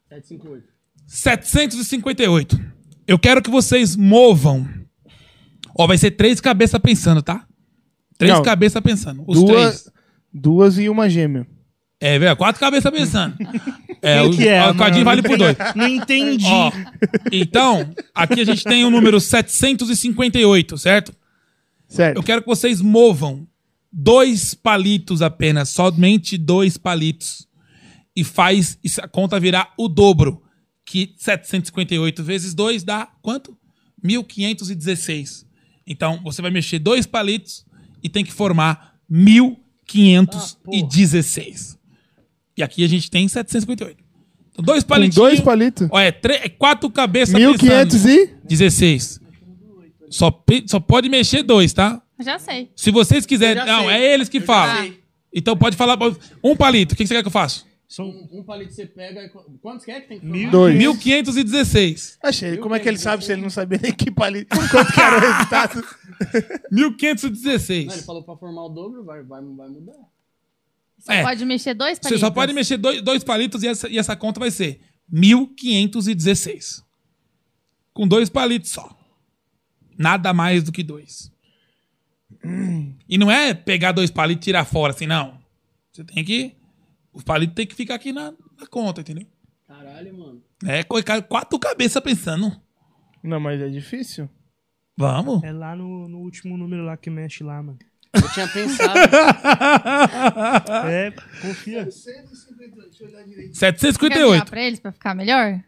758.
758. Eu quero que vocês movam. Ó, vai ser três cabeças pensando, tá? Três
Não.
cabeças pensando. Os três.
duas, duas e uma gêmea.
É, velho, quatro cabeças pensando. É,
Quem
o,
que é,
o cadinho
mano? Um
vale por dois.
Não entendi.
Ó, então, aqui a gente tem o número 758, certo?
Certo.
Eu quero que vocês movam dois palitos apenas, somente dois palitos. E faz isso- a conta virar o dobro, que 758 vezes 2 dá quanto? 1516. Então, você vai mexer dois palitos e tem que formar 1516. e aqui a gente tem 758. Então, dois palitinhos.
dois palitos?
Ó, é, tre- é quatro cabeças
1516.
Só, pe- só pode mexer dois, tá?
Já sei.
Se vocês
Eu
quiserem.
já
Não,
sei.
é eles que
Eu já
falam.
sei.
Então pode falar. Um palito. O que que você quer que eu faça?
Um, um palito você pega. e qu- Quantos que é que tem que formar?
Dois.
1516.
Achei. Como é que ele sabe se ele não sabia nem que palito? Quanto que era o resultado?
1516.
Não, ele falou pra formar o dobro, vai, vai, vai mudar.
Só
É.
pode mexer dois
Você só pode mexer dois, dois palitos e essa, e essa conta vai ser 1516. Com dois palitos só. Nada mais do que dois. E não é pegar dois palitos e tirar fora, assim, não. Você tem que. Os palitos tem que ficar aqui na, na conta, entendeu?
Caralho, mano.
É, co- ca- quatro cabeças pensando.
Não, mas é difícil.
Vamos.
É lá no, no último número lá que mexe lá, mano.
Eu tinha pensado.
é, confia.
Quer
758.
pra eles pra ficar melhor?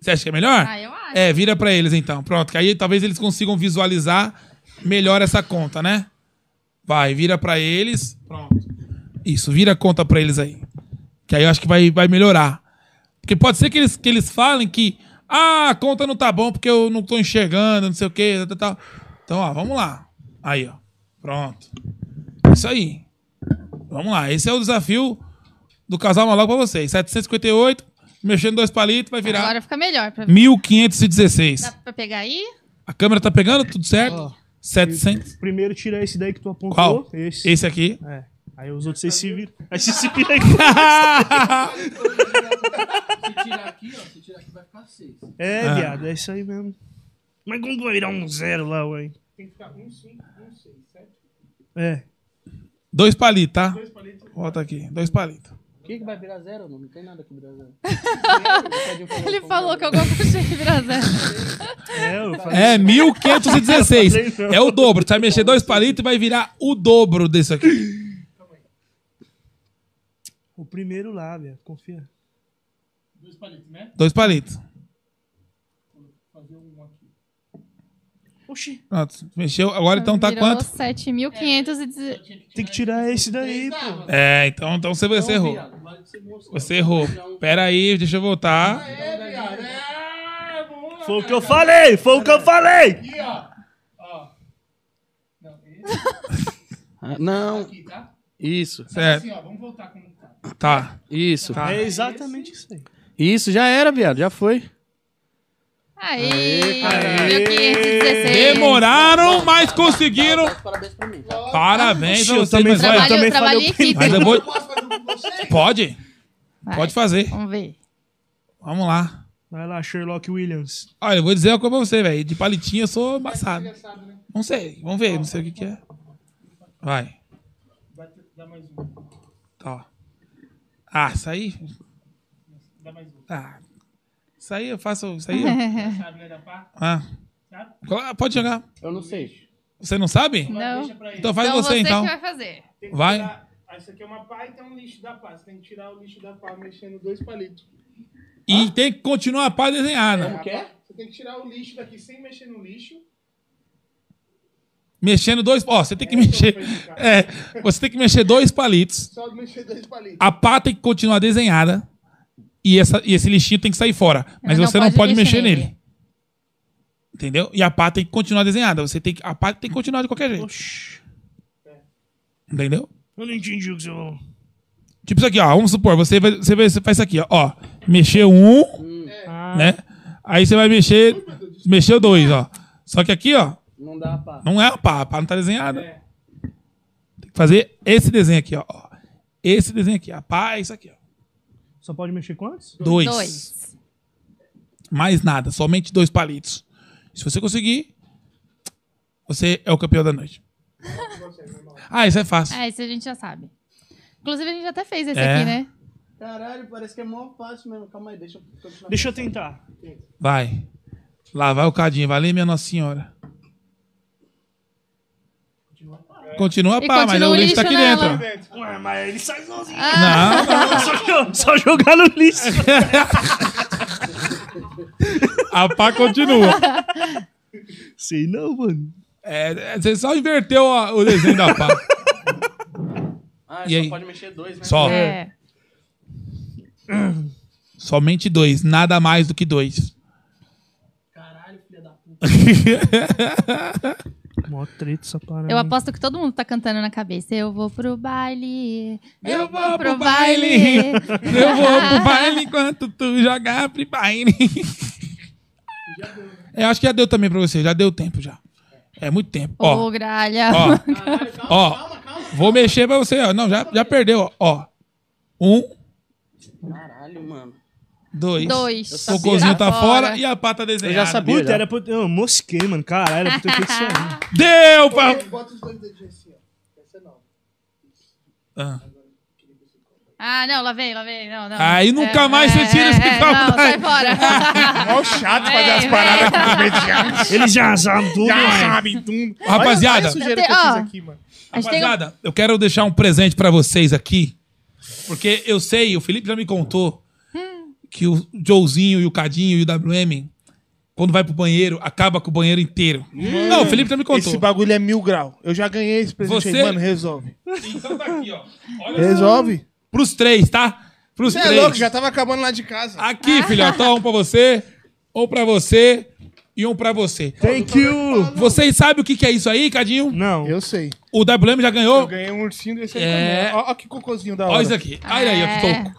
Você acha que é melhor?
Ah, eu acho.
É, vira pra eles então. Pronto, que aí talvez eles consigam visualizar melhor essa conta, né? Vai, vira pra eles. Pronto. Isso, vira a conta pra eles aí. Que aí eu acho que vai, vai melhorar. Porque pode ser que eles, que eles falem que ah, a conta não tá bom porque eu não tô enxergando, não sei o quê, tal, tal, tal. Então, ó, vamos lá. Aí, ó. Pronto. Isso aí. Vamos lá. Esse é o desafio do casal maluco pra vocês. 758, mexendo dois palitos, vai virar.
Agora fica melhor. Pra...
1516.
Dá pra pegar aí?
A câmera tá pegando? Tudo certo? 700.
Primeiro tira esse daí que tu apontou.
Qual?
Esse.
Esse aqui.
É. Aí os outros vocês se viram. Aí vocês se viram aí.
Se tirar aqui, ó, se tirar aqui vai ficar 6.
É,
Ah.
viado, é isso aí mesmo. Mas como vai virar um zero lá, ué?
Tem que ficar 1, 5, 1, 6, 7.
É.
Dois palitos, tá? Volta aqui. Dois palitos.
O que, que vai virar zero? Não, não tem nada que virar zero.
Ele falou que alguma coisa tinha que virar zero.
É, 1516.
Eu falei, não.
É o dobro. Você vai mexer dois palitos e vai virar o dobro desse aqui.
O primeiro lá, viado, confia.
Dois palitos, né?
Dois palitos.
Fazer um aqui.
Oxi.
Pronto. Mexeu. Agora então tá
Virou
quanto?
7.510.
Tem que tirar esse daí, pô.
É, então, então você, você errou. Você errou. Pera aí, deixa eu voltar.
Foi o que eu falei, foi o que eu falei.
Ah, não.
tá?
Isso.
Certo.
vamos voltar com
Tá.
Isso.
É exatamente isso aí.
Isso, já era, viado, já foi.
Aí, 1516.
Demoraram, mas conseguiram. Parabéns
Oxi,
pra
eu
vocês. mas
também falei-
olha-
eu também Trabalho- falei o trabalho
Mas eu
primeiro.
vou- Pode. Pode fazer.
Vamos ver.
Vamos lá.
Vai lá, Sherlock Williams.
Olha, eu vou dizer uma coisa pra você, velho. De palitinho eu sou embaçado. Não sei, vamos ver, não sei o que, que é. Vai.
Vai ter- Dá mais um.
Tá. Ah, isso aí.
Dá mais um.
Ah, isso aí eu faço. Isso aí. eu- Ah. Coloca- Pode jogar.
Eu não sei.
Você não sabe?
Não.
Então faz você, então.
que vai fazer.
Tem que
Vai.
tirar- Ah, Isso aqui é uma pá e tem um lixo da pá. Você tem que tirar o lixo da pá mexendo dois palitos.
E tem que continuar né? a pá desenhada.
Você tem que tirar o lixo daqui sem mexer no lixo.
Mexendo dois. Ó, você tem que mexer. É, você tem que mexer dois palitos.
Só mexer dois palitos.
A pá tem que continuar desenhada. E, essa, e esse lixinho tem que sair fora. Mas
não
você não
pode
pode
mexer
mexer nele. Entendeu? E a pá tem que continuar desenhada. Você tem que, a pá tem que continuar de qualquer jeito. Entendeu?
Eu não entendi o que você falou.
Tipo isso aqui, ó. Vamos supor, você, vai- você, vai- você faz isso aqui, ó. ó mexeu um, né? Aí você vai mexer. Mexeu dois, ó. Só que aqui, ó.
Não dá pra.
Não é a pá, a pá não tá desenhada. Tem que fazer esse desenho aqui, ó. ó. Esse desenho aqui, a pá é isso aqui, ó.
Só pode mexer quantos?
Dois. Mais nada, somente dois palitos. Se você conseguir, você é o campeão da noite. ah, isso é fácil.
É, isso a gente já sabe. Inclusive, a gente até fez esse
É.
aqui, né?
Caralho, parece que é mó fácil mesmo. Calma aí, deixa eu continuar.
Deixa eu tentar.
Vai. Lá vai o cadinho, vai ler minha Nossa Senhora. Continua a
E
pá, mas
continua
o
o
lixo tá
lixo
aqui
nela.
dentro.
Ué, mas ele sai sozinho.
Ah. Não.
Só, só jogar no lixo.
A pá continua.
Sei não, mano.
É, é, você só inverteu a- o desenho da pá.
Ah,
E
só
aí?
pode mexer dois, né?
Só. É. Somente dois, nada mais do que dois.
Caralho, filha da puta.
Mó treta essa parada.
Hum.
Eu aposto que todo mundo tá cantando na cabeça. Eu vou pro baile.
Eu vou pro baile. Eu vou pro baile enquanto tu jogar pro baile. É, acho que já deu também pra você, já deu tempo já. É muito tempo.
Ô,
Ó,
gralha.
ó, ó, vou mexer pra você, ó. Não, já, já perdeu, ó. ó. Um,
Caralho, mano.
dois.
Dois. Eu
O
sabia,
cocôzinho
tá
tá fora.
fora.
e a pata desenhada.
Eu já sabia,
Puta,
já.
era pra eu ter- Eu mosquei, mano. Caralho, era pra eu ter feito isso aí.
Deu, pá!
Bota os dois dedinhos assim, ó. Essa é nova.
Ah.
Ah, não, lá vem, lá vem. Não, não.
Aí nunca mais você tira esse
Não,
papai.
sai fora.
Mó chato fazer as
Vem, vem.
paradas com imediato.
Eles já sabem tudo,
Já
né?
sabem tudo. Olha-
Rapaziada.
olha a sujeira que eu
Ó.
fiz aqui, mano.
A gente tem um-
Rapaziada, eu quero deixar um presente pra vocês aqui. Porque eu sei, o Felipe já me contou que o Joãozinho e o Cadinho e o WM, quando vai pro banheiro, acaba com o banheiro inteiro. Não, o Felipe já me contou.
Hum. Esse bagulho é mil grau. Eu já ganhei esse presente
Você-
aí, mano. Resolve.
Então tá aqui, ó.
Resolve.
Pros três, tá? Pros
Você é
três.
louco, já Ah. tava acabando lá de casa.
Aqui, filhotão, um pra você, um pra você e um pra você.
Tá
Thank you! Vocês sabem o que que é isso aí, Cadinho?
Não.
Eu sei.
O WM já ganhou?
Eu ganhei um ursinho desse aí
É.
também. Ó, ó que cocôzinho da hora.
Olha isso aqui. Olha aí, ó, que
É.
louco.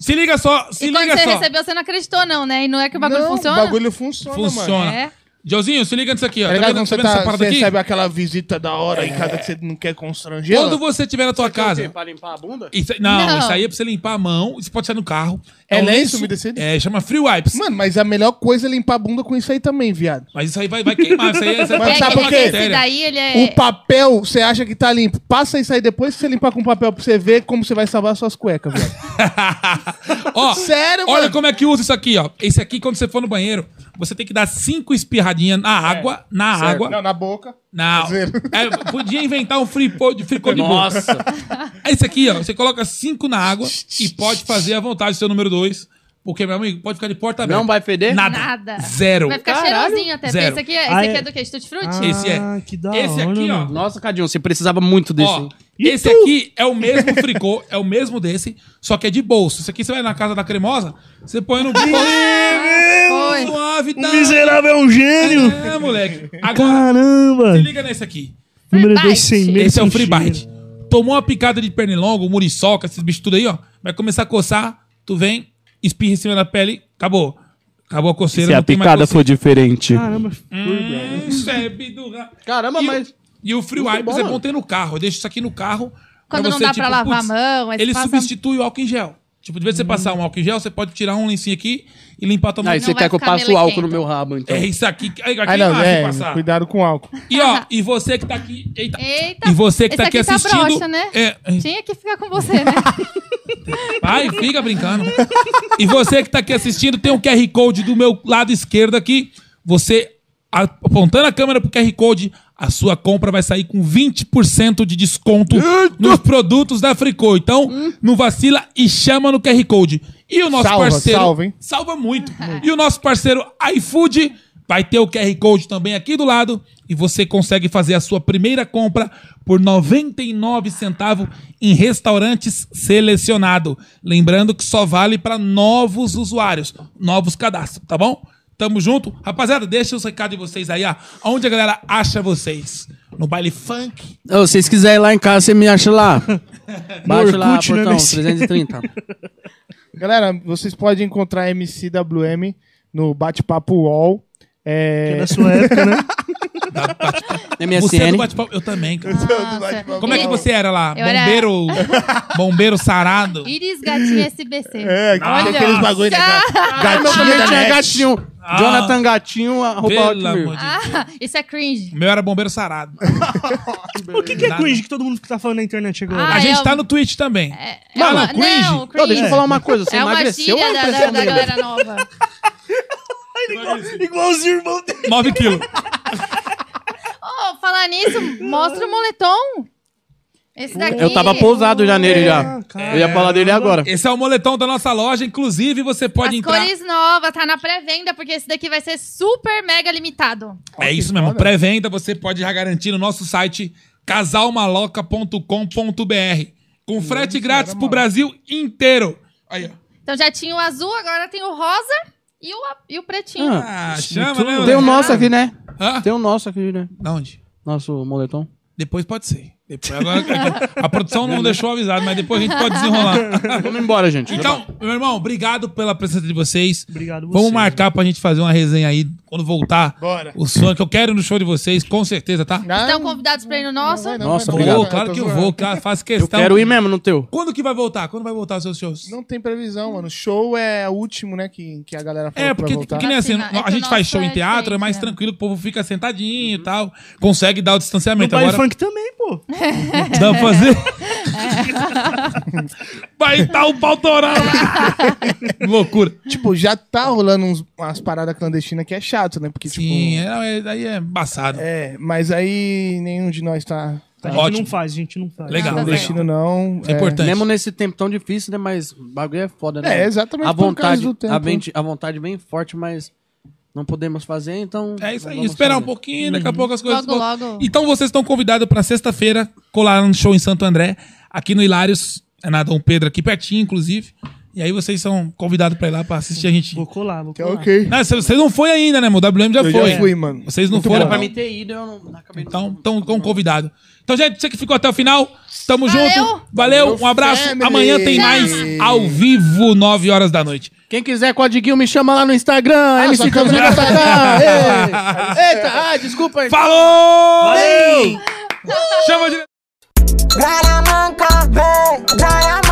Se liga só, se
E quando
liga
você
só.
recebeu, você não acreditou, não, né? E não é que o bagulho
Não,
funciona?
o bagulho funciona,
Funciona.
É.
Josinho, se liga nisso aqui, ó.
Tá
Tá
ligado
vendo,
quando
tá
você,
vendo essa
tá,
parada
você
aqui? É.
recebe aquela visita da hora em casa que você não quer constranger?
Quando
ela?
você tiver na tua casa.
Pra limpar a bunda?
Isso, não,
Não.
isso aí é pra você limpar a mão. Isso pode ser no carro.
É
um
lenço
lenço-
umedecido?
É, chama Free Wipes.
Mano, mas a melhor coisa é limpar a bunda com isso aí também, viado.
Mas isso aí vai, vai queimar. Isso aí é. isso aí
Mas
é
sabe
uma
por quê?
Esse
bactéria.
daí, ele é...
O papel, você acha que tá limpo. Passa isso aí depois que você limpar com papel pra você ver como você vai salvar suas cuecas, velho.
Ó,
Sério,
olha
mano?
como é que usa isso aqui, ó. Esse aqui, quando você for no banheiro, você tem que dar cinco espirradinhas na
É,
água. Na
Certo.
água.
Não, na boca.
Não. É, podia inventar um free pod, ficou de boa.
Nossa.
É isso aqui, ó. Você coloca cinco na água e pode fazer à vontade seu número dois. Porque, meu amigo, pode ficar de porta aberta.
Não vai feder?
Nada.
Nada.
Zero.
Vai ficar cheirosinho até.
Zero.
Esse aqui, é, esse
Ah,
aqui
é.
é do quê? Tutti Frutti?
Esse é.
Ah, que da
Esse aqui, ó.
Nossa, Cadinho, você precisava muito desse.
Ó,
hein?
esse aqui é o mesmo fricô, é o mesmo desse, só que é de bolso. Esse aqui você vai na casa da cremosa, você põe no bolso.
Foi.
Suave, tá?
O miserável é um gênio.
É, moleque. Agora,
Caramba.
se liga nesse aqui.
Número dois sem medo,
Esse é o
sem
free
cheiro.
bite. Tomou uma picada de pernilongo, muriçoca, esses bichos tudo aí, ó. Vai começar a coçar, tu vem, espirra em cima da pele, acabou. Acabou a coceira,
Se a
não tem mais
picada
coceira. Hum,
for diferente.
Caramba.
Isso é bidurra.
Caramba,
E o-
mas-
E o free
Muito
wipes
bom,
é
mano.
bom ter no carro. Eu deixo isso aqui no carro. tipo,
Quando não dá pra lavar a
putz,
mão, aí
Ele
passa-
substitui o álcool em gel. Tipo, de
Hum.
vez em você passar um álcool em gel, você pode tirar um lencinho aqui e limpar a tua mão.
Aí você quer que eu passe o álcool no meu rabo, então.
É isso aqui. Aqui
Ah, não,
embaixo
é,
passar.
cuidado com o álcool.
E ó, e você que tá aqui. Eita.
Eita.
E você que
Esse
tá aqui
aqui
assistindo.
Tá broxa, né?
É,
Tinha que ficar com você, né?
Vai, fica brincando. E você que tá aqui assistindo, tem um QR Code do meu lado esquerdo aqui. Você a- apontando a câmera pro QR Code, a sua compra vai sair com 20% de desconto nos produtos da Fricô. Então, não vacila e chama no QR Code. E o nosso
Hum. Salva,
parceiro.
salva, hein?
Salva muito. E o nosso parceiro iFood. Vai ter o QR Code também aqui do lado e você consegue fazer a sua primeira compra por 99 centavos em restaurantes selecionado. Lembrando que só vale para novos usuários, novos cadastros, tá bom? Tamo junto. Rapaziada, deixa os recados de vocês aí, ó. Onde a galera acha vocês? No baile funk?
Ô, se vocês quiserem ir lá em casa, você me acha lá. Baixa lá,
Orkut, né,
portão,
MC?
330.
Galera, vocês podem encontrar a MCWM no Bate-Papo UOL. É...
Que na sua época, né? Você é do
MSN.
bate-papo? Eu também, cara.
Nossa.
Como é que você era lá?
Ah, Eu era-
Bombeiro. Bombeiro sarado?
Iris Gatinho SBC.
É, que tem aqueles bagulho, né,
Ah, meu também tinha gatinho.
Ah.
Jonathan Gatinho, arroba
Pelo
hotmail.
amor de
Ah, isso é cringe.
O meu era bombeiro sarado.
O que, que é
Nada.
cringe que todo mundo que tá falando na internet agora?
a gente tá no Twitch também.
Ah, é Mano, uma- cringe? não, cringe.
deixa eu falar uma coisa. Você
É uma
emagreceu um
gíria
ou
da-
emagreceu?
da- da galera nova.
Igualzinho o irmão dele.
9 quilos.
Ô, falar nisso, mostra o moletom. Esse daqui.
Eu tava pousado já nele já. Eu ia falar dele agora.
Esse é o moletom da nossa loja. Inclusive, você pode
As
entrar.
cores novas, tá na pré-venda, porque esse daqui vai ser super mega limitado.
É isso mesmo. Pré-venda você pode já garantir no nosso site casalmaloca.com.br. Com frete grátis pro Brasil inteiro. Aí, ó.
Então já tinha o azul, agora tem o rosa e o, e o pretinho.
Ah, chama, né,
Tem o
mano?
nosso aqui, né?
Hã?
Tem o nosso aqui, né?
Da onde?
Nosso moletom.
Depois pode ser. Depois, agora, a produção não deixou avisado, mas depois a gente pode desenrolar.
Vamos embora, gente.
Ah, Então, meu irmão, obrigado pela presença de vocês.
Obrigado
Vamos marcar pra gente fazer uma resenha aí quando voltar.
Bora.
Os fãs que eu quero ir no show de vocês, com certeza, tá?
Estão Então, convidados pra ir no nosso?
Nossa,
vai, não,
vou,
vai,
claro
tô
que eu
zoando.
vou, cara, faço questão.
Quero ir mesmo no teu.
Quando que vai voltar? Quando vai voltar os seus shows?
Não tem previsão, mano. Show é o último, né? Que, que a galera falou
É,
que
porque
vai voltar.
que nem assim, a gente faz show em teatro, é mais tranquilo, o povo fica sentadinho e tal, consegue dar o distanciamento.
No baile
Agora,
funk também, pô.
dá pra fazer? Vai estar o pau torando. Loucura.
Tipo, já tá rolando uns- umas paradas clandestinas que é chato, né? Porque,
Sim,
tipo...
é, daí é embaçado.
É, mas aí nenhum de nós tá...
A
tá
gente não faz, a gente não faz.
Legal,
Clandestino não.
É
Mesmo nesse tempo tão difícil, né? Mas o bagulho é foda, né?
É, exatamente
A
por causa
vontade,
do tempo.
A, vente- a vontade bem forte, mas não podemos fazer, então...
É isso aí,
vamos
esperar
fazer.
um pouquinho,
Uhum.
daqui a pouco as coisas.
Logo,
voltam.
logo.
Então vocês estão convidados para sexta-feira colar no show em Santo André, aqui no Hilários, é na Dom Pedro, aqui pertinho, inclusive. E aí vocês são convidados para ir lá para assistir a gente. Vou
colar, vou
colar.
É, Ok.
Não, vocês vocês não foram ainda, né, meu? O WM já
Eu já
foi.
fui, mano.
Vocês não
Muito
foram.
bom.
Pra mim ter ido, eu não...
Então, tão, tão convidado. Então, gente, você que ficou até o final, tamo junto. Valeu, um abraço.
family.
Amanhã tem mais ao vivo, 9 horas da noite.
Quem quiser codiguinho, me chama lá no Instagram,
Ah,
MC Codiguinho Atacá. Ei. Eita, ah, desculpa aí.
Falou!
Chama de. Garamanca, vem, garamanca.